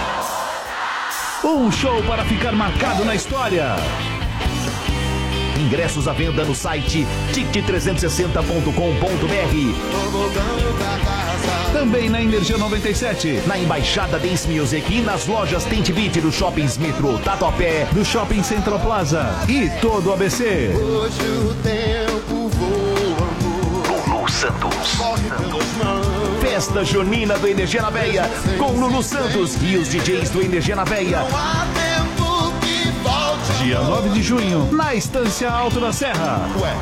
Um show para ficar marcado na história. Ingressos à venda no site tic360.com.br. Também na Energia 97, na Embaixada Dance Music e nas lojas Tente Beat dos shoppings Metro Tatuapé, do Shopping Central Plaza e todo o ABC. Hoje o tempo voa, Lulu Santos. Festa Junina do Energia na Veia, com Lulu Santos e os DJs do Energia na Veia. Dia 9 de junho, na Estância Alto da Serra. Ué,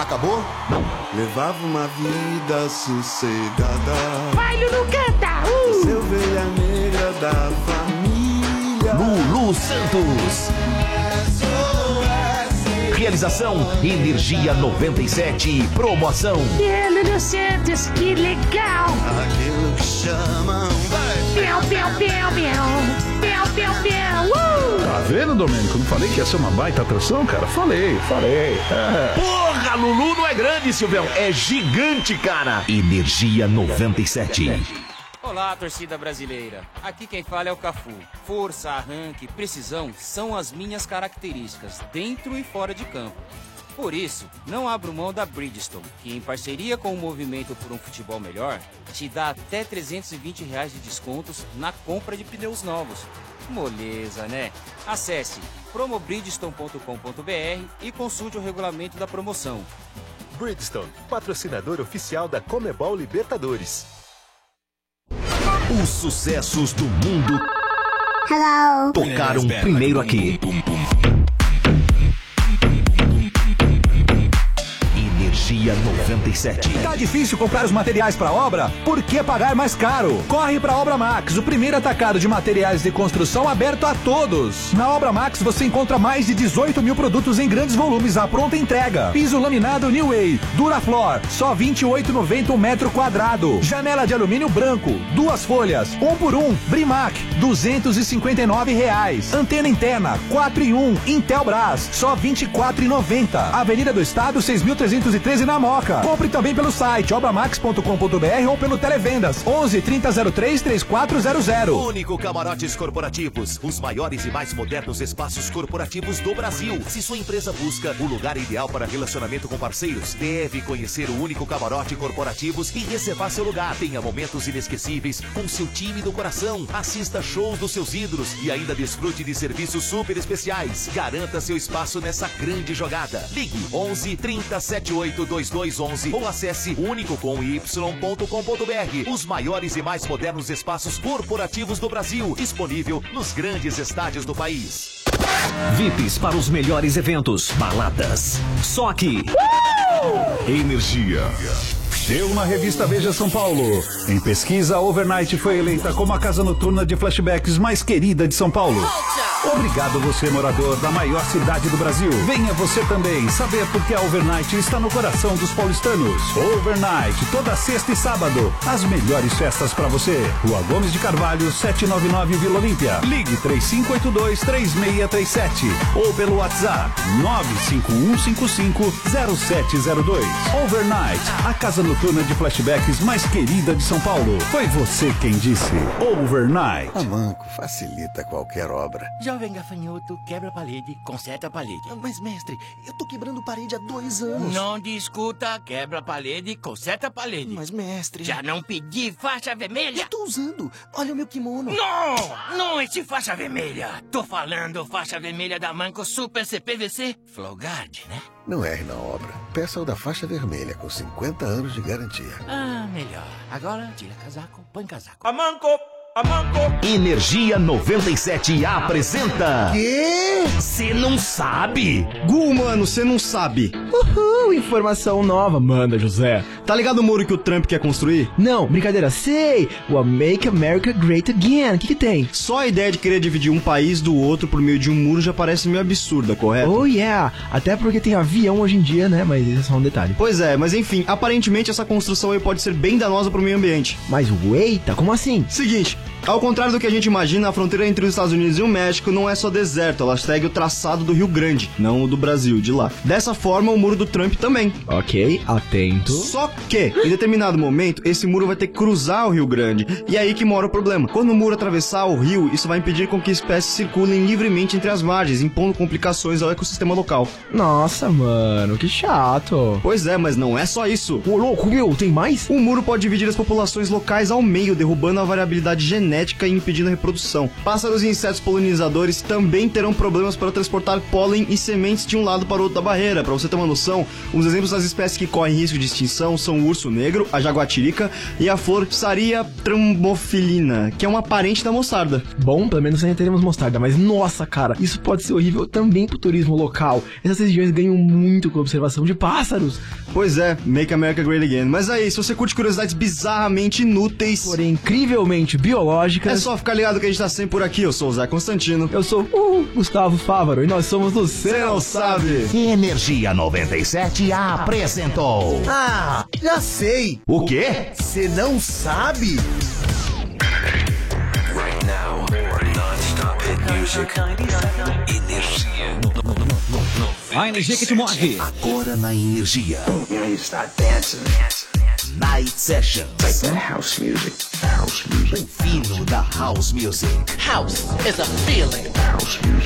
acabou? Não. Levava uma vida sossegada. Vai, Lulu, canta! Uh! Seu velha negra da família. Lulu Santos. é Realização Energia 97. Promoção. E Lulu Santos, que legal! Aquilo que chamam. Piau, piau, piau, piau. Piau, piau, piau. Uh! Tá vendo, Domênico? Não falei que ia ser uma baita atração, cara? Falei, falei. Porra, Lulu não é grande, Silvão. É gigante, cara. Energia 97. Olá, torcida brasileira. Aqui quem fala é o Cafu. Força, arranque, precisão são as minhas características, dentro e fora de campo. Por isso, não abro mão da Bridgestone, que em parceria com o Movimento por um Futebol Melhor, te dá até 320 reais de descontos na compra de pneus novos. Moleza, né? Acesse promobridgestone.com.br e consulte o regulamento da promoção. Bridgestone, patrocinador oficial da Comebol Libertadores. Os sucessos do mundo Hello! tocaram primeiro aqui. Energia 97. Tá difícil comprar os materiais para obra? Por que pagar mais caro? Corre para Obra Max, o primeiro atacado de materiais de construção aberto a todos. Na Obra Max você encontra mais de 18 mil produtos em grandes volumes à pronta entrega. Piso laminado New Way, Duraflor, só 28,90 um metro quadrado. Janela de alumínio branco, duas folhas, um por um, Brimac, 259 reais. Antena interna, um, 4 em 1, Intelbras, só 24,90. Avenida do Estado, 6.313 na na Moca. Compre também pelo site obramax.com.br ou pelo Televendas 11 3003 3400. Único Camarotes Corporativos, os maiores e mais modernos espaços corporativos do Brasil. Se sua empresa busca o lugar ideal para relacionamento com parceiros, deve conhecer o Único Camarote Corporativos e reservar seu lugar. Tenha momentos inesquecíveis com seu time do coração. Assista shows dos seus ídolos e ainda desfrute de serviços super especiais. Garanta seu espaço nessa grande jogada. Ligue 11 3078 2211 ou acesse únicocomy.com.br. Os maiores e mais modernos espaços corporativos do Brasil, disponível nos grandes estádios do país. VIPs para os melhores eventos, baladas. Só aqui. Energia. Uh! Deu na revista Veja São Paulo. Em pesquisa, a Overnight foi eleita como a casa noturna de flashbacks mais querida de São Paulo. Obrigado você, morador da maior cidade do Brasil. Venha você também saber por que a Overnight está no coração dos paulistanos. Overnight, toda sexta e sábado, as melhores festas para você. Rua Gomes de Carvalho, 799 Vila Olímpia. Ligue 3582-3637 ou pelo WhatsApp 951550702. Overnight, a casa noturna de flashbacks mais querida de São Paulo. Foi você quem disse. Overnight. A Manco facilita qualquer obra. Jovem gafanhoto, quebra a parede, conserta a parede. Ah, Mas, mestre, eu tô quebrando parede há dois anos. Não discuta, quebra a parede, conserta a parede. Mas, mestre. Já não pedi faixa vermelha? Eu tô usando. Olha o meu kimono. Não! Não esse faixa vermelha! Tô falando faixa vermelha da Manco Super CPVC Flowguard, né? Não erre na obra. Peça o da faixa vermelha com 50 anos de garantia. Ah, melhor. Agora, tira casaco, põe casaco. A Manco! A Manco! Energia 97 apresenta. Quê? Você não sabe? Gu, mano, você não sabe. Uhul, informação nova. Manda, José. Tá ligado o muro que o Trump quer construir? Não, brincadeira, sei. O Make America Great Again. O que, que tem? Só a ideia de querer dividir um país do outro por meio de um muro já parece meio absurda, correto? Oh, yeah. Até porque tem avião hoje em dia, né? Mas isso é só um detalhe. Pois é, mas enfim, aparentemente essa construção aí pode ser bem danosa pro meio ambiente. Mas eita, como assim? Seguinte. Ao contrário do que a gente imagina, a fronteira entre os Estados Unidos e o México não é só deserto, ela segue o traçado do Rio Grande, não o do Brasil, de lá. Dessa forma, o muro do Trump também. Ok, atento. Só que, em determinado momento, esse muro vai ter que cruzar o Rio Grande. E é aí que mora o problema. Quando o muro atravessar o rio, isso vai impedir com que espécies circulem livremente entre as margens, impondo complicações ao ecossistema local. Nossa, mano, que chato. Pois é, mas não é só isso. Ô, louco, meu, tem mais? O muro pode dividir as populações locais ao meio, derrubando a variabilidade genética genética e impedindo a reprodução. Pássaros e insetos polinizadores também terão problemas para transportar pólen e sementes de um lado para o outro da barreira. Para você ter uma noção, uns exemplos das espécies que correm risco de extinção são o urso negro, a jaguatirica e a flor Saria trambofilina, que é uma parente da mostarda. Bom, pelo menos ainda teremos mostarda, mas nossa, cara, isso pode ser horrível também pro turismo local. Essas regiões ganham muito com a observação de pássaros. Pois é, Make America Great Again. Mas aí, se você curte curiosidades bizarramente inúteis, porém incrivelmente biológicas, é só ficar ligado que a gente tá sempre por aqui. Eu sou o Zé Constantino. Eu sou o Gustavo Fávaro e nós somos do Cê Não Sabe. Energia 97 apresentou. Ah, já sei. O quê? Você não sabe? Right now, more non-stop hit music. Energia. A energia que te move. Agora na energia. You know, you start dancing. Night Sessions. Like that house music. House music. Fino da House Music. House is a feeling. House music.